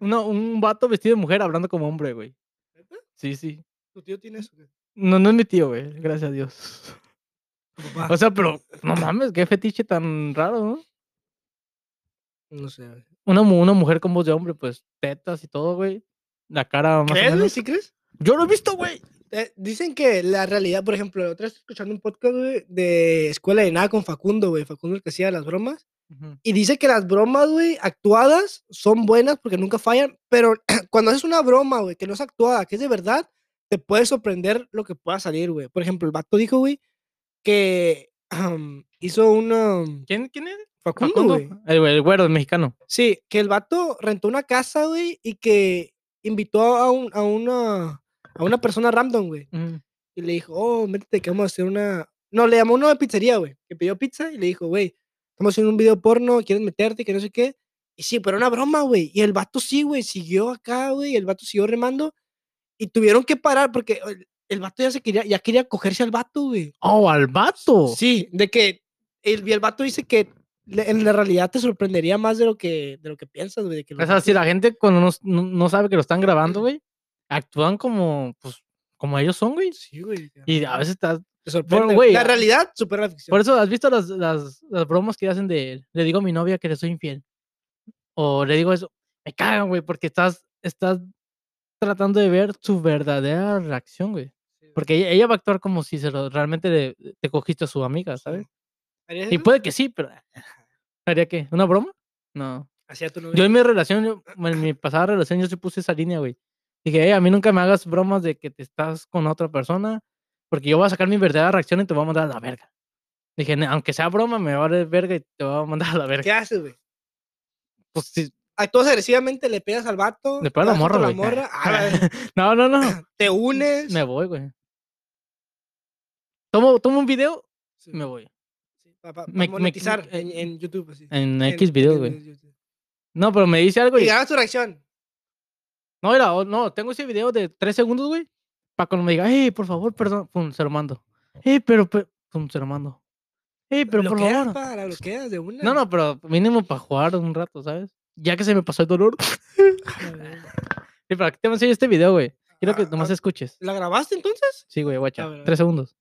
[SPEAKER 2] Uno- un vato vestido de mujer hablando como hombre, güey.
[SPEAKER 1] ¿Neta?
[SPEAKER 2] Sí, sí.
[SPEAKER 1] ¿Tu tío tiene eso? güey?
[SPEAKER 2] No, no es mi tío, güey. Gracias a Dios.
[SPEAKER 1] ¿Tu papá?
[SPEAKER 2] O sea, pero no mames, qué fetiche tan raro, ¿no?
[SPEAKER 1] no sé. güey.
[SPEAKER 2] Una, mu- una mujer con voz de hombre, pues tetas y todo, güey. La cara más o
[SPEAKER 1] ¿Crees, güey?
[SPEAKER 2] menos.
[SPEAKER 1] ¿Sí crees?
[SPEAKER 2] Yo lo he visto, güey.
[SPEAKER 1] Eh, dicen que la realidad, por ejemplo, la otra vez estoy escuchando un podcast güey, de Escuela de Nada con Facundo, güey. Facundo el que hacía las bromas.
[SPEAKER 2] Ujú.
[SPEAKER 1] Y dice que las bromas, güey, actuadas son buenas porque nunca fallan, pero cuando haces una broma, güey, que no es actuada, que es de verdad, te puede sorprender lo que pueda salir, güey. Por ejemplo, el vato dijo, güey, que ahm, hizo una... mm,
[SPEAKER 2] ¿Quién, ¿Quién es?
[SPEAKER 1] Facundo,
[SPEAKER 2] Facundo.
[SPEAKER 1] güey.
[SPEAKER 2] El, güey- el güero, el mexicano.
[SPEAKER 1] Sí, que el vato rentó una casa, güey, y que invitó a, un- a una, a una persona random, güey.
[SPEAKER 2] Ujú.
[SPEAKER 1] Y le dijo, oh, métete que vamos a hacer una... No, le llamó uno de pizzería, güey, que pidió pizza y le dijo, güey, estamos haciendo un video porno, quieres meterte, que no sé qué. Y sí, pero era una broma, güey. Y el vato sí, güey, siguió acá, güey, el vato siguió remando y tuvieron que parar porque el, el vato ya se quería, ya quería cogerse al vato, güey.
[SPEAKER 2] Oh, al vato.
[SPEAKER 1] Sí, de que el, y el vato dice que le- en la realidad te sorprendería más de lo que, de lo que piensas, güey. de que el
[SPEAKER 2] O sea,
[SPEAKER 1] vato-
[SPEAKER 2] si la gente cuando no, s- no- no sabe que lo están grabando, güey, actúan como, pues, como ellos son, güey.
[SPEAKER 1] Sí, güey. que
[SPEAKER 2] Y a veces estás...
[SPEAKER 1] Te sorprende.
[SPEAKER 2] güey,
[SPEAKER 1] la
[SPEAKER 2] a-
[SPEAKER 1] realidad supera la ficción.
[SPEAKER 2] Por eso, ¿has visto las, las, las bromas que hacen de le digo a mi novia que le soy infiel? O le digo eso, me cagan, güey, porque estás, estás tratando de ver su verdadera reacción, güey. Porque ella, ella va a actuar como si se lo, realmente le- te cogiste a su amiga, ¿sabes?
[SPEAKER 1] ¿Harías
[SPEAKER 2] Y pues,
[SPEAKER 1] eso?
[SPEAKER 2] puede que sí, pero... ¿Haría qué? ¿Una broma? No.
[SPEAKER 1] Hacía tu novia.
[SPEAKER 2] Yo en mi relación, yo- en mi pasada relación, yo sí puse esa línea, güey. Dije, "Ey, a mí nunca me hagas bromas de que te estás con otra persona, porque yo voy a sacar mi verdadera reacción y te voy a mandar a la verga. Dije, "Ne- aunque sea broma, me va a dar verga y te voy a mandar a la verga.
[SPEAKER 1] ¿Qué haces, güey?
[SPEAKER 2] Pues sí,
[SPEAKER 1] actúas agresivamente, le pegas al vato.
[SPEAKER 2] le pego a la
[SPEAKER 1] vas
[SPEAKER 2] morra,
[SPEAKER 1] contra
[SPEAKER 2] güey.
[SPEAKER 1] la morra, a la vez,
[SPEAKER 2] no, no, no.
[SPEAKER 1] te unes.
[SPEAKER 2] Me voy, güey. Tomo, tomo un video,
[SPEAKER 1] Sí,
[SPEAKER 2] me voy.
[SPEAKER 1] sí, pa- pa- pa
[SPEAKER 2] me- me-
[SPEAKER 1] monetizar
[SPEAKER 2] eh,
[SPEAKER 1] en, en YouTube. Así.
[SPEAKER 2] En
[SPEAKER 1] En-
[SPEAKER 2] X videos,
[SPEAKER 1] en-
[SPEAKER 2] güey.
[SPEAKER 1] en YouTube.
[SPEAKER 2] No, pero me dice algo
[SPEAKER 1] Y
[SPEAKER 2] y...
[SPEAKER 1] grabas tu reacción.
[SPEAKER 2] No, era, o- no, tengo ese video de tres segundos, güey. Para cuando me diga, hey, por favor, perdón, pum, se lo mando. Hey, pero, pe- pum, se lo mando. Hey, pero por
[SPEAKER 1] Bloqueas,
[SPEAKER 2] favor.
[SPEAKER 1] pa, la bloqueas de una.
[SPEAKER 2] No, no, pero mínimo para jugar un rato, ¿sabes? Ya que se me pasó el dolor. Sí, para que te enseño este video, güey. Quiero que
[SPEAKER 1] Ah,
[SPEAKER 2] nomás
[SPEAKER 1] ah.
[SPEAKER 2] escuches.
[SPEAKER 1] ¿La grabaste entonces?
[SPEAKER 2] Sí, güey, guacha.
[SPEAKER 1] A ver, a ver.
[SPEAKER 2] Tres segundos.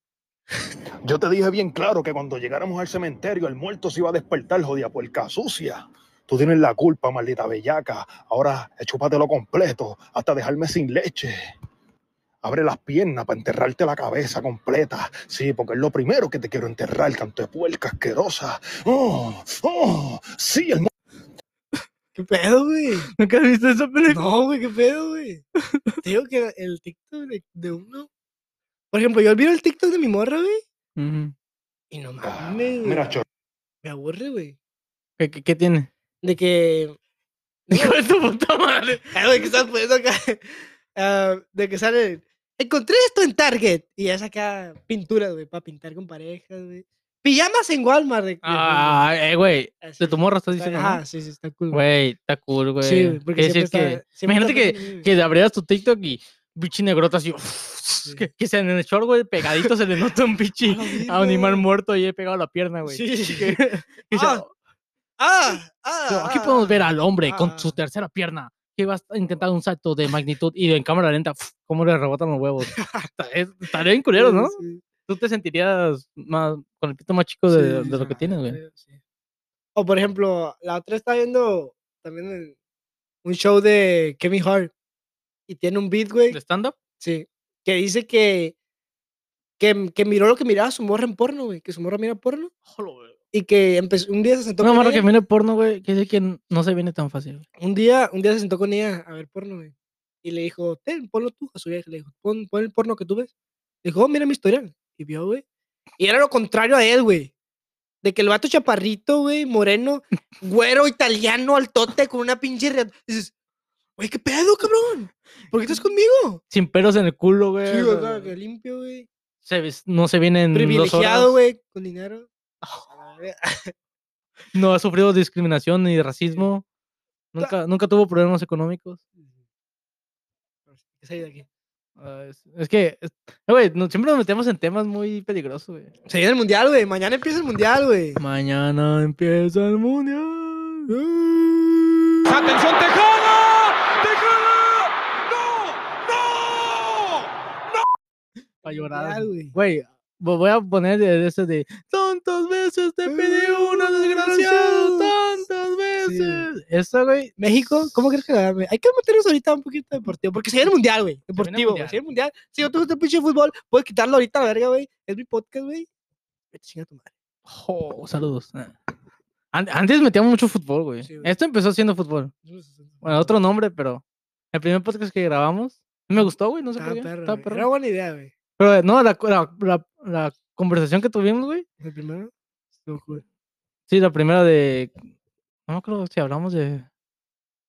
[SPEAKER 3] Yo te dije bien claro que cuando llegáramos al cementerio, el muerto se iba a despertar, jodida puerca sucia. Tú tienes la culpa, maldita bellaca. Ahora lo completo, hasta dejarme sin leche. Abre las piernas para enterrarte la cabeza completa. Sí, porque es lo primero que te quiero enterrar, canto de puerca asquerosa. Oh, oh, sí, el
[SPEAKER 1] ¿Qué pedo, güey?
[SPEAKER 2] ¿Nunca has visto esa película?
[SPEAKER 1] No, güey, qué pedo, güey. Te digo que el TikTok de, de uno. Por ejemplo, yo olvido el TikTok de mi morra, güey. Y no
[SPEAKER 3] Ah,
[SPEAKER 1] mames, güey.
[SPEAKER 3] Mira, chorro,
[SPEAKER 1] Me aburre, güey.
[SPEAKER 2] ¿Qué, qué, qué tiene?
[SPEAKER 1] De que.
[SPEAKER 2] Hijo de tu puta madre.
[SPEAKER 1] Ay, güey, ¿qué estás poniendo acá? Ah, de que sale. Encontré esto en Target. Y es acá pinturas, güey, para pintar con parejas, güey. Pijamas en Walmart. de- de-
[SPEAKER 2] Ah, eh, güey.
[SPEAKER 1] así.
[SPEAKER 2] De tu morra estás
[SPEAKER 1] Está-
[SPEAKER 2] diciendo. ¿no?
[SPEAKER 1] Ah, sí, sí, está cool.
[SPEAKER 2] Güey, está cool, güey.
[SPEAKER 1] Sí, güey,
[SPEAKER 2] Quiere decir
[SPEAKER 1] siempre
[SPEAKER 2] que,
[SPEAKER 1] está- siempre
[SPEAKER 2] imagínate
[SPEAKER 1] está
[SPEAKER 2] que,
[SPEAKER 1] presente,
[SPEAKER 2] que abrieras tu TikTok y bichi negrota así. Que, que se en el short, güey, pegadito se le nota un pichi
[SPEAKER 1] güey.
[SPEAKER 2] a un animal
[SPEAKER 1] verga.
[SPEAKER 2] muerto y he pegado la pierna, güey.
[SPEAKER 1] Sí, Ah, sí,
[SPEAKER 2] Que-
[SPEAKER 1] sí.
[SPEAKER 2] que sea,
[SPEAKER 1] Ah, Ah, ah,
[SPEAKER 2] "No, aquí
[SPEAKER 1] ah,
[SPEAKER 2] podemos
[SPEAKER 1] ah".
[SPEAKER 2] ver al hombre con su
[SPEAKER 1] ah.
[SPEAKER 2] tercera pierna que va a intentar un salto de magnitud y en cámara lenta, cómo le rebotan los huevos. Está- es- Estaría bien culero,
[SPEAKER 1] Sí,
[SPEAKER 2] ¿no?
[SPEAKER 1] sí,
[SPEAKER 2] Tú te sentirías más, con el pito más chico de,
[SPEAKER 1] sí,
[SPEAKER 2] de lo que
[SPEAKER 1] ah,
[SPEAKER 2] tienes, güey.
[SPEAKER 1] creo, sí. O por ejemplo, la otra está viendo también el- un show de Kevin Hart y tiene un beat, güey.
[SPEAKER 2] ¿De stand-up?
[SPEAKER 1] Sí. Que dice que, que, mm, que miró lo que miraba su morra en porno, güey. Que su morra mira porno. Y que empezó, un día se sentó
[SPEAKER 2] Una
[SPEAKER 1] con
[SPEAKER 2] morra
[SPEAKER 1] ella.
[SPEAKER 2] que mira porno, güey, que dice que n- no se viene tan fácil. güey.
[SPEAKER 1] Un día, un día se sentó con ella a ver porno, güey. Y le dijo, ten, ponlo tú a su vieja. Le dijo, pon, pon el porno que tú ves. Le dijo, "Oh, mira mi historial. Y vio, güey. Y era lo contrario a él, güey. De que el vato chaparrito, güey, moreno, güero, italiano, altote, con una pinche... rea- Dices, güey, ¿qué pedo, cabrón? ¿Por qué estás conmigo?
[SPEAKER 2] Sin pelos en el culo, güey.
[SPEAKER 1] Sí,
[SPEAKER 2] o
[SPEAKER 1] güey,
[SPEAKER 2] sea,
[SPEAKER 1] claro, que limpio, güey.
[SPEAKER 2] se ves- no se viene en Mm, dos horas.
[SPEAKER 1] Privilegiado, güey, con dinero. A la verga.
[SPEAKER 2] No ha sufrido discriminación ni racismo.
[SPEAKER 1] Ta-
[SPEAKER 2] Nunca, nunca tuvo problemas económicos.
[SPEAKER 1] ¿Qué se ha ido aquí?
[SPEAKER 2] Ah, es, es que, es- eh, güey, no- siempre nos metemos en temas muy peligrosos, güey.
[SPEAKER 1] Se viene el mundial, güey. Mañana empieza el mundial, güey.
[SPEAKER 2] Mañana empieza el mundial.
[SPEAKER 4] ¡Atención, Tejada! ¡Tejada! ¡No! ¡No!
[SPEAKER 2] Para llorar.
[SPEAKER 1] Mundial, güey.
[SPEAKER 2] Güey, vo- voy a poner de, de ese de tantas veces te pedí una desgraciado,
[SPEAKER 1] Desgraciado".
[SPEAKER 2] tantas veces. Eso, güey.
[SPEAKER 1] México, ¿cómo crees que la gane? Hay que meternos ahorita un poquito de deportivo, porque se viene el mundial, güey.
[SPEAKER 2] viene el
[SPEAKER 1] Deportivo, güey,
[SPEAKER 2] mundial.
[SPEAKER 1] se viene el mundial. Si no te gusta el pinche fútbol, puedes quitarlo ahorita a la verga, güey. Es mi podcast, güey. Vete, chinga tu madre.
[SPEAKER 2] Jo, saludos. Ah. An- Antes metíamos mucho fútbol, güey.
[SPEAKER 1] Sí, güey.
[SPEAKER 2] Esto empezó siendo fútbol. Bueno, otro nombre, pero el primer podcast que grabamos me gustó, güey. No sé por
[SPEAKER 1] Estaba
[SPEAKER 2] qué.
[SPEAKER 1] Ah, perro.
[SPEAKER 2] estaba
[SPEAKER 1] güey.
[SPEAKER 2] perro.
[SPEAKER 1] Era buena idea, güey.
[SPEAKER 2] Pero eh, no, la, la- la- la conversación que tuvimos, güey.
[SPEAKER 1] El primero. estuvo cool.
[SPEAKER 2] Sí, la primera de. No me acuerdo si hablamos de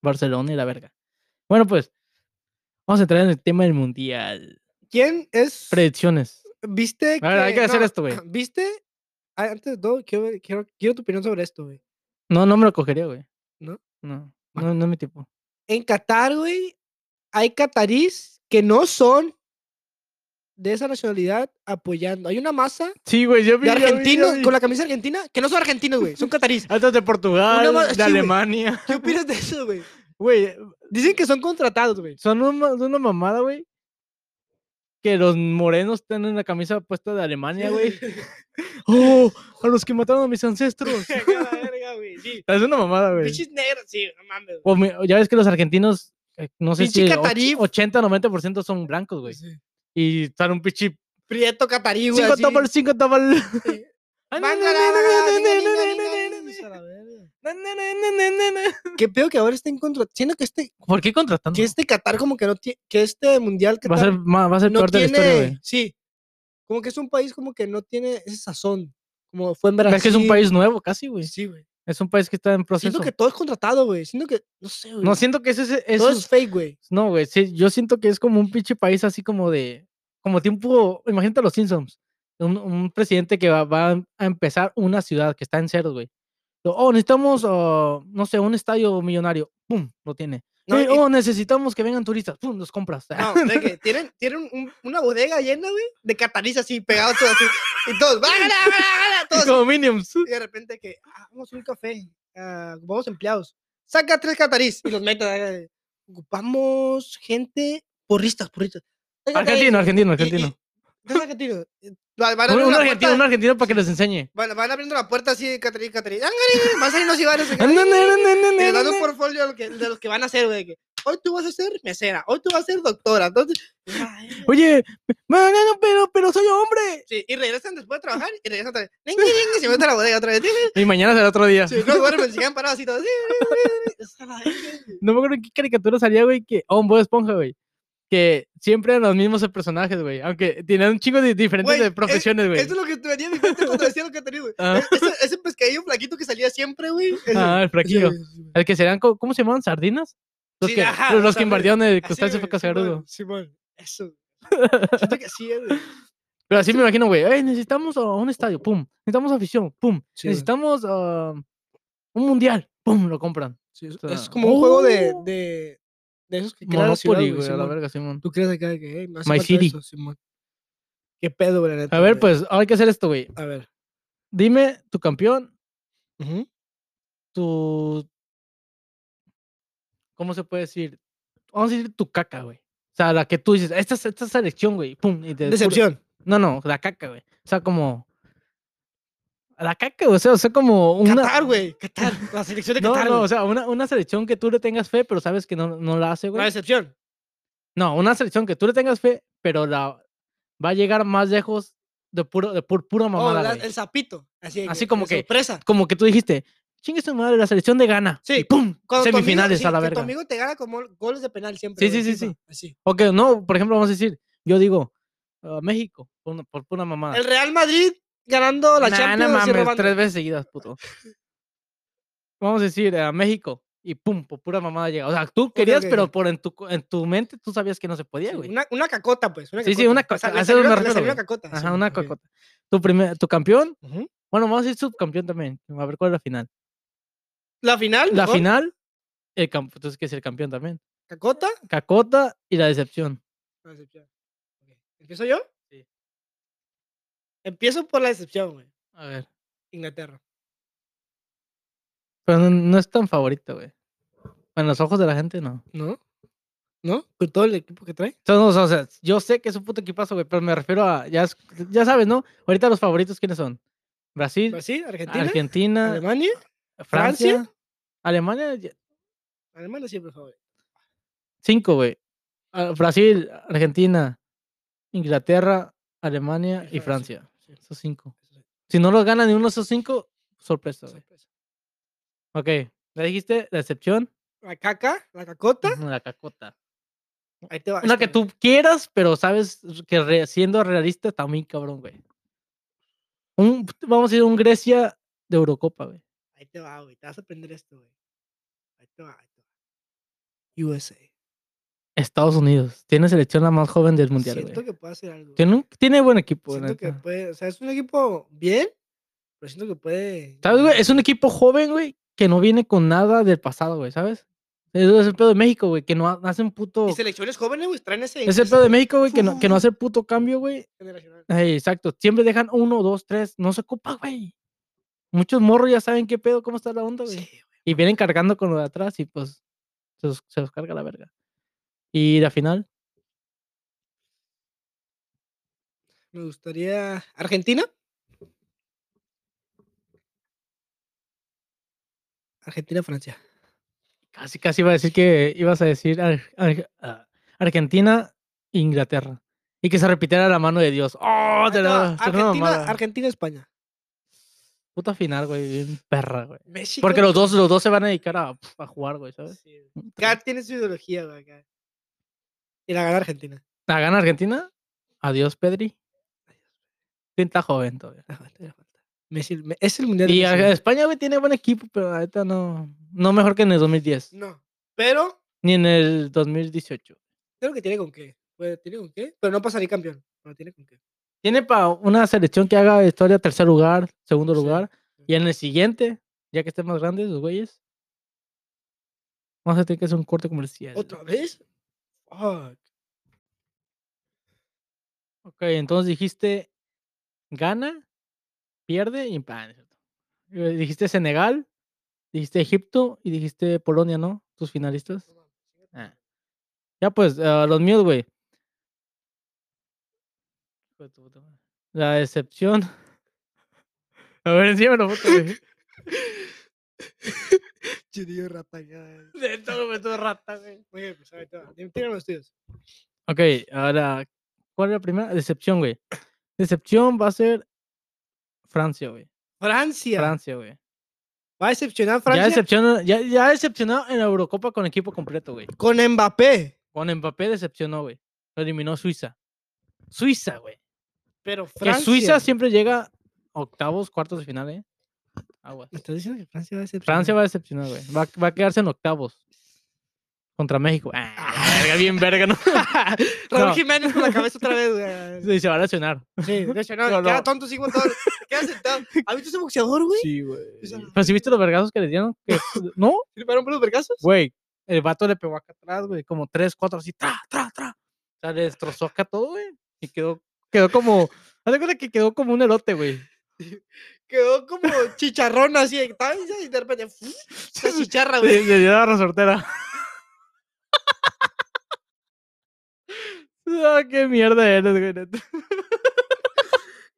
[SPEAKER 2] Barcelona y la verga. Bueno, pues. Vamos a entrar en el tema del mundial.
[SPEAKER 1] ¿Quién es?
[SPEAKER 2] Predicciones.
[SPEAKER 1] ¿Viste
[SPEAKER 2] A ver, hay que hacer esto, güey.
[SPEAKER 1] ¿Viste? Ah, Antes de todo, quiero, ver- quiero, quiero tu opinión sobre esto, güey.
[SPEAKER 2] No, no me lo cogería, güey.
[SPEAKER 1] ¿No? Ah.
[SPEAKER 2] No. No, no es mi tipo.
[SPEAKER 1] En Qatar, güey, hay catarís que no son de esa nacionalidad apoyando. Hay una masa
[SPEAKER 2] Sí, güey, yo vi.
[SPEAKER 1] de argentinos con la camisa argentina que no son argentinos, güey, son catarís.
[SPEAKER 2] Altos de Portugal,
[SPEAKER 1] ma-
[SPEAKER 2] de
[SPEAKER 1] sí, güey.
[SPEAKER 2] Alemania.
[SPEAKER 1] ¿Qué opinas de eso, güey?
[SPEAKER 2] Güey,
[SPEAKER 1] Dicen que son contratados, güey.
[SPEAKER 2] son una, son una mamada, güey. Que los morenos tienen la camisa puesta de Alemania, güey. ¡Oh! A los que mataron a mis ancestros.
[SPEAKER 1] Qué la verga, güey. Sí.
[SPEAKER 2] es una mamada, güey.
[SPEAKER 1] Pinches negros, sí, no mames.
[SPEAKER 2] O me- ya ves que los argentinos, eh, no sé
[SPEAKER 1] Pinche
[SPEAKER 2] si och-
[SPEAKER 1] catarí.
[SPEAKER 2] 80 90% son blancos, güey.
[SPEAKER 1] Sí.
[SPEAKER 2] Y están un pichi.
[SPEAKER 1] Prieto catarí, güey.
[SPEAKER 2] Cinco
[SPEAKER 1] así.
[SPEAKER 2] topal, cinco topal.
[SPEAKER 1] Sí.
[SPEAKER 2] Ah, na, na,
[SPEAKER 1] Manga,
[SPEAKER 2] na,
[SPEAKER 1] la
[SPEAKER 2] na,
[SPEAKER 1] verga,
[SPEAKER 2] na,
[SPEAKER 1] ninga,
[SPEAKER 2] na,
[SPEAKER 1] ninga,
[SPEAKER 2] na,
[SPEAKER 1] ninga,
[SPEAKER 2] na,
[SPEAKER 1] ninga, a la verga.
[SPEAKER 2] na, na, na, na, na, na, na.
[SPEAKER 1] Qué pedo que ahora estén contratados. Siendo que este,
[SPEAKER 2] ¿Por qué contratando?
[SPEAKER 1] que este Qatar como que no tiene, que este mundial
[SPEAKER 2] Va a ser,
[SPEAKER 1] Qatar
[SPEAKER 2] ma- va a ser
[SPEAKER 1] no
[SPEAKER 2] peor de la historia,
[SPEAKER 1] tiene,
[SPEAKER 2] güey.
[SPEAKER 1] sí. Como que es un país como que no tiene ese sazón, como fue en Brasil.
[SPEAKER 2] Es que es un país nuevo, casi, güey.
[SPEAKER 1] Sí, güey.
[SPEAKER 2] Es un país que está en proceso.
[SPEAKER 1] Siento que todo es contratado, güey. Siento que, no sé, güey.
[SPEAKER 2] No, siento que eso es.
[SPEAKER 1] todo
[SPEAKER 2] Eso
[SPEAKER 1] es fake, güey.
[SPEAKER 2] No, güey. sí, yo siento que es como un pinche país así como de. Como tiempo. Imagínate los Simpsons. Un, un presidente que va, va a empezar una ciudad que oh, está en ceros, güey. Lo- Oh, necesitamos, ah, no sé, un estadio millonario. ¡Pum! Lo tiene.
[SPEAKER 1] No,
[SPEAKER 2] Eh,
[SPEAKER 1] y-
[SPEAKER 2] oh, necesitamos que vengan turistas. Pum, los compras.
[SPEAKER 1] No, de que tienen, tienen un- una bodega llena, güey, de catalizas así, pegados todos así. Y todos, ¡vágala, vágala, vágala", Todos
[SPEAKER 2] Como Minions.
[SPEAKER 1] Y de repente que, "Ah, vamos a un café, ah, vamos empleados, saca tres catariz y los meten. ahí. Ocupamos gente, porristas, porristas. Saca de ahí,
[SPEAKER 2] Argentino, argentino,
[SPEAKER 1] y- y-
[SPEAKER 2] argentino.
[SPEAKER 1] tres argentinos. Eh, va- Van
[SPEAKER 2] Un,
[SPEAKER 1] abriendo
[SPEAKER 2] un
[SPEAKER 1] la
[SPEAKER 2] argentino, un
[SPEAKER 1] puerta-
[SPEAKER 2] argentino para que les enseñe.
[SPEAKER 1] van- van abriendo la puerta así, catariz, catariz. ¡Ángale! Van saliendo cigarros. así, Te dan un portfolio de lo que- de los que van a ser, güey. que, Hoy tú vas a ser mesera, hoy tú vas a ser doctora. Entonces, ay,
[SPEAKER 2] Oye, no, no, no, pero, pero soy hombre.
[SPEAKER 1] sí, y regresan después de trabajar y regresan otra vez. Ning, ning, ning, y se meten a la bodega otra vez.
[SPEAKER 2] Y mañana será otro día.
[SPEAKER 1] Sí, no duermen, se quedan parados así todos. Es a la verga, güey.
[SPEAKER 2] No me acuerdo en qué caricatura salía, güey, que. Oh, un Bob Esponja, güey. Que siempre eran los mismos personajes, güey. Aunque tenían un chingo de diferentes
[SPEAKER 1] Güey,
[SPEAKER 2] de profesiones, güey.
[SPEAKER 1] Eso es lo que te venía en mi mente cuando decía lo que tenía, güey.
[SPEAKER 2] Ah.
[SPEAKER 1] E- Ese, ese pescadillo flaquito que salía siempre, güey. ese-
[SPEAKER 2] Ah, el
[SPEAKER 1] ese,
[SPEAKER 2] fraquillo.
[SPEAKER 1] güey, ese, güey.
[SPEAKER 2] El que serían, co- ¿cómo se llamaban? ¿Sardinas? Los
[SPEAKER 1] Sí,
[SPEAKER 2] que,
[SPEAKER 1] ajá,
[SPEAKER 2] los, los
[SPEAKER 1] sardinas.
[SPEAKER 2] que invadieron el
[SPEAKER 1] Así,
[SPEAKER 2] costal de
[SPEAKER 1] güey,
[SPEAKER 2] Foca Sagrado.
[SPEAKER 1] Simón, Simón, eso. Siento que sí, es, güey.
[SPEAKER 2] Pero así me imagino, güey. "Ey, necesitamos ah, un estadio, pum. Necesitamos afición, pum.
[SPEAKER 1] Sí, güey.
[SPEAKER 2] necesitamos ah, un mundial, pum. Lo compran.
[SPEAKER 1] es,
[SPEAKER 2] o sea,
[SPEAKER 1] es como un juego de,
[SPEAKER 2] ¡oh!
[SPEAKER 1] de, de esos que crean la ciudad,
[SPEAKER 2] Monopoly,
[SPEAKER 1] güey,
[SPEAKER 2] güey, a la
[SPEAKER 1] Simón.
[SPEAKER 2] verga, Simón.
[SPEAKER 1] Tú crees acá que, hey, me hace
[SPEAKER 2] My
[SPEAKER 1] falta
[SPEAKER 2] City.
[SPEAKER 1] eso, Simón. Qué pedo, güey, la neta,
[SPEAKER 2] A ver,
[SPEAKER 1] güey.
[SPEAKER 2] pues, ahora hay que hacer esto, güey.
[SPEAKER 1] A ver.
[SPEAKER 2] Dime tu campeón,
[SPEAKER 1] Ujú.
[SPEAKER 2] tu. ¿Cómo se puede decir? Vamos a decir tu caca, güey. O sea, la que tú dices, esta, es- esta es selección, güey. Pum. y te-
[SPEAKER 1] Decepción.
[SPEAKER 2] No, no, la caca, güey. O sea, como. La caca, o sea, o sea, como una.
[SPEAKER 1] Qatar, güey. Qatar. La selección de
[SPEAKER 2] No,
[SPEAKER 1] Qatar.
[SPEAKER 2] no,
[SPEAKER 1] güey.
[SPEAKER 2] o sea, una, una selección que tú le tengas fe, pero sabes que no, no la hace,
[SPEAKER 1] Una
[SPEAKER 2] güey.
[SPEAKER 1] decepción.
[SPEAKER 2] No, una selección que tú le tengas fe, pero la va a llegar más lejos de puro, de pur- pura
[SPEAKER 1] Oh,
[SPEAKER 2] mamada.
[SPEAKER 1] la-
[SPEAKER 2] güey.
[SPEAKER 1] el sapito. Así, de
[SPEAKER 2] Así como
[SPEAKER 1] de
[SPEAKER 2] que-
[SPEAKER 1] Sorpresa.
[SPEAKER 2] Como que tú dijiste, chingue su madre, la selección de Ghana.
[SPEAKER 1] Sí,
[SPEAKER 2] y pum,
[SPEAKER 1] Cuando tu amigo-
[SPEAKER 2] semifinales
[SPEAKER 1] sí,
[SPEAKER 2] a la
[SPEAKER 1] que
[SPEAKER 2] verga.
[SPEAKER 1] Tu amigo te gana como goles de penal siempre.
[SPEAKER 2] Sí,
[SPEAKER 1] güey,
[SPEAKER 2] sí, sí,
[SPEAKER 1] FIFA, así.
[SPEAKER 2] Ok, no, por ejemplo, vamos a decir, yo digo, ah, México, por, una- por pura mamada.
[SPEAKER 1] El Real Madrid ganando la
[SPEAKER 2] Nah,
[SPEAKER 1] Champions.
[SPEAKER 2] no
[SPEAKER 1] y
[SPEAKER 2] mames,
[SPEAKER 1] robando.
[SPEAKER 2] tres veces seguidas, puto. Vamos a decir, a México, y pum, por pura mamada llega. O sea, tú querías,
[SPEAKER 1] ok,
[SPEAKER 2] pero
[SPEAKER 1] ok.
[SPEAKER 2] por en tu, co- en tu mente tú sabías que no se podía,
[SPEAKER 1] Sí,
[SPEAKER 2] güey.
[SPEAKER 1] una, una cacota, pues. Una
[SPEAKER 2] Sí, sí,
[SPEAKER 1] cacota.
[SPEAKER 2] una
[SPEAKER 1] O sea,
[SPEAKER 2] cacota,
[SPEAKER 1] le
[SPEAKER 2] a eso me
[SPEAKER 1] salió- le
[SPEAKER 2] refiero,
[SPEAKER 1] salió una
[SPEAKER 2] güey.
[SPEAKER 1] cacota.
[SPEAKER 2] Ajá,
[SPEAKER 1] Simón,
[SPEAKER 2] una
[SPEAKER 1] ok.
[SPEAKER 2] cocota. Tu, primer, tu campeón,
[SPEAKER 1] Ujú.
[SPEAKER 2] bueno, vamos a decir subcampeón también. A ver cuál es la final.
[SPEAKER 1] La final.
[SPEAKER 2] La
[SPEAKER 1] mejor,
[SPEAKER 2] final, el camp- entonces que es el campeón también.
[SPEAKER 1] Cacota.
[SPEAKER 2] Cacota y la decepción.
[SPEAKER 1] La decepción. Ok. ¿Empiezo yo?
[SPEAKER 2] Sí.
[SPEAKER 1] Empiezo por la decepción, güey.
[SPEAKER 2] A ver.
[SPEAKER 1] Inglaterra.
[SPEAKER 2] Pero no, no es tan favorita, güey. En los ojos de la gente, no.
[SPEAKER 1] ¿No? ¿No? Con todo el equipo que trae.
[SPEAKER 2] Entonces, o sea, yo sé que es un puto equipazo, güey, pero me refiero a. Ya, es- ya sabes, ¿no? Ahorita los favoritos, ¿quiénes son? Brasil,
[SPEAKER 1] Brasil,
[SPEAKER 2] Argentina,
[SPEAKER 1] Pues Argentina, Alemania.
[SPEAKER 2] Francia,
[SPEAKER 1] Francia.
[SPEAKER 2] Alemania, ya-
[SPEAKER 1] Alemania siempre favor.
[SPEAKER 2] cinco, güey. Ah, Brasil, Argentina, Inglaterra, Alemania
[SPEAKER 1] Y
[SPEAKER 2] y
[SPEAKER 1] Francia,
[SPEAKER 2] Francia.
[SPEAKER 1] sí.
[SPEAKER 2] Esos cinco. Si no los gana ni uno de esos cinco, sorpresa, güey. Ok, ya dijiste la excepción,
[SPEAKER 1] La caca, la cacota.
[SPEAKER 2] ujú, la cacota.
[SPEAKER 1] Ahí te va.
[SPEAKER 2] Una que
[SPEAKER 1] espera.
[SPEAKER 2] tú quieras, pero sabes que re- siendo realista también, cabrón, güey. Un, vamos a ir a un Grecia de Eurocopa, güey.
[SPEAKER 1] Ahí te va, güey. Te vas a aprender esto, güey. Ahí te va, ahí te va. USA.
[SPEAKER 2] Estados Unidos. Tiene selección la más joven del mundial,
[SPEAKER 1] siento
[SPEAKER 2] güey.
[SPEAKER 1] que puede hacer algo.
[SPEAKER 2] Tiene, un- tiene buen equipo, la
[SPEAKER 1] siento que
[SPEAKER 2] neta.
[SPEAKER 1] puede. O sea, es un equipo bien, pero siento que puede.
[SPEAKER 2] ¿Sabes, güey?
[SPEAKER 1] ganar.
[SPEAKER 2] Es un equipo joven, güey, que no viene con nada del pasado, güey, ¿sabes? Eso es el pedo de México, güey, que no ha- hace un puto.
[SPEAKER 1] Y selecciones jóvenes, güey. Traen ese.
[SPEAKER 2] Es el
[SPEAKER 1] ese
[SPEAKER 2] pedo de México, güey, que no, que no hace el puto cambio, güey.
[SPEAKER 1] generacional.
[SPEAKER 2] Ay, exacto. Siempre dejan uno, dos, tres. No se ocupa, güey. Muchos morros ya saben qué pedo, cómo está la onda, güey.
[SPEAKER 1] Sí, güey.
[SPEAKER 2] Y vienen cargando con lo de atrás y pues se los, se los carga la verga. Y la final,
[SPEAKER 1] Me gustaría. ¿Argentina? Argentina, Francia.
[SPEAKER 2] casi, casi iba a decir que ibas a decir Ar- Ar- ah, Argentina, Inglaterra. Y que se repitiera la mano de Dios. ¡Oh!
[SPEAKER 1] Ahí
[SPEAKER 2] Te
[SPEAKER 1] te va, Ah,
[SPEAKER 2] la, te la
[SPEAKER 1] Argentina,
[SPEAKER 2] mamada.
[SPEAKER 1] Argentina, España.
[SPEAKER 2] Puta final, güey. Bien perra, güey.
[SPEAKER 1] México.
[SPEAKER 2] Porque los dos, los dos se van a dedicar a, a jugar, güey, ¿sabes?
[SPEAKER 1] Sí, güey. Cada tiene su ideología, güey. acá. Y la gana Argentina.
[SPEAKER 2] La gana Argentina. Adiós, Pedri. Tinta joven todavía.
[SPEAKER 1] Ah, falta, ya falta. Messi, me- es el mundial. de
[SPEAKER 2] Y
[SPEAKER 1] Messi,
[SPEAKER 2] a-
[SPEAKER 1] güey.
[SPEAKER 2] España, güey, tiene buen equipo, pero la neta no. No mejor que en el 2010.
[SPEAKER 1] No, pero
[SPEAKER 2] Ni en el 2018.
[SPEAKER 1] creo que tiene con qué. Puede- tiene con qué, pero no pasaría campeón. Pero tiene con qué.
[SPEAKER 2] Tiene para una selección que haga historia tercer lugar, segundo
[SPEAKER 1] Sí,
[SPEAKER 2] lugar.
[SPEAKER 1] sí.
[SPEAKER 2] Y en el siguiente, ya que estén más grandes los güeyes, Vamos a tener que hacer un corte comercial.
[SPEAKER 1] ¿Otra vez? Fuck.
[SPEAKER 2] Ok, entonces dijiste gana, pierde y ah, no es cierto. Eh, Dijiste Senegal, dijiste Egipto y dijiste Polonia, ¿no? Tus finalistas. Ah. Ya pues, ah, los míos, güey. Hijo de tu puta madre. La decepción. A ver, encima la foto, güey.
[SPEAKER 1] Chidillo rata ya.
[SPEAKER 2] De todo, güey, todo rata, güey.
[SPEAKER 1] Muy bien, pues ahí te va. Dime, tírame los tuyos.
[SPEAKER 2] Ok, ahora, ¿cuál es la primera? Decepción, güey. Decepción va a ser Francia, güey.
[SPEAKER 1] Francia.
[SPEAKER 2] Francia, güey.
[SPEAKER 1] Va a decepcionar
[SPEAKER 2] Ya
[SPEAKER 1] Francia
[SPEAKER 2] decepcionó, ya, ya decepcionó en la Eurocopa con equipo completo, güey.
[SPEAKER 1] con Mbappé.
[SPEAKER 2] Con Mbappé decepcionó, güey. Lo eliminó Suiza. Suiza, güey.
[SPEAKER 1] Pero
[SPEAKER 2] Que
[SPEAKER 1] Francia.
[SPEAKER 2] Suiza siempre llega a octavos, cuartos de final, ¿eh? Agua.
[SPEAKER 1] ¿Me estás diciendo que Francia va a decepcionar?
[SPEAKER 2] Francia va a decepcionar, güey. Va, va a quedarse en octavos. Contra México. Ah, la verga, bien verga, ¿no?
[SPEAKER 1] Raúl
[SPEAKER 2] No.
[SPEAKER 1] Jiménez con la cabeza otra vez, güey.
[SPEAKER 2] Sí, se va a lesionar.
[SPEAKER 1] Sí, de hecho, no,
[SPEAKER 2] No,
[SPEAKER 1] queda
[SPEAKER 2] no.
[SPEAKER 1] tonto, sí, con todo. se Queda sentado. ¿Has visto ese boxeador, güey?
[SPEAKER 2] Sí, güey.
[SPEAKER 1] O sea,
[SPEAKER 2] Pero si viste los vergazos que le dieron. que- No,
[SPEAKER 1] ¿Le pararon por los vergazos?
[SPEAKER 2] Güey, el vato le pegó acá atrás, güey, como tres, cuatro, así, tra, tra, tra. O sea, le destrozó acá todo, güey. Y quedó, quedó como, haz de cuenta que quedó como un elote, güey.
[SPEAKER 1] Quedó como chicharrón así, estaba ahí, y de repente ¡fuf! se chicharra, güey.
[SPEAKER 2] Le, le dio la resortera. Ah, qué mierda eres, güey. neta.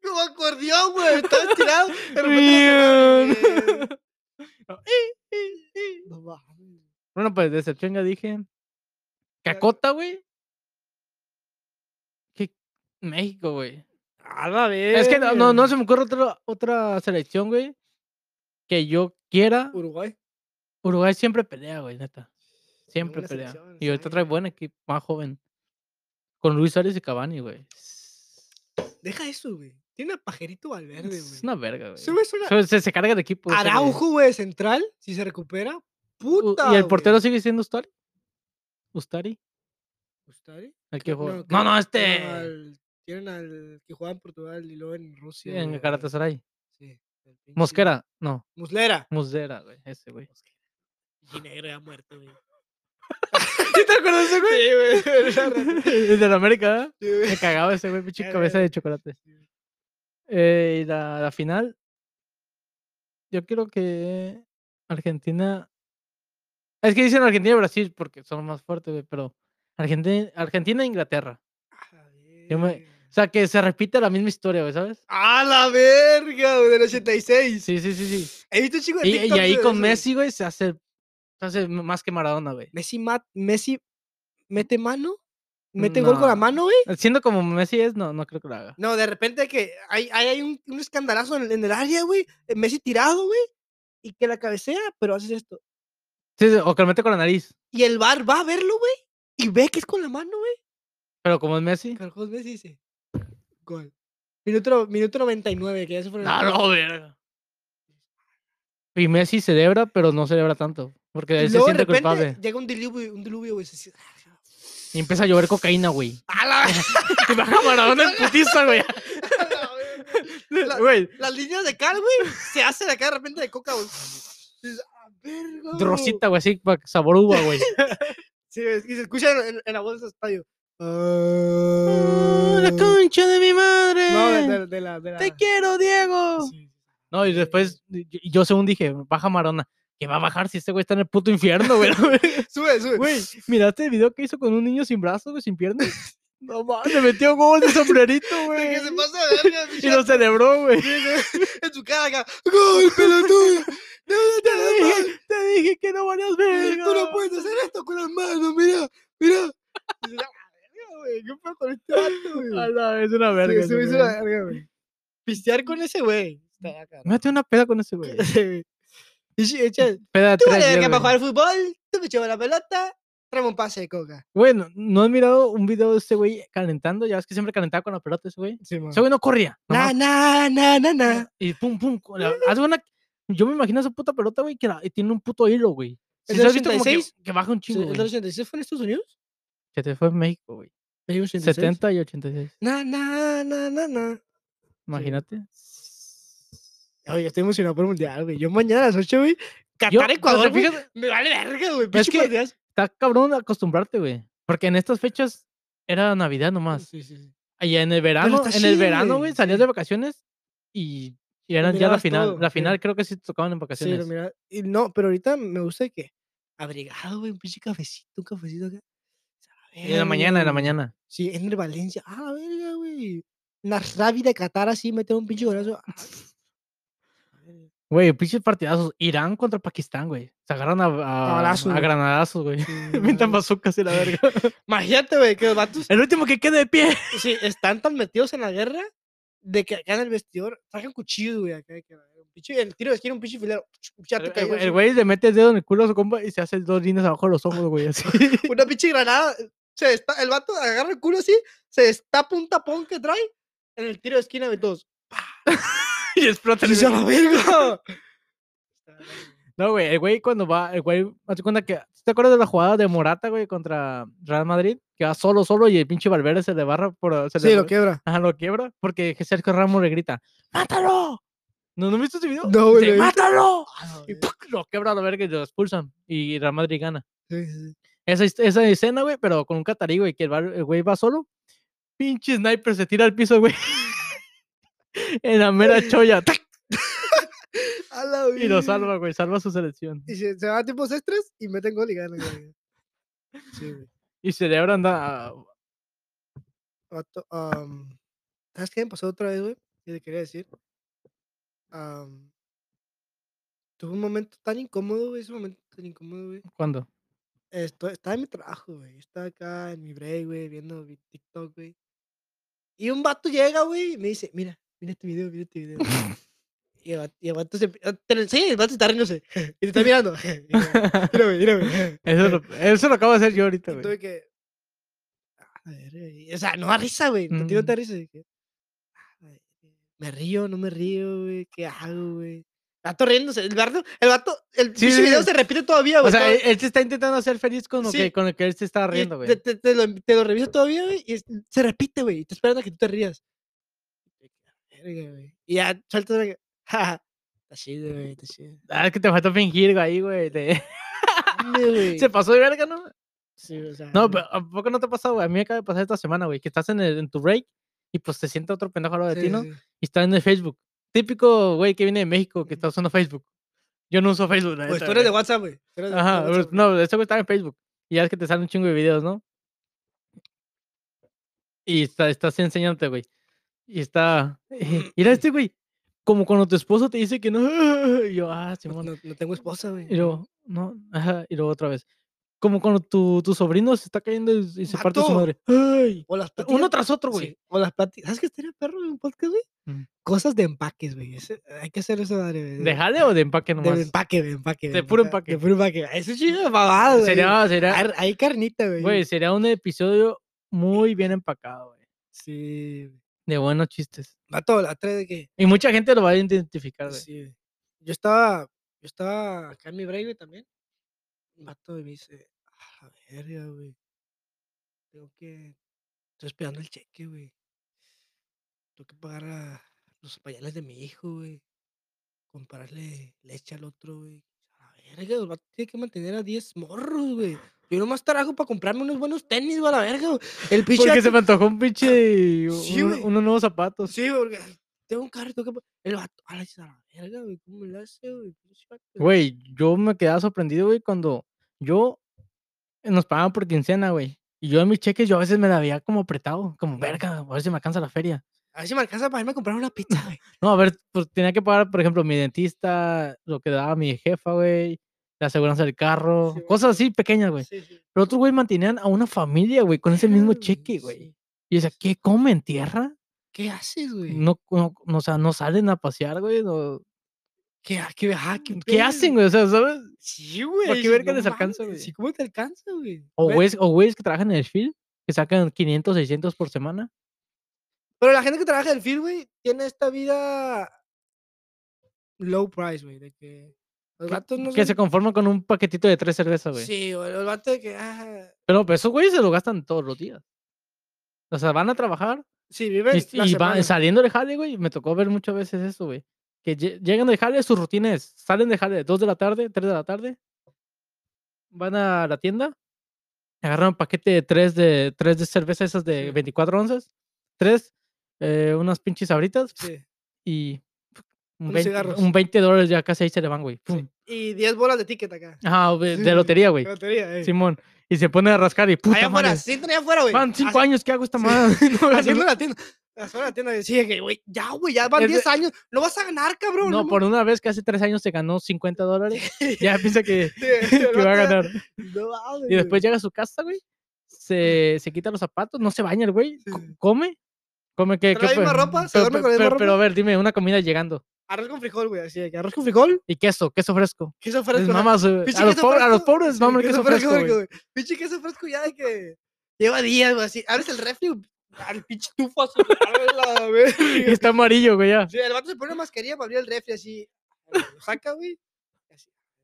[SPEAKER 1] Como acordeón, güey, estaba estirado. De
[SPEAKER 2] Bien.
[SPEAKER 1] repente
[SPEAKER 2] No, eh, i, i, i.
[SPEAKER 1] no mames.
[SPEAKER 2] Bueno, pues decepción ya dije. Cacota, güey. ¿Qué? México, güey.
[SPEAKER 1] A la vez.
[SPEAKER 2] Es que no, no, no
[SPEAKER 1] Eh.
[SPEAKER 2] se me ocurre otra, otra selección, güey. Que yo quiera.
[SPEAKER 1] Uruguay.
[SPEAKER 2] Uruguay siempre pelea, güey, neta. Siempre
[SPEAKER 1] buena
[SPEAKER 2] pelea.
[SPEAKER 1] selección,
[SPEAKER 2] Y ahorita
[SPEAKER 1] saben.
[SPEAKER 2] trae buen equipo, más joven. Con Luis Suárez y Cavani, güey.
[SPEAKER 1] Deja eso, güey. Tiene a pajerito al verde,
[SPEAKER 2] Es
[SPEAKER 1] güey.
[SPEAKER 2] una verga, güey.
[SPEAKER 1] Se me suena-
[SPEAKER 2] Se, se- se carga de equipo. ese güey.
[SPEAKER 1] Araujo, güey, central, si se recupera.
[SPEAKER 2] U-
[SPEAKER 1] Puta.
[SPEAKER 2] ¿Y el portero
[SPEAKER 1] güey.
[SPEAKER 2] sigue siendo Ustari? ¿Ustari?
[SPEAKER 1] ¿Ustari?
[SPEAKER 2] El que juega. No,
[SPEAKER 1] creo-
[SPEAKER 2] no,
[SPEAKER 1] tienen
[SPEAKER 2] este.
[SPEAKER 1] al- Tienen al que jugaba en Portugal y luego en
[SPEAKER 2] Sí,
[SPEAKER 1] Rusia.
[SPEAKER 2] en
[SPEAKER 1] güey.
[SPEAKER 2] Galatasaray.
[SPEAKER 1] Sí, el pinche-
[SPEAKER 2] Mosquera. No,
[SPEAKER 1] Muslera.
[SPEAKER 2] Musdera, güey. Ese, güey.
[SPEAKER 1] Ginebra ha muerto, güey. ¿Sí te acuerdas de ese, güey? Sí, güey.
[SPEAKER 2] El de la América, ¿eh?
[SPEAKER 1] Sí, güey.
[SPEAKER 2] Me cagaba ese, güey. Pinche
[SPEAKER 1] Ya,
[SPEAKER 2] cabeza
[SPEAKER 1] ya.
[SPEAKER 2] de chocolate. Eh, y la, la final. Yo quiero que Argentina. Es que dicen Argentina y Brasil porque son más fuertes, güey, pero Argentina, Argentina e Inglaterra.
[SPEAKER 1] A
[SPEAKER 2] Yo me-
[SPEAKER 1] ver.
[SPEAKER 2] O sea, que se repite la misma historia, güey, ¿sabes?
[SPEAKER 1] ¡A la verga! güey, Del 86.
[SPEAKER 2] Sí, sí, sí, sí.
[SPEAKER 1] He visto un chico de
[SPEAKER 2] Y, y
[SPEAKER 1] TikToks
[SPEAKER 2] ahí
[SPEAKER 1] de
[SPEAKER 2] con
[SPEAKER 1] eso, güey.
[SPEAKER 2] Messi, güey, se hace, se hace m- más que Maradona, güey.
[SPEAKER 1] Messi, mat- Messi mete mano. Mete gol con la
[SPEAKER 2] No.
[SPEAKER 1] mano, güey.
[SPEAKER 2] Siendo como Messi es, no, no creo que lo haga.
[SPEAKER 1] No, de repente que hay, hay, hay un, un escandalazo en, el- en el área, güey. eh, Messi tirado, güey. Y que la cabecea, pero haces esto.
[SPEAKER 2] Sí, sí, o que lo mete con la nariz.
[SPEAKER 1] Y el bar va a verlo, güey. Y ve que es con la mano, güey.
[SPEAKER 2] Pero como es Messi.
[SPEAKER 1] Carlos Messi dice. Gol. Minuto, minuto 99, que ya se fueron.
[SPEAKER 2] No, no, verga. Y Messi celebra, pero no celebra tanto. Porque
[SPEAKER 1] Y
[SPEAKER 2] él se
[SPEAKER 1] luego de
[SPEAKER 2] siente
[SPEAKER 1] repente
[SPEAKER 2] culpable.
[SPEAKER 1] llega un diluvio, un diluvio, güey. se si-
[SPEAKER 2] Y empieza a llover cocaína, güey.
[SPEAKER 1] ¡A la
[SPEAKER 2] Te baja Maradona en putiza, güey.
[SPEAKER 1] La-
[SPEAKER 2] Güey,
[SPEAKER 1] Las líneas de cal, güey, se hacen acá de repente de coca, güey. Dices, "Ah, verga, güey".
[SPEAKER 2] Rosita, güey, así, pa- sabor uva, güey.
[SPEAKER 1] Sí, es que se escucha en, en- en la voz del estadio.
[SPEAKER 2] Ah, la concha de mi madre.
[SPEAKER 1] No, de, de- de la, de la.
[SPEAKER 2] Te quiero, Diego.
[SPEAKER 1] Sí.
[SPEAKER 2] No, y después, y- y yo según dije, baja Maradona. Que va a bajar si este güey está en el puto infierno, güey.
[SPEAKER 1] Sube, sube.
[SPEAKER 2] Güey, ¿miraste el video que hizo con un niño sin brazos, güey, sin piernas? No
[SPEAKER 1] Ah,
[SPEAKER 2] mames, le metió gol de sombrerito,
[SPEAKER 1] De
[SPEAKER 2] güey.
[SPEAKER 1] que se pasa de verga, mi
[SPEAKER 2] Y lo
[SPEAKER 1] chato,
[SPEAKER 2] celebró, güey.
[SPEAKER 1] en su cara acá. ¡Gol, pelotudo! ¡No, no,
[SPEAKER 2] Te
[SPEAKER 1] no, no,
[SPEAKER 2] dije, te dije que no valias verga.
[SPEAKER 1] Tú no puedes hacer esto con las manos, mira, mira. Y dices, "Ah, verga, güey, ¿Qué fue con este vato, güey?"
[SPEAKER 2] A la vez, una verga.
[SPEAKER 1] Sí,
[SPEAKER 2] ese
[SPEAKER 1] se me hizo
[SPEAKER 2] güey.
[SPEAKER 1] la verga, güey. Pistear con ese güey. Está acá.
[SPEAKER 2] Mete una peda con ese güey.
[SPEAKER 1] Y sí, echa-
[SPEAKER 2] Peda de
[SPEAKER 1] Tú vale
[SPEAKER 2] tres
[SPEAKER 1] verga para
[SPEAKER 2] días, güey.
[SPEAKER 1] jugar al fútbol, tú me llevas la pelota, traemos un pase de coca.
[SPEAKER 2] Bueno, no he mirado un video de ese güey calentando. Ya ves que siempre calentaba con la pelota ese güey.
[SPEAKER 1] Sí,
[SPEAKER 2] Ese güey no corría.
[SPEAKER 1] na, na,
[SPEAKER 2] nomás
[SPEAKER 1] na, na, na.
[SPEAKER 2] Y pum, pum. con la- haz una- Yo me imagino esa puta pelota, güey, que la- y tiene un puto hilo, güey.
[SPEAKER 1] ¿El
[SPEAKER 2] ¿Sí
[SPEAKER 1] del
[SPEAKER 2] has visto como que,
[SPEAKER 1] 86?
[SPEAKER 2] que baja un chingo,
[SPEAKER 1] ¿El
[SPEAKER 2] güey?
[SPEAKER 1] 86 fue en Estados Unidos?
[SPEAKER 2] Que te fue en México, güey.
[SPEAKER 1] ¿El 86?
[SPEAKER 2] 70 y 86.
[SPEAKER 1] Na, na, na, na, na.
[SPEAKER 2] Imagínate.
[SPEAKER 1] Oye, estoy emocionado por el mundial, güey. Yo mañana a las 8, güey,
[SPEAKER 2] Yo-
[SPEAKER 1] Qatar,
[SPEAKER 2] pero
[SPEAKER 1] Ecuador,
[SPEAKER 2] te
[SPEAKER 1] güey,
[SPEAKER 2] fijas,
[SPEAKER 1] me vale verga, güey.
[SPEAKER 2] Es
[SPEAKER 1] pinche
[SPEAKER 2] que-
[SPEAKER 1] partidazo.
[SPEAKER 2] Está cabrón acostumbrarte, güey. Porque en estas fechas era Navidad nomás.
[SPEAKER 1] Sí, sí, sí.
[SPEAKER 2] Allá en el verano, en
[SPEAKER 1] está
[SPEAKER 2] el
[SPEAKER 1] chido,
[SPEAKER 2] verano,
[SPEAKER 1] güey,
[SPEAKER 2] güey, salías
[SPEAKER 1] sí.
[SPEAKER 2] de vacaciones y, y eran ya la
[SPEAKER 1] mirabas
[SPEAKER 2] final.
[SPEAKER 1] todo,
[SPEAKER 2] la
[SPEAKER 1] sí.
[SPEAKER 2] final creo que sí te tocaban en
[SPEAKER 1] Sí,
[SPEAKER 2] vacaciones.
[SPEAKER 1] lo mira. Y no, pero ahorita me gusta que abrigado, güey, un pinche cafecito, un cafecito acá. A la
[SPEAKER 2] en la mañana, en la
[SPEAKER 1] verga, güey.
[SPEAKER 2] mañana.
[SPEAKER 1] Sí, entre Valencia. Ah, la verga, güey. Una rabia de Qatar así, meter un pinche golazo. Ah, la verga.
[SPEAKER 2] Güey, pinches partidazos. Irán contra Pakistán, güey. Se agarran a, a,
[SPEAKER 1] balazos,
[SPEAKER 2] a
[SPEAKER 1] güey.
[SPEAKER 2] granadazos, güey.
[SPEAKER 1] Sí,
[SPEAKER 2] Mientan
[SPEAKER 1] madre.
[SPEAKER 2] bazucas y la verga.
[SPEAKER 1] Imagínate, güey, que los vatos
[SPEAKER 2] El último que quede de pie.
[SPEAKER 1] sí, están tan metidos en la guerra de que acá en el vestidor sacan cuchillo, güey. Acá, que, un pinche, el tiro de esquina, un pinche filero. Ya te
[SPEAKER 2] El-
[SPEAKER 1] cayó,
[SPEAKER 2] El
[SPEAKER 1] así,
[SPEAKER 2] el güey le mete el dedo en el culo a su compa y se hace dos líneas abajo de los ojos, güey. Así.
[SPEAKER 1] Una pinche granada. Se desta- el vato agarra el culo así, se destapa un tapón que trae en el tiro de esquina de todos.
[SPEAKER 2] y explota el
[SPEAKER 1] ¡Y a la verga!
[SPEAKER 2] No, güey, el güey cuando va, el güey, hazte cuenta que, ¿te acuerdas de la jugada de Morata, güey, contra Real Madrid? Que va solo, solo y el pinche Valverde se le barra por... Se le, barra-
[SPEAKER 1] quiebra.
[SPEAKER 2] Ajá, lo quiebra porque que Sergio Ramos le grita, ¡Mátalo! ¿No, no viste ese video?
[SPEAKER 1] No, güey,
[SPEAKER 2] Dice,
[SPEAKER 1] lo he visto.
[SPEAKER 2] ¡Mátalo! Y ¡puc! lo quiebra a la verga y lo expulsan. Y Real Madrid gana. Esa, his- esa escena, güey, pero con un catarí, güey, que el, val- el güey va solo. Pinche sniper se tira al piso, güey. en la mera cholla. ¡tac!
[SPEAKER 1] A la
[SPEAKER 2] Y lo
[SPEAKER 1] verga.
[SPEAKER 2] salva, güey, salva a su selección.
[SPEAKER 1] Y se, se va a tiempos extras y meten gol y ganan. güey. Sí, güey.
[SPEAKER 2] Y celebran a,
[SPEAKER 1] Vato, am, ¿Sabes qué me pasó otra vez, güey? Que te quería decir. Am, tuve un momento tan incómodo, güey. Ese momento tan incómodo, güey.
[SPEAKER 2] ¿Cuándo?
[SPEAKER 1] Esto- estaba en mi trabajo, güey. Estaba acá en mi break, güey, viendo vi- TikTok, güey. Y un vato llega, güey, y me dice, mira, mira este video, mira este video. y, el vato, y el vato se... ah, Te lo enseña y el vato está riéndose. y te está mirando. Y yo, mira, güey, mira, güey.
[SPEAKER 2] Eso lo, eso lo acabo de hacer yo ahorita,
[SPEAKER 1] Y
[SPEAKER 2] güey.
[SPEAKER 1] tuve que... "Ah, la verga", y- O sea, no da risa, güey. No te
[SPEAKER 2] Mm.
[SPEAKER 1] no te da risa. y dije, "Ah, la verga, Me río, no me río, güey. ¿Qué hago, güey? Vato riéndose. El vato, el vato, el
[SPEAKER 2] Sí,
[SPEAKER 1] pinche
[SPEAKER 2] sí,
[SPEAKER 1] video
[SPEAKER 2] sí.
[SPEAKER 1] se repite todavía, güey.
[SPEAKER 2] O sea,
[SPEAKER 1] todo-
[SPEAKER 2] él, él se está intentando hacer feliz con lo,
[SPEAKER 1] Sí.
[SPEAKER 2] que, con lo que él se está
[SPEAKER 1] y
[SPEAKER 2] riendo, güey.
[SPEAKER 1] Te, te- te lo, te lo reviso todavía, güey, y es- se repite, güey, y te esperan a que tú te rías. "Ah, Verga, güey. Y ya sueltas la que. "Ja, ja, Está chido, güey, está chido.
[SPEAKER 2] Ah, es que te faltó fingir, güey, ahí, güey. te-
[SPEAKER 1] Hombre, güey.
[SPEAKER 2] Se pasó de verga, ¿no?
[SPEAKER 1] Sí, o sea,
[SPEAKER 2] No, pero ¿a poco no te ha pasado, güey? A mí me acaba de pasar esta semana, güey, que estás en, el- en tu break y pues te sienta otro pendejo al lado de
[SPEAKER 1] sí,
[SPEAKER 2] ti, ¿no?
[SPEAKER 1] sí.
[SPEAKER 2] Y está en el Facebook. Típico, güey, que viene de México, que está usando Facebook. Yo no uso Facebook, la
[SPEAKER 1] Pues
[SPEAKER 2] neta,
[SPEAKER 1] tú eres de
[SPEAKER 2] güey.
[SPEAKER 1] WhatsApp, güey. Tú eres de- de
[SPEAKER 2] Ajá,
[SPEAKER 1] WhatsApp,
[SPEAKER 2] pero-
[SPEAKER 1] güey.
[SPEAKER 2] no, este güey estaba en Facebook. Y ya es que te salen un chingo de videos, ¿no? Y está, estás enseñándote, güey. Y está. Mira este, güey. Como cuando tu esposo te dice que no. Y yo, ah,
[SPEAKER 1] No,
[SPEAKER 2] Simón.
[SPEAKER 1] no- no tengo esposa, güey.
[SPEAKER 2] Y luego, no. Ajá, y luego otra vez. Como cuando tu, tu sobrino se está cayendo y, y se parte su
[SPEAKER 1] Vato.
[SPEAKER 2] madre. ¡Ay!
[SPEAKER 1] O las pláticas-
[SPEAKER 2] Uno tras otro,
[SPEAKER 1] sí,
[SPEAKER 2] güey.
[SPEAKER 1] O las pláticas. ¿Sabes qué estaría perro en un podcast, güey?
[SPEAKER 2] Mm.
[SPEAKER 1] Cosas de empaques, güey. ese- Hay que hacer eso, madre, güey.
[SPEAKER 2] ¿De jale o de empaque
[SPEAKER 1] De
[SPEAKER 2] nomás?
[SPEAKER 1] empaque, de empaque.
[SPEAKER 2] De puro
[SPEAKER 1] empaque.
[SPEAKER 2] empaque.
[SPEAKER 1] De puro empaque. Eso es chido, babado, güey.
[SPEAKER 2] sería, sería,
[SPEAKER 1] Hay- Hay carnita, güey.
[SPEAKER 2] güey, sería un episodio muy bien empacado, güey.
[SPEAKER 1] Sí. güey.
[SPEAKER 2] De buenos chistes.
[SPEAKER 1] Vato, la otra de que.
[SPEAKER 2] Y mucha gente lo va a identificar, güey.
[SPEAKER 1] sí, güey. Yo estaba. Yo estaba acá en mi break, güey, también. Un Vato y me dice, a la verga, güey. Tengo que. Estoy esperando el cheque, güey. Tengo que pagar a los pañales de mi hijo, güey. Comprarle leche al otro, güey. A la verga, el vato tiene que mantener a 10 morros, güey. Yo nomás trabajo para comprarme unos buenos tenis, güey, a la verga, güey. El pinche.
[SPEAKER 2] Porque
[SPEAKER 1] vato-
[SPEAKER 2] se me antojó un pinche.
[SPEAKER 1] Sí,
[SPEAKER 2] un-
[SPEAKER 1] güey.
[SPEAKER 2] unos nuevos zapatos.
[SPEAKER 1] Sí, porque tengo un carro, tengo que... po- El vato, a la, a la verga, güey, ¿cómo lo hace, güey? Pinche vato,
[SPEAKER 2] Güey, yo me quedaba sorprendido, güey, cuando yo. eh, Nos pagaban por quincena, güey. Y yo en mis cheques, yo a veces me la veía como apretado, como verga, a ver si me alcanza la feria.
[SPEAKER 1] A ver si me alcanza para irme a comprar una pizza, güey.
[SPEAKER 2] No, a ver, pues tenía que pagar, por ejemplo, mi dentista, lo que daba mi jefa, güey, la aseguranza del carro,
[SPEAKER 1] Sí, güey,
[SPEAKER 2] cosas
[SPEAKER 1] sí.
[SPEAKER 2] así pequeñas, güey.
[SPEAKER 1] Sí, sí.
[SPEAKER 2] Pero otros, güey, mantenían a una familia, güey, con ese mismo
[SPEAKER 1] Verga,
[SPEAKER 2] cheque,
[SPEAKER 1] sí.
[SPEAKER 2] güey. Y decía, ¿qué comen tierra?
[SPEAKER 1] ¿Qué haces, güey?
[SPEAKER 2] No, no, no, o sea, no salen a pasear, güey. no-
[SPEAKER 1] ¿Qué, ha- qué, ajá, qué,
[SPEAKER 2] ¿Qué
[SPEAKER 1] pedo,
[SPEAKER 2] hacen, güey? O sea, ¿sabes?
[SPEAKER 1] Sí, güey.
[SPEAKER 2] qué
[SPEAKER 1] dices,
[SPEAKER 2] verga
[SPEAKER 1] "No
[SPEAKER 2] les alcanza,
[SPEAKER 1] mames,
[SPEAKER 2] güey?"
[SPEAKER 1] Sí, ¿cómo te alcanza, güey?
[SPEAKER 2] O
[SPEAKER 1] Ve-
[SPEAKER 2] güeyes, o güeyes que trabajan en el field, que sacan 500, 600 por semana.
[SPEAKER 1] Pero la gente que trabaja en el field, güey, tiene esta vida low price, güey. De que los
[SPEAKER 2] que-
[SPEAKER 1] vatos no
[SPEAKER 2] que se
[SPEAKER 1] son-
[SPEAKER 2] conforman con un paquetito de tres cervezas, güey.
[SPEAKER 1] Sí, o el vato de que... Ah,
[SPEAKER 2] Pero pues, esos güeyes se lo gastan todos los días. O sea, van a trabajar
[SPEAKER 1] sí, viven Eh,
[SPEAKER 2] Este, Y, y va- saliendo del jale, güey, me tocó ver muchas veces eso, güey. que lle- llegan de jale, sus rutines, salen de jale 2 de la tarde, 3 de la tarde, van a la tienda, agarran un paquete de 3 de, tres de cerveza esas de
[SPEAKER 1] Sí.
[SPEAKER 2] 24 onzas, 3, unas pinches abritas
[SPEAKER 1] Sí.
[SPEAKER 2] y un
[SPEAKER 1] Unos
[SPEAKER 2] 20,
[SPEAKER 1] cigarros.
[SPEAKER 2] un 20 dólares ya casi ahí se le van, güey. pum.
[SPEAKER 1] Y 10 bolas de ticket acá.
[SPEAKER 2] Ajá, de,
[SPEAKER 1] Sí,
[SPEAKER 2] de
[SPEAKER 1] sí,
[SPEAKER 2] lotería, güey.
[SPEAKER 1] Lotería, eh.
[SPEAKER 2] Simón. Y se pone a rascar y puta
[SPEAKER 1] allá afuera,
[SPEAKER 2] madre.
[SPEAKER 1] sí, están allá afuera, güey.
[SPEAKER 2] Van 5
[SPEAKER 1] Haci-
[SPEAKER 2] años que hago esta
[SPEAKER 1] sí.
[SPEAKER 2] madre. No, gano
[SPEAKER 1] Haciendo la tienda. Haciendo la tienda. Decía que, güey, ya, güey, ya van
[SPEAKER 2] Es de-
[SPEAKER 1] 10 años. No vas a ganar, cabrón.
[SPEAKER 2] No,
[SPEAKER 1] ma-
[SPEAKER 2] por una vez que hace tres años se ganó 50 dólares, ya piensa que,
[SPEAKER 1] Sí, sí,
[SPEAKER 2] que
[SPEAKER 1] el
[SPEAKER 2] va
[SPEAKER 1] vato
[SPEAKER 2] a
[SPEAKER 1] ya-
[SPEAKER 2] ganar.
[SPEAKER 1] No mames,
[SPEAKER 2] Y
[SPEAKER 1] güey.
[SPEAKER 2] después llega a su casa, güey. Se, se quita los zapatos, no se baña el güey. co-
[SPEAKER 1] Sí.
[SPEAKER 2] Come. Come que.
[SPEAKER 1] Trae la misma ropa, se
[SPEAKER 2] pero,
[SPEAKER 1] duerme con
[SPEAKER 2] pe-
[SPEAKER 1] la misma
[SPEAKER 2] pero-
[SPEAKER 1] ropa.
[SPEAKER 2] pero a ver, dime, una comida llegando.
[SPEAKER 1] Arroz con frijol, güey. Así de que arroz con frijol,
[SPEAKER 2] Y queso, queso fresco.
[SPEAKER 1] queso
[SPEAKER 2] Les
[SPEAKER 1] fresco.
[SPEAKER 2] mamas, eh,
[SPEAKER 1] Pinche
[SPEAKER 2] a, los
[SPEAKER 1] queso
[SPEAKER 2] pobres, a los
[SPEAKER 1] fresco,
[SPEAKER 2] pobres, maman el queso fresco. güey.
[SPEAKER 1] güey. Pinche queso fresco ya de que lleva días, güey, así. Abres el refri, güey, al pinche tufo azul. a la
[SPEAKER 2] Y
[SPEAKER 1] verga.
[SPEAKER 2] está amarillo, güey, ya.
[SPEAKER 1] Sí, el vato se pone una mascarilla para abrir el refri así. Lo saca, güey.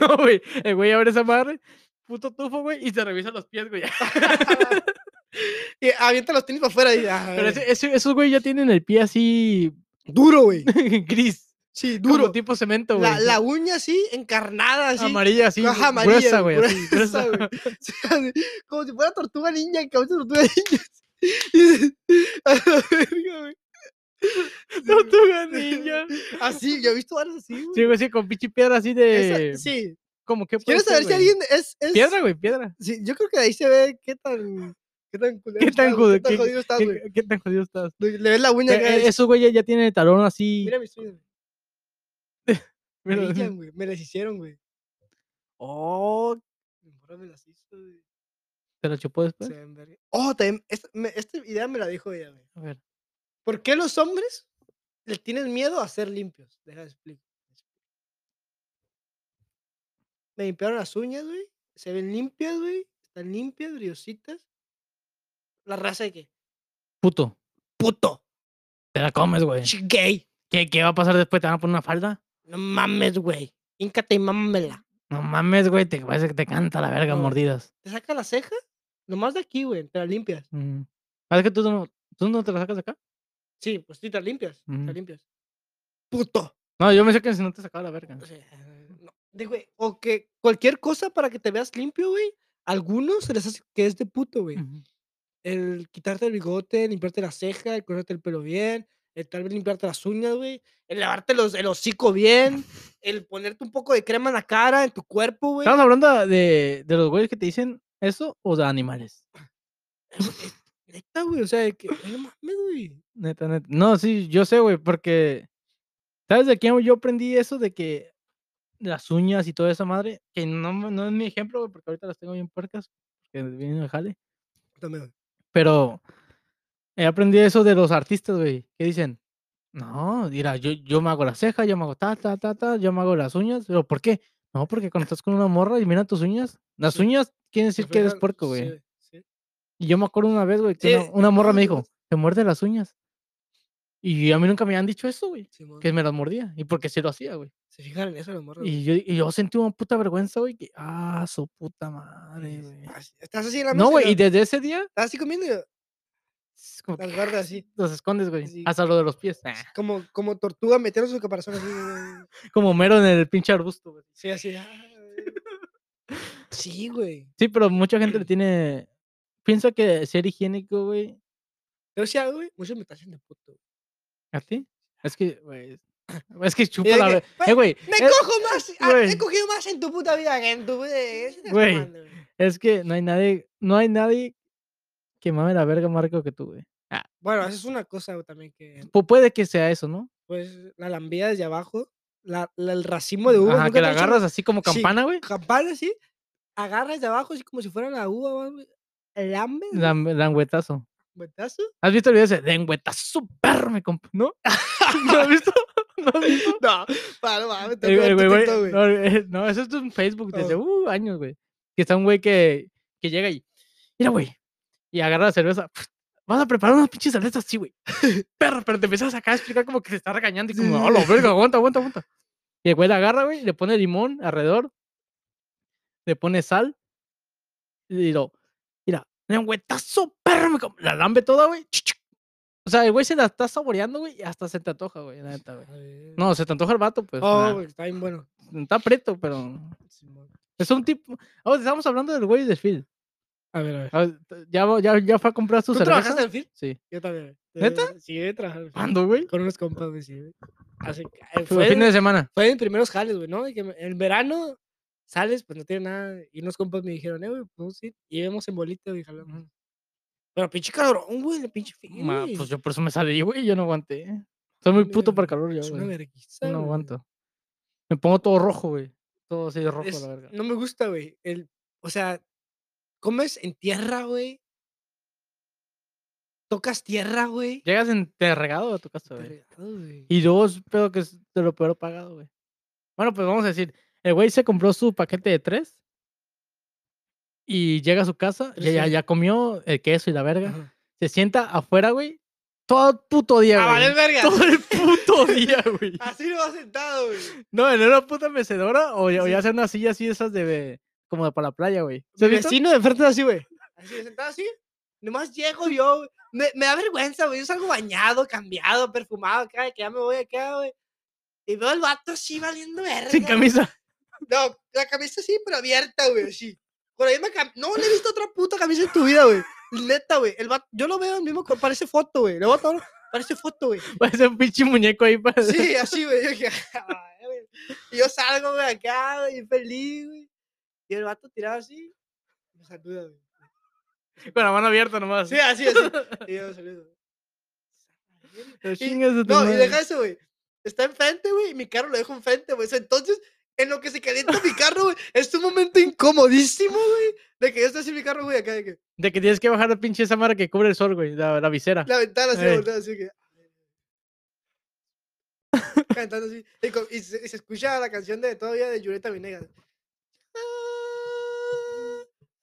[SPEAKER 2] No, güey. El güey abre esa madre, puto tufo, güey, y se revisa los pies, güey.
[SPEAKER 1] y avienta los tenis para afuera. Y, ah,
[SPEAKER 2] Pero ese- ese- esos güey ya tienen el pie así
[SPEAKER 1] Duro, güey.
[SPEAKER 2] gris.
[SPEAKER 1] Sí,
[SPEAKER 2] Duro.
[SPEAKER 1] duro.
[SPEAKER 2] tipo cemento, güey. Ah,
[SPEAKER 1] La, la uña así, encarnada, así.
[SPEAKER 2] Amarilla, así.
[SPEAKER 1] Caja
[SPEAKER 2] gru-
[SPEAKER 1] amarilla,
[SPEAKER 2] gruesa, güey. así,
[SPEAKER 1] gruesa,
[SPEAKER 2] gruesa.
[SPEAKER 1] güey. Sí, así, como si fuera tortuga ninja, el cabeza de tortuga ninja. Y- a la verga, güey.
[SPEAKER 2] Tortuga ninja.
[SPEAKER 1] Así, yo he visto varias así, güey.
[SPEAKER 2] Sí, güey, sí, con pinche piedra así
[SPEAKER 1] Esa-
[SPEAKER 2] de.
[SPEAKER 1] sí.
[SPEAKER 2] Como que.
[SPEAKER 1] Quiero
[SPEAKER 2] puede ser,
[SPEAKER 1] saber si
[SPEAKER 2] güey?
[SPEAKER 1] alguien es. es-
[SPEAKER 2] Piedra, güey, piedra.
[SPEAKER 1] sí, yo creo que ahí se ve qué tan. Qué tan, culero
[SPEAKER 2] ¿Qué tan
[SPEAKER 1] estás, güey,
[SPEAKER 2] jodido- qué-
[SPEAKER 1] jodido estás, güey.
[SPEAKER 2] ¿Qué, qué tan jodido estás?
[SPEAKER 1] Le ves la uña
[SPEAKER 2] Eh,
[SPEAKER 1] acá.
[SPEAKER 2] eh,
[SPEAKER 1] es-
[SPEAKER 2] esos güeyes ya tienen el talón así.
[SPEAKER 1] Mira mis uñas. güey. Me
[SPEAKER 2] mira,
[SPEAKER 1] brillan, güey. Me las hicieron, güey.
[SPEAKER 2] Oh,
[SPEAKER 1] Mi morra me las hizo, güey.
[SPEAKER 2] te lo chupó después.
[SPEAKER 1] Se ven verga. Oh, también. Esta, me- esta idea me la dijo ella, güey.
[SPEAKER 2] A ver.
[SPEAKER 1] ¿Por qué los hombres le tienen miedo a ser limpios? Deja de explicar. Me limpiaron las uñas, güey. Se ven limpias, güey. Están limpias, brillositas. La raza de qué?
[SPEAKER 2] Puto.
[SPEAKER 1] Puto.
[SPEAKER 2] Te la comes, güey.
[SPEAKER 1] ch- Gay.
[SPEAKER 2] ¿Qué, ¿Qué va a pasar después? ¿Te van a poner una falda?
[SPEAKER 1] No mames, güey. Híncate y mámamela.
[SPEAKER 2] No mames, güey. Te parece que te canta la
[SPEAKER 1] No.
[SPEAKER 2] verga mordidas.
[SPEAKER 1] Te saca la ceja. Nomás de aquí, güey. Te la limpias.
[SPEAKER 2] Mm. ¿Sabes que tú no, tú no te la sacas de acá?
[SPEAKER 1] Sí, pues sí, te la limpias. Te la
[SPEAKER 2] Ujú.
[SPEAKER 1] limpias. Puto.
[SPEAKER 2] No, yo me sé que si no te sacaba la verga.
[SPEAKER 1] O sea, no, de güey, o que cualquier cosa para que te veas limpio, güey. Algunos se les hace que es de puto, güey.
[SPEAKER 2] Ujú.
[SPEAKER 1] El quitarte el bigote, limpiarte la ceja, el cortarte el pelo bien, el tal vez limpiarte las uñas, güey. El lavarte los, el hocico bien, el ponerte un poco de crema en la cara, en tu cuerpo, güey.
[SPEAKER 2] ¿Estamos hablando de, de los güeyes que te dicen eso o de animales?
[SPEAKER 1] Neta, güey, o sea, de que, "Ay, no mames, güey.
[SPEAKER 2] Neta, neta. No, sí, yo sé, güey, porque. ¿Sabes de quién yo aprendí eso de que las uñas y toda esa madre? Que no, me- no es mi ejemplo, güey, porque ahorita las tengo bien puercas, que vienen de jale.
[SPEAKER 1] También, güey.
[SPEAKER 2] Pero he aprendido eso de los artistas, güey, que dicen, no, mira, yo, yo me hago las cejas, yo me hago ta, ta, ta, ta, yo me hago las uñas, pero ¿por qué? No, porque cuando estás con una morra y mira tus uñas, las
[SPEAKER 1] Sí.
[SPEAKER 2] uñas quieren decir que eres
[SPEAKER 1] Reflejan-
[SPEAKER 2] puerco,
[SPEAKER 1] sí,
[SPEAKER 2] güey.
[SPEAKER 1] sí.
[SPEAKER 2] Y yo me acuerdo una vez, güey, que
[SPEAKER 1] Sí,
[SPEAKER 2] una, una morra me dijo,
[SPEAKER 1] todos.
[SPEAKER 2] te muerde las uñas. Y a mí nunca me habían dicho eso, güey.
[SPEAKER 1] Simón.
[SPEAKER 2] Que me las mordía. Y porque sí lo hacía, güey.
[SPEAKER 1] Se fijan en eso los morros. güey.
[SPEAKER 2] Y yo, y yo sentí una puta vergüenza, güey. Que, ah, su puta madre, güey.
[SPEAKER 1] Así- Estás así en ah, la mesa.
[SPEAKER 2] No, güey. Y
[SPEAKER 1] luego
[SPEAKER 2] desde ese día,
[SPEAKER 1] Estás así comiendo y luego
[SPEAKER 2] es como que
[SPEAKER 1] las guardas así.
[SPEAKER 2] los escondes, güey.
[SPEAKER 1] Sí.
[SPEAKER 2] Hasta lo de los pies. Ah,
[SPEAKER 1] Como, como tortuga metiendo su caparazón así. güey.
[SPEAKER 2] Como mero en el pinche arbusto, güey.
[SPEAKER 1] Sí, así. ah, güey. Sí, güey.
[SPEAKER 2] Sí, pero mucha gente le tiene... Piensa que ser higiénico, güey.
[SPEAKER 1] Pero sí, ah, güey, muchos me tachan de puto. güey.
[SPEAKER 2] ¿A ti? Es que, güey... Es que
[SPEAKER 1] Y
[SPEAKER 2] chupa
[SPEAKER 1] de
[SPEAKER 2] la...
[SPEAKER 1] que,
[SPEAKER 2] ver-
[SPEAKER 1] "Güey,
[SPEAKER 2] Eh, güey.
[SPEAKER 1] Me
[SPEAKER 2] es-
[SPEAKER 1] cojo más. ah,
[SPEAKER 2] güey.
[SPEAKER 1] he cogido más en tu puta vida que en tu puta vida. ¿qué estás
[SPEAKER 2] Güey.
[SPEAKER 1] mamando, güey?"
[SPEAKER 2] Es que no hay nadie, no hay nadie que mame la verga Marco que tú, güey.
[SPEAKER 1] Bueno, eso es una cosa güey, también que,
[SPEAKER 2] Pu- puede que sea eso, ¿no?
[SPEAKER 1] pues, la lambida desde abajo, la, la- el racimo de uvas.
[SPEAKER 2] Mm, Ajá,
[SPEAKER 1] ¿nunca
[SPEAKER 2] que
[SPEAKER 1] te
[SPEAKER 2] la
[SPEAKER 1] han hecho
[SPEAKER 2] agarras así como
[SPEAKER 1] Sí.
[SPEAKER 2] campana, güey.
[SPEAKER 1] Campana, sí. Agarras de abajo, así como si fuera la uva, güey. Lambes, güey,
[SPEAKER 2] Lam- Langüetazo.
[SPEAKER 1] ¿Betazo?
[SPEAKER 2] ¿Has visto el video ese? Langüetazo, perro, me comp ¿No? ¿No has visto? ¿No has visto?
[SPEAKER 1] No, para, no, mames, tengo
[SPEAKER 2] El-
[SPEAKER 1] que
[SPEAKER 2] el
[SPEAKER 1] ver
[SPEAKER 2] güey,
[SPEAKER 1] tu TikTok,
[SPEAKER 2] güey,
[SPEAKER 1] güey.
[SPEAKER 2] no, eh, no, eso es un Facebook desde
[SPEAKER 1] Ah.
[SPEAKER 2] uh, años, güey. Que está un güey que, que llega y, mira, güey, y agarra la cerveza. Vas a preparar unas pinches cervezas así, güey. Perro, pero te empiezas acá a explicar como que se está regañando y como,
[SPEAKER 1] Sí, sí,
[SPEAKER 2] "A la
[SPEAKER 1] sí.
[SPEAKER 2] verga, aguanta, aguanta, aguanta. Y el güey la agarra, güey, le pone limón alrededor, le pone sal y lo, mira, le da un güetazo, perro, me com-". la lambe toda, güey, chuc, chuc, O sea, el güey se la está saboreando, güey, y hasta se te antoja, güey, la neta, güey. No, se te antoja el vato, pues.
[SPEAKER 1] Oh,
[SPEAKER 2] nah,
[SPEAKER 1] güey, está bien bueno.
[SPEAKER 2] Está preto, pero.
[SPEAKER 1] Simón.
[SPEAKER 2] Es un tipo. Ah, estamos hablando del güey del Phil.
[SPEAKER 1] A ver, a ver.
[SPEAKER 2] A ver, t- Ya, va- ya, ya fue a comprar su
[SPEAKER 1] ¿Tú
[SPEAKER 2] cerveza.
[SPEAKER 1] trabajaste en Phil?
[SPEAKER 2] Sí.
[SPEAKER 1] Yo también. güey.
[SPEAKER 2] ¿Neta?
[SPEAKER 1] Eh, Sí, he trabajado. en Phil.
[SPEAKER 2] ¿Cuándo, güey?
[SPEAKER 1] Con unos compas, güey, sí. güey. Hace- eh,
[SPEAKER 2] Fue
[SPEAKER 1] fue,
[SPEAKER 2] fin de semana.
[SPEAKER 1] fue de mis primeros jales, güey, ¿no? De que me- en verano sales, pues no tiene nada. Y unos compas me dijeron, eh, güey, pues sí. Y íbamos en bolita, güey, jalamos. Pero pinche cabrón, güey, la pinche Phil,
[SPEAKER 2] Ma,
[SPEAKER 1] güey.
[SPEAKER 2] pues yo por eso me salí, güey. Yo no aguanté. Soy muy puto para el calor, yo,
[SPEAKER 1] Es una
[SPEAKER 2] güey.
[SPEAKER 1] vergüenza,
[SPEAKER 2] No
[SPEAKER 1] güey.
[SPEAKER 2] aguanto. Me pongo todo rojo, güey. Todo así de rojo,
[SPEAKER 1] Es-
[SPEAKER 2] la verga.
[SPEAKER 1] no me gusta, güey. El- O sea, comes en tierra, güey. Tocas tierra, güey.
[SPEAKER 2] Llegas enterregado a tu casa, güey.
[SPEAKER 1] Vergado, güey.
[SPEAKER 2] Y dos, pero que es de lo peor pagado, güey. Bueno, pues vamos a decir, el güey se compró su paquete de tres y llega a su casa, ya,
[SPEAKER 1] Tres
[SPEAKER 2] ya,
[SPEAKER 1] de-
[SPEAKER 2] ya comió el queso y la verga.
[SPEAKER 1] Ajá.
[SPEAKER 2] Se sienta afuera, güey, todo el puto día,
[SPEAKER 1] Ah, vale,
[SPEAKER 2] güey.
[SPEAKER 1] verga. Ah.
[SPEAKER 2] Todo el puto día, güey.
[SPEAKER 1] Así lo vas sentado, güey.
[SPEAKER 2] No, en una puta mecedora o, ya- o
[SPEAKER 1] Sí.
[SPEAKER 2] ya sea una silla así esas de... Como de para la playa, güey.
[SPEAKER 1] Mi
[SPEAKER 2] ¿Sí has visto?
[SPEAKER 1] vecino de enfrente así, güey. Así, sentado así. Nomás llego yo. güey. Me, me da vergüenza, güey. Yo salgo bañado, cambiado, perfumado acá, de que ya me voy acá, güey. Y veo al vato así valiendo verga.
[SPEAKER 2] Sin camisa.
[SPEAKER 1] No, la camisa sí, pero abierta, güey, sí. Con la misma cam- No, no he visto otra puta camisa en tu vida, güey. Neta, güey. El vato- Yo lo veo el mismo, co- parece foto, güey. Le voy a tomar- Parece foto, güey.
[SPEAKER 2] Parece un pinche muñeco ahí para...
[SPEAKER 1] Sí, así, güey. Yo dije, "Ay, güey". Y yo salgo, güey, acá, güey, bien feliz, güey. Y el vato tirado así, me saluda, güey.
[SPEAKER 2] Con la mano abierta nomás.
[SPEAKER 1] Sí, ah, así, así. Y yo saludo.
[SPEAKER 2] Pero
[SPEAKER 1] Y-
[SPEAKER 2] chingas a tu
[SPEAKER 1] no, y
[SPEAKER 2] madre.
[SPEAKER 1] deja eso, güey. Está enfrente, güey, y mi carro lo dejo enfrente, güey. O sea, Entonces, en lo que se calienta mi carro, güey, es un momento incomodísimo, güey. De que yo estoy así en mi carro, güey, acá, de que
[SPEAKER 2] De que tienes que bajar la pinche esa mara que cubre el sol, güey. La, la visera.
[SPEAKER 1] la ventana así, la
[SPEAKER 2] Ey.
[SPEAKER 1] volteo, así que. Cantando así. Y, co- y se, y se escucha la canción de todavía de Yureta Venegas.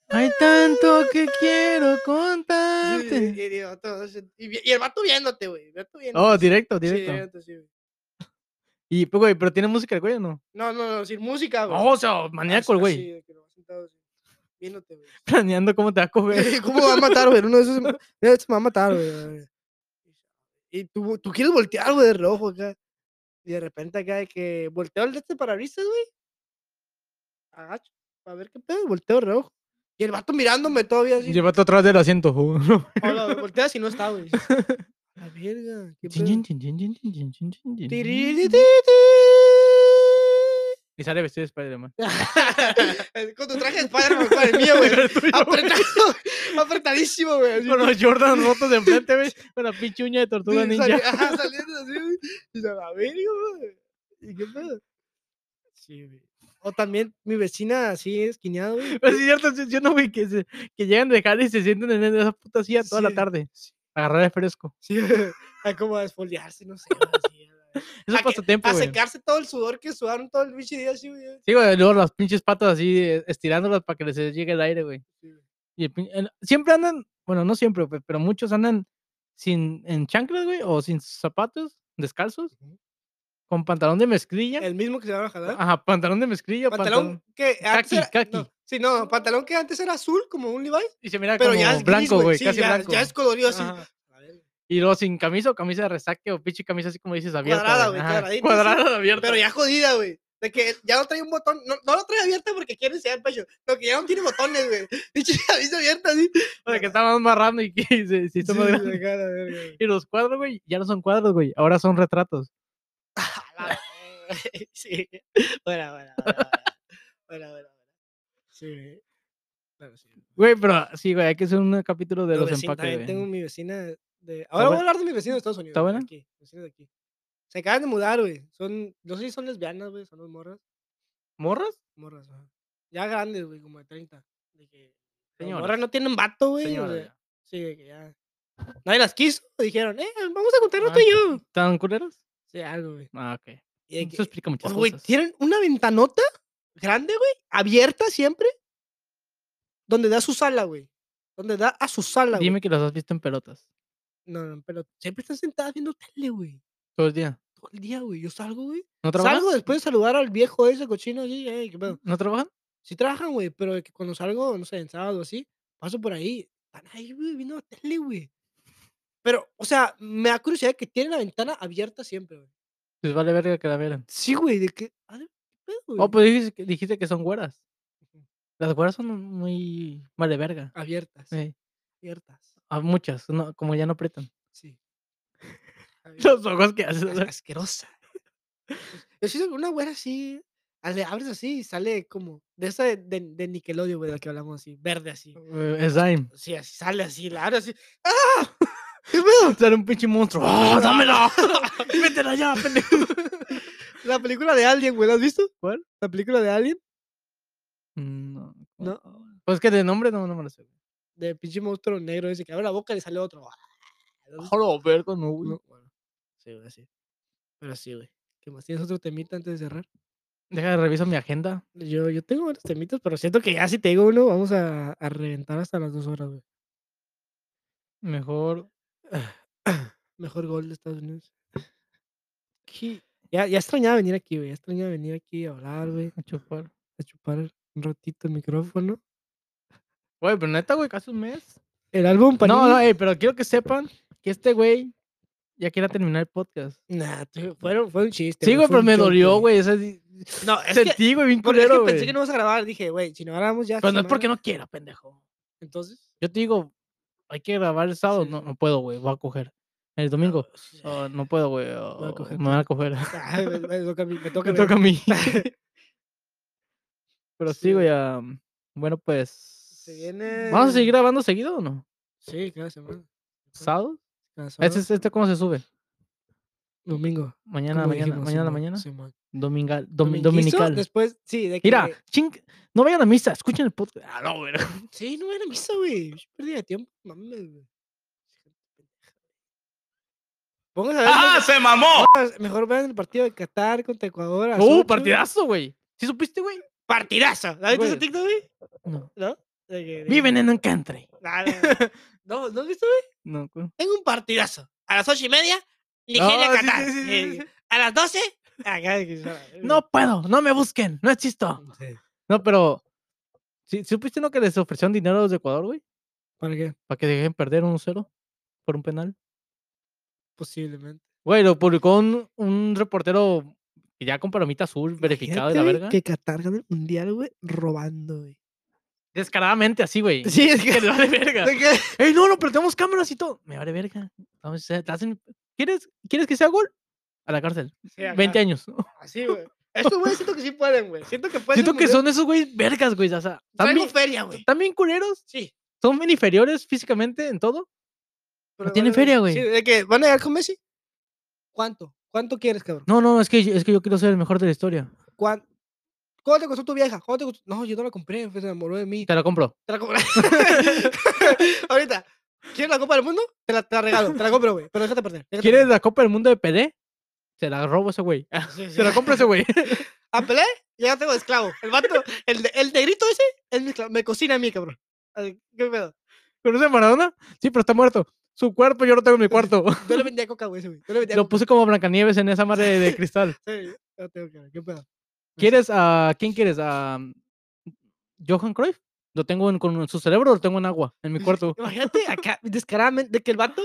[SPEAKER 2] Hay tanto que quiero Ah,
[SPEAKER 1] Sí, y,
[SPEAKER 2] contarte.
[SPEAKER 1] y digo, todo eso, y vi- y el vato viéndote, güey. el vato
[SPEAKER 2] Oh,
[SPEAKER 1] viéndote, sí,
[SPEAKER 2] directo,
[SPEAKER 1] sí,
[SPEAKER 2] directo.
[SPEAKER 1] viéndote, sí, güey.
[SPEAKER 2] Y, pues, güey, pero tiene música el güey o no?
[SPEAKER 1] no, no, no, sin música, Ah, güey.
[SPEAKER 2] Oh, o sea, maníaco el
[SPEAKER 1] Así
[SPEAKER 2] güey.
[SPEAKER 1] de que lo vas sentado así, Viéndote, güey.
[SPEAKER 2] Planeando cómo te va a coger.
[SPEAKER 1] ¿Cómo me va a matar, güey? Uno de esos me, uno de esos me va a matar, güey. la verga. Y tú, tú quieres voltear, güey, de rojo acá. Y de repente acá de que volteo el de este parabrisas, güey. Agacho, para ver qué pedo, volteo de rojo. Y el vato mirándome todavía así.
[SPEAKER 2] Llévate atrás del asiento. jo.
[SPEAKER 1] Hola, güey, voltea si no está, güey. La verga, qué
[SPEAKER 2] Chin,
[SPEAKER 1] pedo.
[SPEAKER 2] chin, chin, chin, chin, chin, chin, chin, chin, chin, chin.
[SPEAKER 1] Tiririti.
[SPEAKER 2] Y sale vestido de Spider-Man.
[SPEAKER 1] Con tu traje de Spider-Man, con el mío, güey.
[SPEAKER 2] Con el tuyo, güey.
[SPEAKER 1] Apretado, apretadísimo, güey. así.
[SPEAKER 2] Con los Jordan rotos de enfrente, güey. Con la pinche uña de tortuga
[SPEAKER 1] Sí, sali-
[SPEAKER 2] ninja.
[SPEAKER 1] ajá, saliendo así, güey. Y yo, la verga, güey. ¿Y qué pedo? Sí, güey. O también mi vecina así esquineada, güey.
[SPEAKER 2] Pero Pues, sí, es cierto, yo- yo no, güey, que, se- que llegan de dejar y se sienten en esa puta silla toda la
[SPEAKER 1] Sí,
[SPEAKER 2] tarde. Agarrar el fresco.
[SPEAKER 1] Sí, güey. a como a esfoliarse, no sé. güey, así, a la verga. Pues,
[SPEAKER 2] Eso
[SPEAKER 1] A
[SPEAKER 2] es
[SPEAKER 1] que-
[SPEAKER 2] pasatiempo,
[SPEAKER 1] A
[SPEAKER 2] güey.
[SPEAKER 1] secarse todo el sudor que sudaron todo el bicho día así, güey.
[SPEAKER 2] Sí, güey, luego las pinches patas así, eh, estirándolas para que les llegue el aire, güey.
[SPEAKER 1] Sí, güey.
[SPEAKER 2] Y el pin- el- siempre andan, bueno, no siempre, pues, pero muchos andan sin, en chanclas, güey, o sin zapatos, descalzos,
[SPEAKER 1] Ujú.
[SPEAKER 2] con pantalón de mezclilla.
[SPEAKER 1] El mismo que se van a jalar.
[SPEAKER 2] Ajá, pantalón de mezclilla, pantalón.
[SPEAKER 1] pantalón que antes
[SPEAKER 2] Kaki,
[SPEAKER 1] era,
[SPEAKER 2] kaki.
[SPEAKER 1] No, sí, no, pantalón que antes era azul, como un Levi's.
[SPEAKER 2] Y se mira
[SPEAKER 1] Pero
[SPEAKER 2] como
[SPEAKER 1] ya es gris,
[SPEAKER 2] blanco, güey,
[SPEAKER 1] sí,
[SPEAKER 2] casi
[SPEAKER 1] ya,
[SPEAKER 2] blanco.
[SPEAKER 1] ya es colorido así.
[SPEAKER 2] Ajá. Y luego sin camisa o camisa de resaque o pinche camisa así como dices abierta.
[SPEAKER 1] Cuadrada, güey,
[SPEAKER 2] Ajá,
[SPEAKER 1] cuadradita, sí.
[SPEAKER 2] Cuadrada, abierta.
[SPEAKER 1] Pero ya jodida, güey. De que ya no trae un botón. No, no lo trae abierta porque quiere enseñar el pecho. Lo que ya no tiene botones, güey. Dicho camisa abierta, así.
[SPEAKER 2] O sea, que estaban amarrando y que y se, se hizo más
[SPEAKER 1] Sí,
[SPEAKER 2] grande.
[SPEAKER 1] acá, la verga, güey.
[SPEAKER 2] Y los cuadros, güey, ya no son cuadros, güey. Ahora son retratos.
[SPEAKER 1] A la verga, Sí. Bueno, bueno, bueno. Bueno, bueno, bueno. Sí, güey. Bueno, sí.
[SPEAKER 2] Güey, pero sí, güey, hay que hacer un capítulo de
[SPEAKER 1] Pero
[SPEAKER 2] los
[SPEAKER 1] vecin-
[SPEAKER 2] empaques,
[SPEAKER 1] también
[SPEAKER 2] güey.
[SPEAKER 1] eh, tengo mi vecina de... Ahora voy a
[SPEAKER 2] buena?
[SPEAKER 1] hablar de mis vecinos de Estados Unidos. de
[SPEAKER 2] buena?
[SPEAKER 1] aquí, vecinos de aquí. Se acaban de mudar, güey. Son... No sé si son lesbianas, güey. Son dos morras.
[SPEAKER 2] ¿Morras?
[SPEAKER 1] Morras, ajá. Ya grandes, güey. Como de 30. De que... las
[SPEAKER 2] Señoras.
[SPEAKER 1] Morras no tienen vato, güey. o
[SPEAKER 2] Señora,
[SPEAKER 1] sea,
[SPEAKER 2] ya.
[SPEAKER 1] Sí, de que ya. Nadie las quiso. Dijeron, eh, vamos a contarnos
[SPEAKER 2] Ah,
[SPEAKER 1] tú y yo.
[SPEAKER 2] ¿Están culeros?
[SPEAKER 1] Sí, algo, güey.
[SPEAKER 2] Ah, ok.
[SPEAKER 1] Y de que,
[SPEAKER 2] Eso explica muchas
[SPEAKER 1] "Oh, güey,
[SPEAKER 2] cosas.
[SPEAKER 1] tienen una ventanota grande, güey, abierta siempre, donde da su sala, güey. Donde da a su sala, güey.
[SPEAKER 2] Dime que los has visto en pelotas.
[SPEAKER 1] No, no, pero siempre están sentadas viendo tele, güey.
[SPEAKER 2] Todo el día.
[SPEAKER 1] Todo el día, güey. Yo salgo, güey.
[SPEAKER 2] ¿No trabajan?
[SPEAKER 1] Salgo después de saludar al viejo ese cochino así, eh, qué pedo.
[SPEAKER 2] ¿No trabajan?
[SPEAKER 1] Sí trabajan, güey, pero de que cuando salgo, no sé, en sábado o así, paso por ahí. Están ahí, güey, viendo la tele, güey. Pero, o sea, me da curiosidad que tiene la ventana abierta siempre, güey.
[SPEAKER 2] Pues vale verga que la vieran.
[SPEAKER 1] Sí, güey, de que. ah, de- ¿qué pedo,
[SPEAKER 2] Oh,
[SPEAKER 1] güey?
[SPEAKER 2] pues dijiste, que- dijiste que son güeras. Las güeras son muy vale verga.
[SPEAKER 1] Abiertas.
[SPEAKER 2] eh,
[SPEAKER 1] Abiertas.
[SPEAKER 2] a muchas, no, como ya no apretan.
[SPEAKER 1] Sí. Abiertas.
[SPEAKER 2] Los ojos que hacen.
[SPEAKER 1] Es asquerosa. Yo siento una güera así. ah, Le abres así y sale como. De esa de, de, de Nickelodeon, güey, de la que hablamos así. Verde así.
[SPEAKER 2] eh, Slime.
[SPEAKER 1] Sí, así sale así, la abres así. ¡Ah! ¿Qué pedo?
[SPEAKER 2] Sale un pinche monstruo. ¡Oh, dámela! ¡Métela ya, pendejo!
[SPEAKER 1] La película de Alien, güey, ¿la has visto?
[SPEAKER 2] ¿Cuál?
[SPEAKER 1] La película de Alien.
[SPEAKER 2] Mm, No.
[SPEAKER 1] No.
[SPEAKER 2] Pues que de nombre no, no me lo sé.
[SPEAKER 1] De pinche monstruo negro ese que abre la boca y le sale otro. Ah, ¿lo has visto?
[SPEAKER 2] Jolo, verga, no, güey.
[SPEAKER 1] No, bueno. Sí, güey, sí. Pero sí, güey. ¿Qué más? ¿Tienes otro temita antes de cerrar?
[SPEAKER 2] Deja, reviso mi agenda.
[SPEAKER 1] Yo, yo tengo varios temitas, pero siento que ya si te digo uno, vamos a, a reventar hasta las dos horas, güey.
[SPEAKER 2] Mejor.
[SPEAKER 1] Mejor gol de Estados Unidos. Ya, ya extrañaba venir aquí, güey. Ya extrañaba venir aquí a hablar, güey.
[SPEAKER 2] A chupar.
[SPEAKER 1] A chupar un ratito el micrófono.
[SPEAKER 2] Güey, pero neta, güey, casi un mes.
[SPEAKER 1] El álbum Panini.
[SPEAKER 2] No, eh. no, ey, pero quiero que sepan que este güey ya quiere terminar el podcast.
[SPEAKER 1] Nah, tú- fueron- fue un chiste.
[SPEAKER 2] Sí, güey,
[SPEAKER 1] fue
[SPEAKER 2] pero
[SPEAKER 1] un
[SPEAKER 2] me
[SPEAKER 1] joke,
[SPEAKER 2] dolió, güey. esa-
[SPEAKER 1] No, es que,
[SPEAKER 2] Sentí, güey, bien
[SPEAKER 1] porque es que
[SPEAKER 2] culero, güey.
[SPEAKER 1] pensé que no ibas a grabar. Dije, güey, si no grabamos ya.
[SPEAKER 2] Pero
[SPEAKER 1] esta
[SPEAKER 2] no es porque
[SPEAKER 1] madre.
[SPEAKER 2] no quiera, pendejo.
[SPEAKER 1] Entonces.
[SPEAKER 2] Yo te digo, hay que grabar el sábado.
[SPEAKER 1] sí,
[SPEAKER 2] No,
[SPEAKER 1] sí.
[SPEAKER 2] no puedo, güey. Voy a coger. El domingo.
[SPEAKER 1] ah,
[SPEAKER 2] "Oh, no puedo, güey.
[SPEAKER 1] a
[SPEAKER 2] oh,
[SPEAKER 1] coger
[SPEAKER 2] me van a coger.
[SPEAKER 1] Ah, me, me toca a mí. Me toca,
[SPEAKER 2] Me
[SPEAKER 1] a mí.
[SPEAKER 2] toca a mí. Pero
[SPEAKER 1] Sí.
[SPEAKER 2] sí, güey. ah, bueno, pues.
[SPEAKER 1] Se viene.
[SPEAKER 2] ¿Vamos a seguir grabando seguido o no?
[SPEAKER 1] Sí, cada semana.
[SPEAKER 2] ¿Sábado?
[SPEAKER 1] Cada
[SPEAKER 2] ¿Este,
[SPEAKER 1] sábado,
[SPEAKER 2] es- este cómo se sube?
[SPEAKER 1] Domingo.
[SPEAKER 2] Mañana,
[SPEAKER 1] como
[SPEAKER 2] mañana,
[SPEAKER 1] dijimos,
[SPEAKER 2] mañana, a la
[SPEAKER 1] Simón,
[SPEAKER 2] mañana.
[SPEAKER 1] Simón.
[SPEAKER 2] Domingal, domi-
[SPEAKER 1] Dominguizo,
[SPEAKER 2] dominical.
[SPEAKER 1] Después, sí, de que.
[SPEAKER 2] Mira, ching, no vayan a misa, escuchen el podcast. Ah, no, güey.
[SPEAKER 1] Sí, no era misa, güey. Yo Perdí de tiempo. Mames, güey. Pónganse a ver.
[SPEAKER 4] ¡Ah,
[SPEAKER 1] mejor-
[SPEAKER 4] se mamó!
[SPEAKER 1] pónganse- Mejor vean el partido de Qatar contra Ecuador. a las
[SPEAKER 2] Uh,
[SPEAKER 1] ocho.
[SPEAKER 2] partidazo, güey. ¿Sí supiste, güey?
[SPEAKER 1] Partidazo. ¿La viste ese
[SPEAKER 2] Güey.
[SPEAKER 1] TikTok, güey?
[SPEAKER 2] No.
[SPEAKER 1] ¿No? De que- de
[SPEAKER 2] Viven
[SPEAKER 1] que-
[SPEAKER 2] en un country.
[SPEAKER 1] Nah, nah, nah. No, ¿no has visto, güey?
[SPEAKER 2] No, güey.
[SPEAKER 1] Tengo un partidazo. A las ocho y media, Nigeria,
[SPEAKER 2] No, sí,
[SPEAKER 1] Qatar.
[SPEAKER 2] sí, sí, sí,
[SPEAKER 1] Eh,
[SPEAKER 2] sí.
[SPEAKER 1] A las doce, acá. de que se va, eh,
[SPEAKER 2] No puedo, no me busquen, no existo.
[SPEAKER 1] Sí.
[SPEAKER 2] No, pero. ¿sí, ¿Supiste no que les ofrecieron dinero a los de Ecuador, güey?
[SPEAKER 1] ¿Para qué?
[SPEAKER 2] Para que dejen perder 1-0 por un penal.
[SPEAKER 1] Posiblemente.
[SPEAKER 2] Güey, lo publicó un, un reportero que ya con palomita azul, verificado de la
[SPEAKER 1] Imagínate, güey,
[SPEAKER 2] verga.
[SPEAKER 1] Que Qatar gana el mundial, güey, robando, güey.
[SPEAKER 2] Descaradamente así, güey.
[SPEAKER 1] Sí, es
[SPEAKER 2] Que le vale verga.
[SPEAKER 1] ¿De qué?
[SPEAKER 2] ¡Ey, no, no, pero tenemos cámaras y todo! Me vale verga. Vamos, eh, te hacen- ¿Quieres, ¿Quieres que sea gol? A la cárcel.
[SPEAKER 1] Sí, acá.
[SPEAKER 2] 20 años.
[SPEAKER 1] Así, güey. Estos güeyes siento que sí pueden, güey. Siento que pueden.
[SPEAKER 2] Siento que son esos güeyes vergas, güey. O sea, también,
[SPEAKER 1] feria, güey.
[SPEAKER 2] también culeros.
[SPEAKER 1] Sí.
[SPEAKER 2] Son bien inferiores físicamente en todo.
[SPEAKER 1] pero
[SPEAKER 2] tienen
[SPEAKER 1] van a-
[SPEAKER 2] feria, güey.
[SPEAKER 1] Sí, de que van a llegar con Messi. ¿Cuánto? ¿Cuánto quieres, cabrón?
[SPEAKER 2] No, no, es que, es que yo quiero ser el mejor de la historia.
[SPEAKER 1] ¿Cuán- ¿Cuánto te costó tu vieja? ¿Cuánto te costó? No, yo no la compré, pues, se enamoró de mí.
[SPEAKER 2] Te lo compro.
[SPEAKER 1] Te la compré. Ahorita, ¿quieres la Copa del Mundo? Te la, te la regalo, te la compro, güey. Pero déjate perder. déjate
[SPEAKER 2] ¿Quieres la Copa del Mundo de Pelé? Se la robo a ese güey.
[SPEAKER 1] perder. Sí, sí.
[SPEAKER 2] Se la compro a ese güey.
[SPEAKER 1] ¿A Pelé? Ya la tengo de esclavo. El vato, el, de- el negrito ese, es mi esclavo. Me cocina a mí, cabrón. Ay, ¿Qué pedo?
[SPEAKER 2] ¿Conoces a Maradona? Sí, pero está muerto. Su cuerpo yo lo tengo en mi cuarto.
[SPEAKER 1] Yo le vendía coca, güey, ese güey. Yo le vendía
[SPEAKER 2] Lo
[SPEAKER 1] coca.
[SPEAKER 2] puse como Blancanieves en esa madre de cristal.
[SPEAKER 1] Sí, yo tengo que ver, ¿Qué pedo?
[SPEAKER 2] ¿Quieres a. ¿Quién quieres? ¿A. mm, Johan Cruyff? Lo tengo en, con su cerebro, lo tengo en agua, en mi cuarto.
[SPEAKER 1] Imagínate acá, descaradamente, de que el vato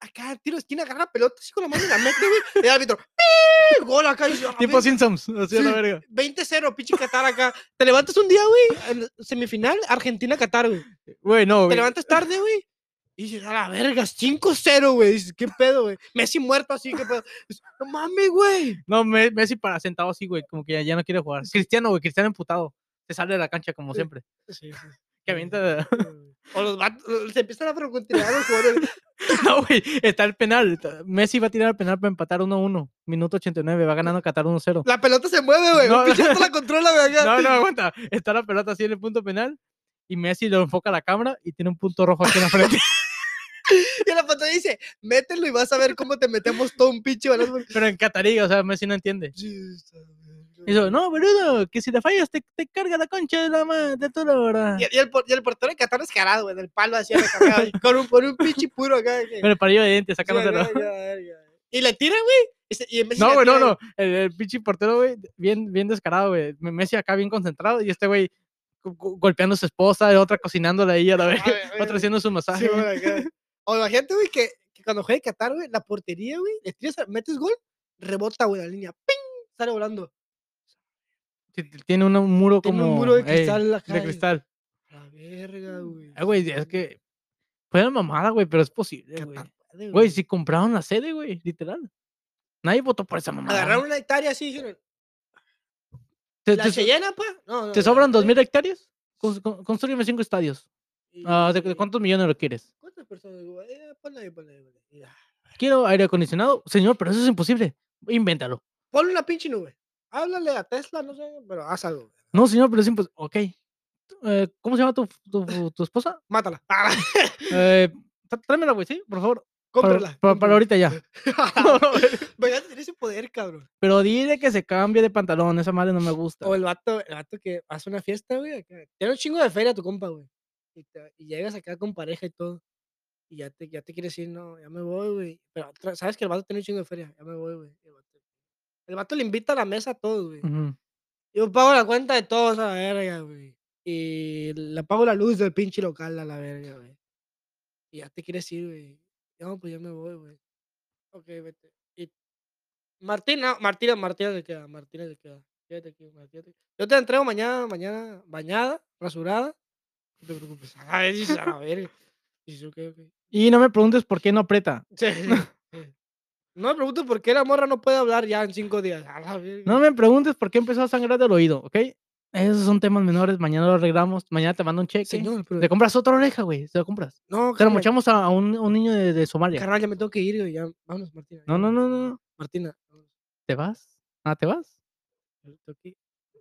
[SPEAKER 1] acá tiro de esquina, agarra la pelota, así con la mano y la mete, güey. Y el árbitro, ¡pi! Gol acá. y "Ah, yo, "A
[SPEAKER 2] Tipo
[SPEAKER 1] ver,
[SPEAKER 2] Simpsons, así a la
[SPEAKER 1] Sí.
[SPEAKER 2] verga.
[SPEAKER 1] 20-0, pinche Qatar acá. Te levantas un día, güey, en la semifinal, Argentina-Qatar, güey.
[SPEAKER 2] Güey, no,
[SPEAKER 1] Te
[SPEAKER 2] güey.
[SPEAKER 1] levantas tarde, güey. Y dices, a la verga, 5-0, güey. Dices, ¿qué pedo, güey? Messi muerto así, ¿qué pedo? Dices, No mames, güey.
[SPEAKER 2] No, Me- Messi para sentado así, güey, como que ya, ya no quiere jugar. Cristiano, güey, Cristiano emputado. Se sale de la cancha como
[SPEAKER 1] Sí.
[SPEAKER 2] siempre.
[SPEAKER 1] Sí, sí,
[SPEAKER 2] Que avienta.
[SPEAKER 1] O los vatos, se empiezan a preguntar a los jugadores.
[SPEAKER 2] No, güey, está el penal. está- Messi va a tirar el penal para empatar 1-1. Minuto 89, va ganando Qatar 1-0.
[SPEAKER 1] La pelota se mueve, güey.
[SPEAKER 2] No.
[SPEAKER 1] Un pinche vato la controla, güey. acá.
[SPEAKER 2] No, no, aguanta. Está la pelota así en el punto penal y Messi lo enfoca a la cámara y tiene un punto rojo aquí en la frente.
[SPEAKER 1] Y en la pantalla dice, mételo y vas a ver cómo te metemos todo un pinche balazo.
[SPEAKER 2] Pero en catarí, o sea, Messi no entiende. Y dice, no, boludo, que si te fallas te, te carga la concha de la madre de toda la hora.
[SPEAKER 1] Y, y el, por- y el portero de Qatar descarado, güey, del palo así, acá, con, un, con un pinche puro acá. de que,
[SPEAKER 2] Pero el parillo de dientes,
[SPEAKER 1] sí,
[SPEAKER 2] sacándose
[SPEAKER 1] acá, ya, verga. Y le tira, güey. y se- Y en vez de
[SPEAKER 2] No,
[SPEAKER 1] la
[SPEAKER 2] güey, no,
[SPEAKER 1] tira,
[SPEAKER 2] no. El, el pinche portero, güey, bien, bien descarado, güey. Me- Messi acá bien concentrado y este güey go- go- golpeando a su esposa, la otra cocinándola ahí a la vez,
[SPEAKER 1] A ver, a ver,
[SPEAKER 2] otra haciendo su
[SPEAKER 1] Ah, sí,
[SPEAKER 2] masaje.
[SPEAKER 1] güey, acá. O imagínate, güey, que, que que cuando juegue Qatar, güey, la portería, güey, le tiras, a- metes gol, rebota, güey, la línea, ¡ping! Sale volando.
[SPEAKER 2] Sí, t- Tiene una- un muro como.
[SPEAKER 1] Tiene un muro de
[SPEAKER 2] ey,
[SPEAKER 1] cristal acá,
[SPEAKER 2] de
[SPEAKER 1] y-
[SPEAKER 2] cristal.
[SPEAKER 1] La verga, güey.
[SPEAKER 2] Ah, güey, es que. Fue una mamada, güey, pero es posible, güey.
[SPEAKER 1] Qatar puede,
[SPEAKER 2] Güey, si compraron la sede, güey, literal. Nadie votó por esa mamada.
[SPEAKER 1] Agarraron una hectárea así, dijeron,
[SPEAKER 2] ¿Te,
[SPEAKER 1] ¿la
[SPEAKER 2] te-
[SPEAKER 1] se llena, pa? No, no,
[SPEAKER 2] te
[SPEAKER 1] la
[SPEAKER 2] sobran dos mil
[SPEAKER 1] hectárea.
[SPEAKER 2] hectáreas? Cons- con- Construyeme cinco estadios. Ah, ¿de, de
[SPEAKER 1] Y-
[SPEAKER 2] cuántos millones lo quieres?
[SPEAKER 1] ¿Cuántas personas? Digo, eh, ponle ahí, ponle ahí, ponle ahí. Ya.
[SPEAKER 2] Quiero aire acondicionado. Señor, pero eso es imposible. Invéntalo.
[SPEAKER 1] Ponle una pinche nube. Háblale a Tesla, no sé, pero haz algo. güey.
[SPEAKER 2] No, señor, pero es imposible. Ok. Eh, ¿Cómo se llama tu, tu- tu esposa?
[SPEAKER 1] Mátala. Ah,
[SPEAKER 2] Eh, tra- tráemela, güey, sí, por favor. Para,
[SPEAKER 1] Cómprala.
[SPEAKER 2] para- para ahorita ya.
[SPEAKER 1] Ah, Vaya, tiene ese poder, cabrón.
[SPEAKER 2] Pero dile que se cambie de pantalón. Esa madre no me gusta.
[SPEAKER 1] O el vato, el vato que hace una fiesta, güey. acá. Tiene un chingo de feria tu compa, güey. Y, te- y llegas acá con pareja y todo. Y ya te, ya te quieres ir, no, ya me voy, güey. Pero tra- sabes que el vato tiene un chingo de feria. Ya me voy, güey. El vato, el vato le invita a la mesa a todos, güey.
[SPEAKER 2] Ujú.
[SPEAKER 1] Yo pago la cuenta de todos a la verga, güey. Y le pago la luz del pinche local a la verga, güey. Y ya te quieres ir, güey. No, pues ya me voy, güey. Ok, vete. Y Martina, Martina, Martina se queda, Martina se queda. Quédate aquí, Martina. Yo te la entrego mañana, mañana, bañada, rasurada. No te preocupes. A ver, dices, a la verga. Dices, ok, ok.
[SPEAKER 2] Y no me preguntes por qué no aprieta.
[SPEAKER 1] Sí, sí. No me pregunto por qué la morra no puede hablar ya en cinco días. A la verga.
[SPEAKER 2] No me preguntes por qué empezó a sangrar del oído, ¿ok? Esos son temas menores. Mañana lo arreglamos. Mañana te mando un cheque.
[SPEAKER 1] Señor, pero...
[SPEAKER 2] Te compras otra oreja, güey. Te la compras.
[SPEAKER 1] No,
[SPEAKER 2] Te la
[SPEAKER 1] carnal.
[SPEAKER 2] mochamos a, a un, un niño de, de Somalia.
[SPEAKER 1] Carnal, ya me tengo que ir, güey. Ya, vámonos, Martina.
[SPEAKER 2] No,
[SPEAKER 1] ya,
[SPEAKER 2] no,
[SPEAKER 1] vámonos,
[SPEAKER 2] no, no. no.
[SPEAKER 1] Martina. vámonos,
[SPEAKER 2] ¿Te vas? Ah, ¿te vas?
[SPEAKER 1] ya me tengo que ir.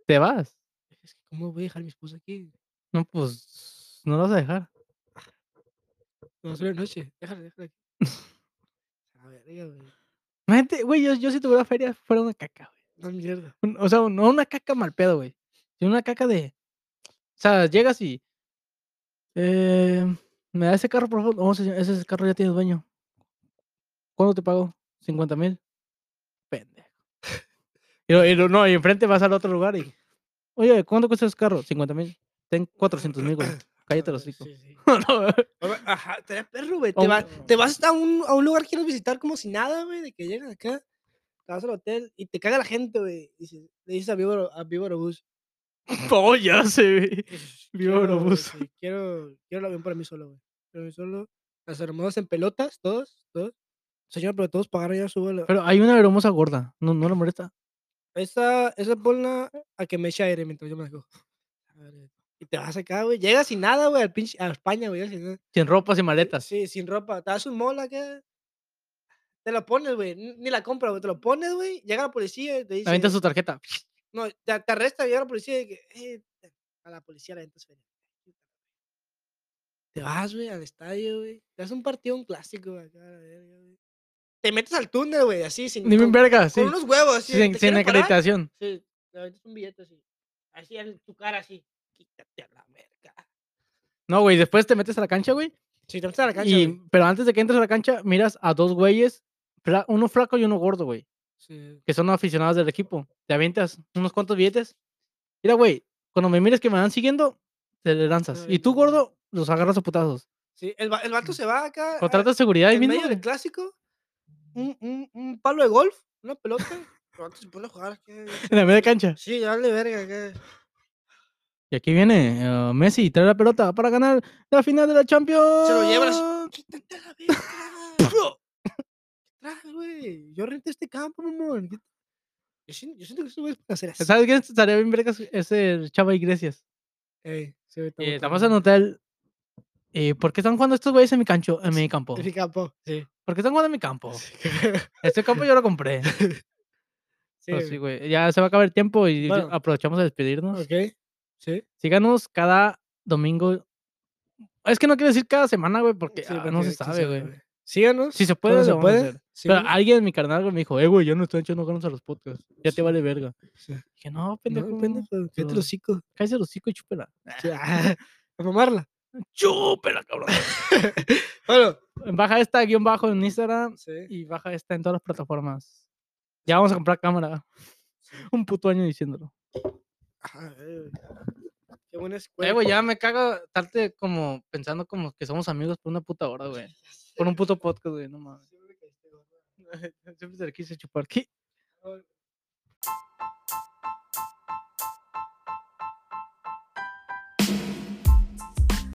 [SPEAKER 2] ¿Te vas?
[SPEAKER 1] Es que, ¿cómo voy a dejar a mi esposa aquí?
[SPEAKER 2] No, pues no lo vas a dejar.
[SPEAKER 1] No, soy de noche. Déjala, déjala aquí. A ver, güey.
[SPEAKER 2] Imagínate, güey, yo, yo si tuviera feria fuera una caca, güey.
[SPEAKER 1] No, mierda.
[SPEAKER 2] Un- O sea, no una caca mal pedo, güey. Sino una caca de. O sea, llegas y. Eh, Me da ese carro, por favor. No, señor, ese carro ya tiene dueño. ¿Cuándo te pago? ¿50 mil? Pendejo. Y, lo- y lo- no, y enfrente vas al otro lugar y. Oye, ¿cuánto cuesta ese carro? 50 mil. Ten 400 mil, güey. Cállate
[SPEAKER 1] A
[SPEAKER 2] los
[SPEAKER 1] ver,
[SPEAKER 2] hijos.
[SPEAKER 1] sí, sí. A ver, Ajá, te da perro, güey. Te,
[SPEAKER 2] O-
[SPEAKER 1] va- te vas a un, a un lugar que quieres visitar como si nada, güey, de que llegas acá, te vas al hotel y te caga la gente, güey. Dices- Le dices a Víboro, a Víboro Bus.
[SPEAKER 2] Oh, ya se ve.
[SPEAKER 1] "Pues,
[SPEAKER 2] Víboro
[SPEAKER 1] quiero,
[SPEAKER 2] Bus".
[SPEAKER 1] sí, Quiero, quiero el avión para mí solo, güey. Para mí solo. Las hermanas en pelotas, todos, todos. Señor, pero todos pagaron ya su vuelo.
[SPEAKER 2] Pero hay una hermosa gorda. No, no la molesta.
[SPEAKER 1] Esa, esa ponla a que me eche aire mientras yo me la cojo. A ver, eh, Y te vas acá, güey. Llegas sin nada, güey, al pinche, a España, güey. llegas sin nada.
[SPEAKER 2] Sin ropa, sin maletas.
[SPEAKER 1] Sí, sin ropa. Te das un mola acá. Te lo pones, güey. n- Ni la compra, güey. Te lo pones, güey. Llega la policía y te dice.
[SPEAKER 2] Avienta su tarjeta.
[SPEAKER 1] No, te, te arresta, llega la policía y que. "Eh, te- a la policía la gente se Te vas, güey, al estadio, güey. Te das un partido, un clásico, güey. acá, la verga, güey. Te metes al túnel, güey, así, sin.
[SPEAKER 2] Ni me
[SPEAKER 1] con-
[SPEAKER 2] verga, sí.
[SPEAKER 1] con unos huevos, así. de que
[SPEAKER 2] Sin,
[SPEAKER 1] Pues te
[SPEAKER 2] sin
[SPEAKER 1] quieren parar,
[SPEAKER 2] acreditación.
[SPEAKER 1] Sí, le aventas un billete así. Así en tu cara, así. Quítate a la verga.
[SPEAKER 2] No, güey, después te metes a la cancha, güey.
[SPEAKER 1] Si te metes a la cancha,
[SPEAKER 2] Y,
[SPEAKER 1] güey.
[SPEAKER 2] pero antes de que entres a la cancha, miras a dos güeyes, fla- uno flaco y uno gordo, güey,
[SPEAKER 1] Sí.
[SPEAKER 2] que son aficionados del equipo. Te avientas unos cuantos billetes. Mira, güey, cuando me mires que me van siguiendo, te le lanzas. Y tú,
[SPEAKER 1] avientas, güey.
[SPEAKER 2] gordo, los agarras a putazos.
[SPEAKER 1] Sí, el, va- el vato se va acá. a-
[SPEAKER 2] Contratas seguridad ahí
[SPEAKER 1] Eh, en
[SPEAKER 2] mismo.
[SPEAKER 1] medio del
[SPEAKER 2] güey.
[SPEAKER 1] clásico, un, un, un palo de golf, una pelota, pero antes se pone a jugar. acá,
[SPEAKER 2] En la media cancha.
[SPEAKER 1] Sí, dale verga. acá.
[SPEAKER 2] Y aquí viene eh, Messi, trae la pelota para ganar la final de la Champions.
[SPEAKER 1] Se lo lleva así. Quítate a la verga. ¿Qué traes, güey? Yo renté este campo, mamón. ¿qué- Yo siento, yo siento que esto voy a hacer así.
[SPEAKER 2] ¿Sabes quién estaría bien vergas? Es el Chava Iglesias.
[SPEAKER 1] Ey, sí, güey, está
[SPEAKER 2] Eh,
[SPEAKER 1] muy
[SPEAKER 2] Estamos en
[SPEAKER 1] cabrón.
[SPEAKER 2] hotel. Eh, ¿Por qué están jugando estos güeyes en mi cancho? En mi campo.
[SPEAKER 1] En mi campo, sí.
[SPEAKER 2] ¿Por qué están jugando en mi campo?
[SPEAKER 1] sí.
[SPEAKER 2] Este campo yo lo compré.
[SPEAKER 1] Sí,
[SPEAKER 2] Pero
[SPEAKER 1] Pues
[SPEAKER 2] sí, güey. Ya se va a acabar el tiempo y ya
[SPEAKER 1] Bueno.
[SPEAKER 2] aprovechamos a despedirnos.
[SPEAKER 1] ok. Sí.
[SPEAKER 2] Síganos cada domingo. Es que no quiero decir cada semana, güey, porque,
[SPEAKER 1] Eh, Sí,
[SPEAKER 2] ah, no
[SPEAKER 1] porque
[SPEAKER 2] se
[SPEAKER 1] quién
[SPEAKER 2] sabe, güey.
[SPEAKER 1] Síganos.
[SPEAKER 2] Si se
[SPEAKER 1] cuando
[SPEAKER 2] puede,
[SPEAKER 1] se
[SPEAKER 2] lo vamos a
[SPEAKER 1] puede. ah,
[SPEAKER 2] hacer. Pero
[SPEAKER 1] síganos.
[SPEAKER 2] alguien en mi canal me dijo, eh, güey, yo no estoy echando ganas a los podcasts. Ya te vale verga.
[SPEAKER 1] Sí.
[SPEAKER 2] Dije, no,
[SPEAKER 1] No,
[SPEAKER 2] pendejo.
[SPEAKER 1] pendejo, cállate el
[SPEAKER 2] pero-
[SPEAKER 1] hocico.
[SPEAKER 2] Cállese los hocico y chúpela.
[SPEAKER 1] Sí, ah, A mamarla.
[SPEAKER 2] Chúpela, cabrón.
[SPEAKER 1] Bueno.
[SPEAKER 2] baja esta guión bajo en Instagram
[SPEAKER 1] Sí.
[SPEAKER 2] y baja esta en todas las plataformas. Ya vamos a comprar cámara. Un puto año diciéndolo.
[SPEAKER 1] Ajá, eh, Qué buena
[SPEAKER 2] Eh,
[SPEAKER 1] escuela.
[SPEAKER 2] güey, ya me caga estarte como pensando como que somos amigos por una puta hora, güey. Por un puto podcast, güey, no mames. Siempre te la quise chupar. ¿Qué?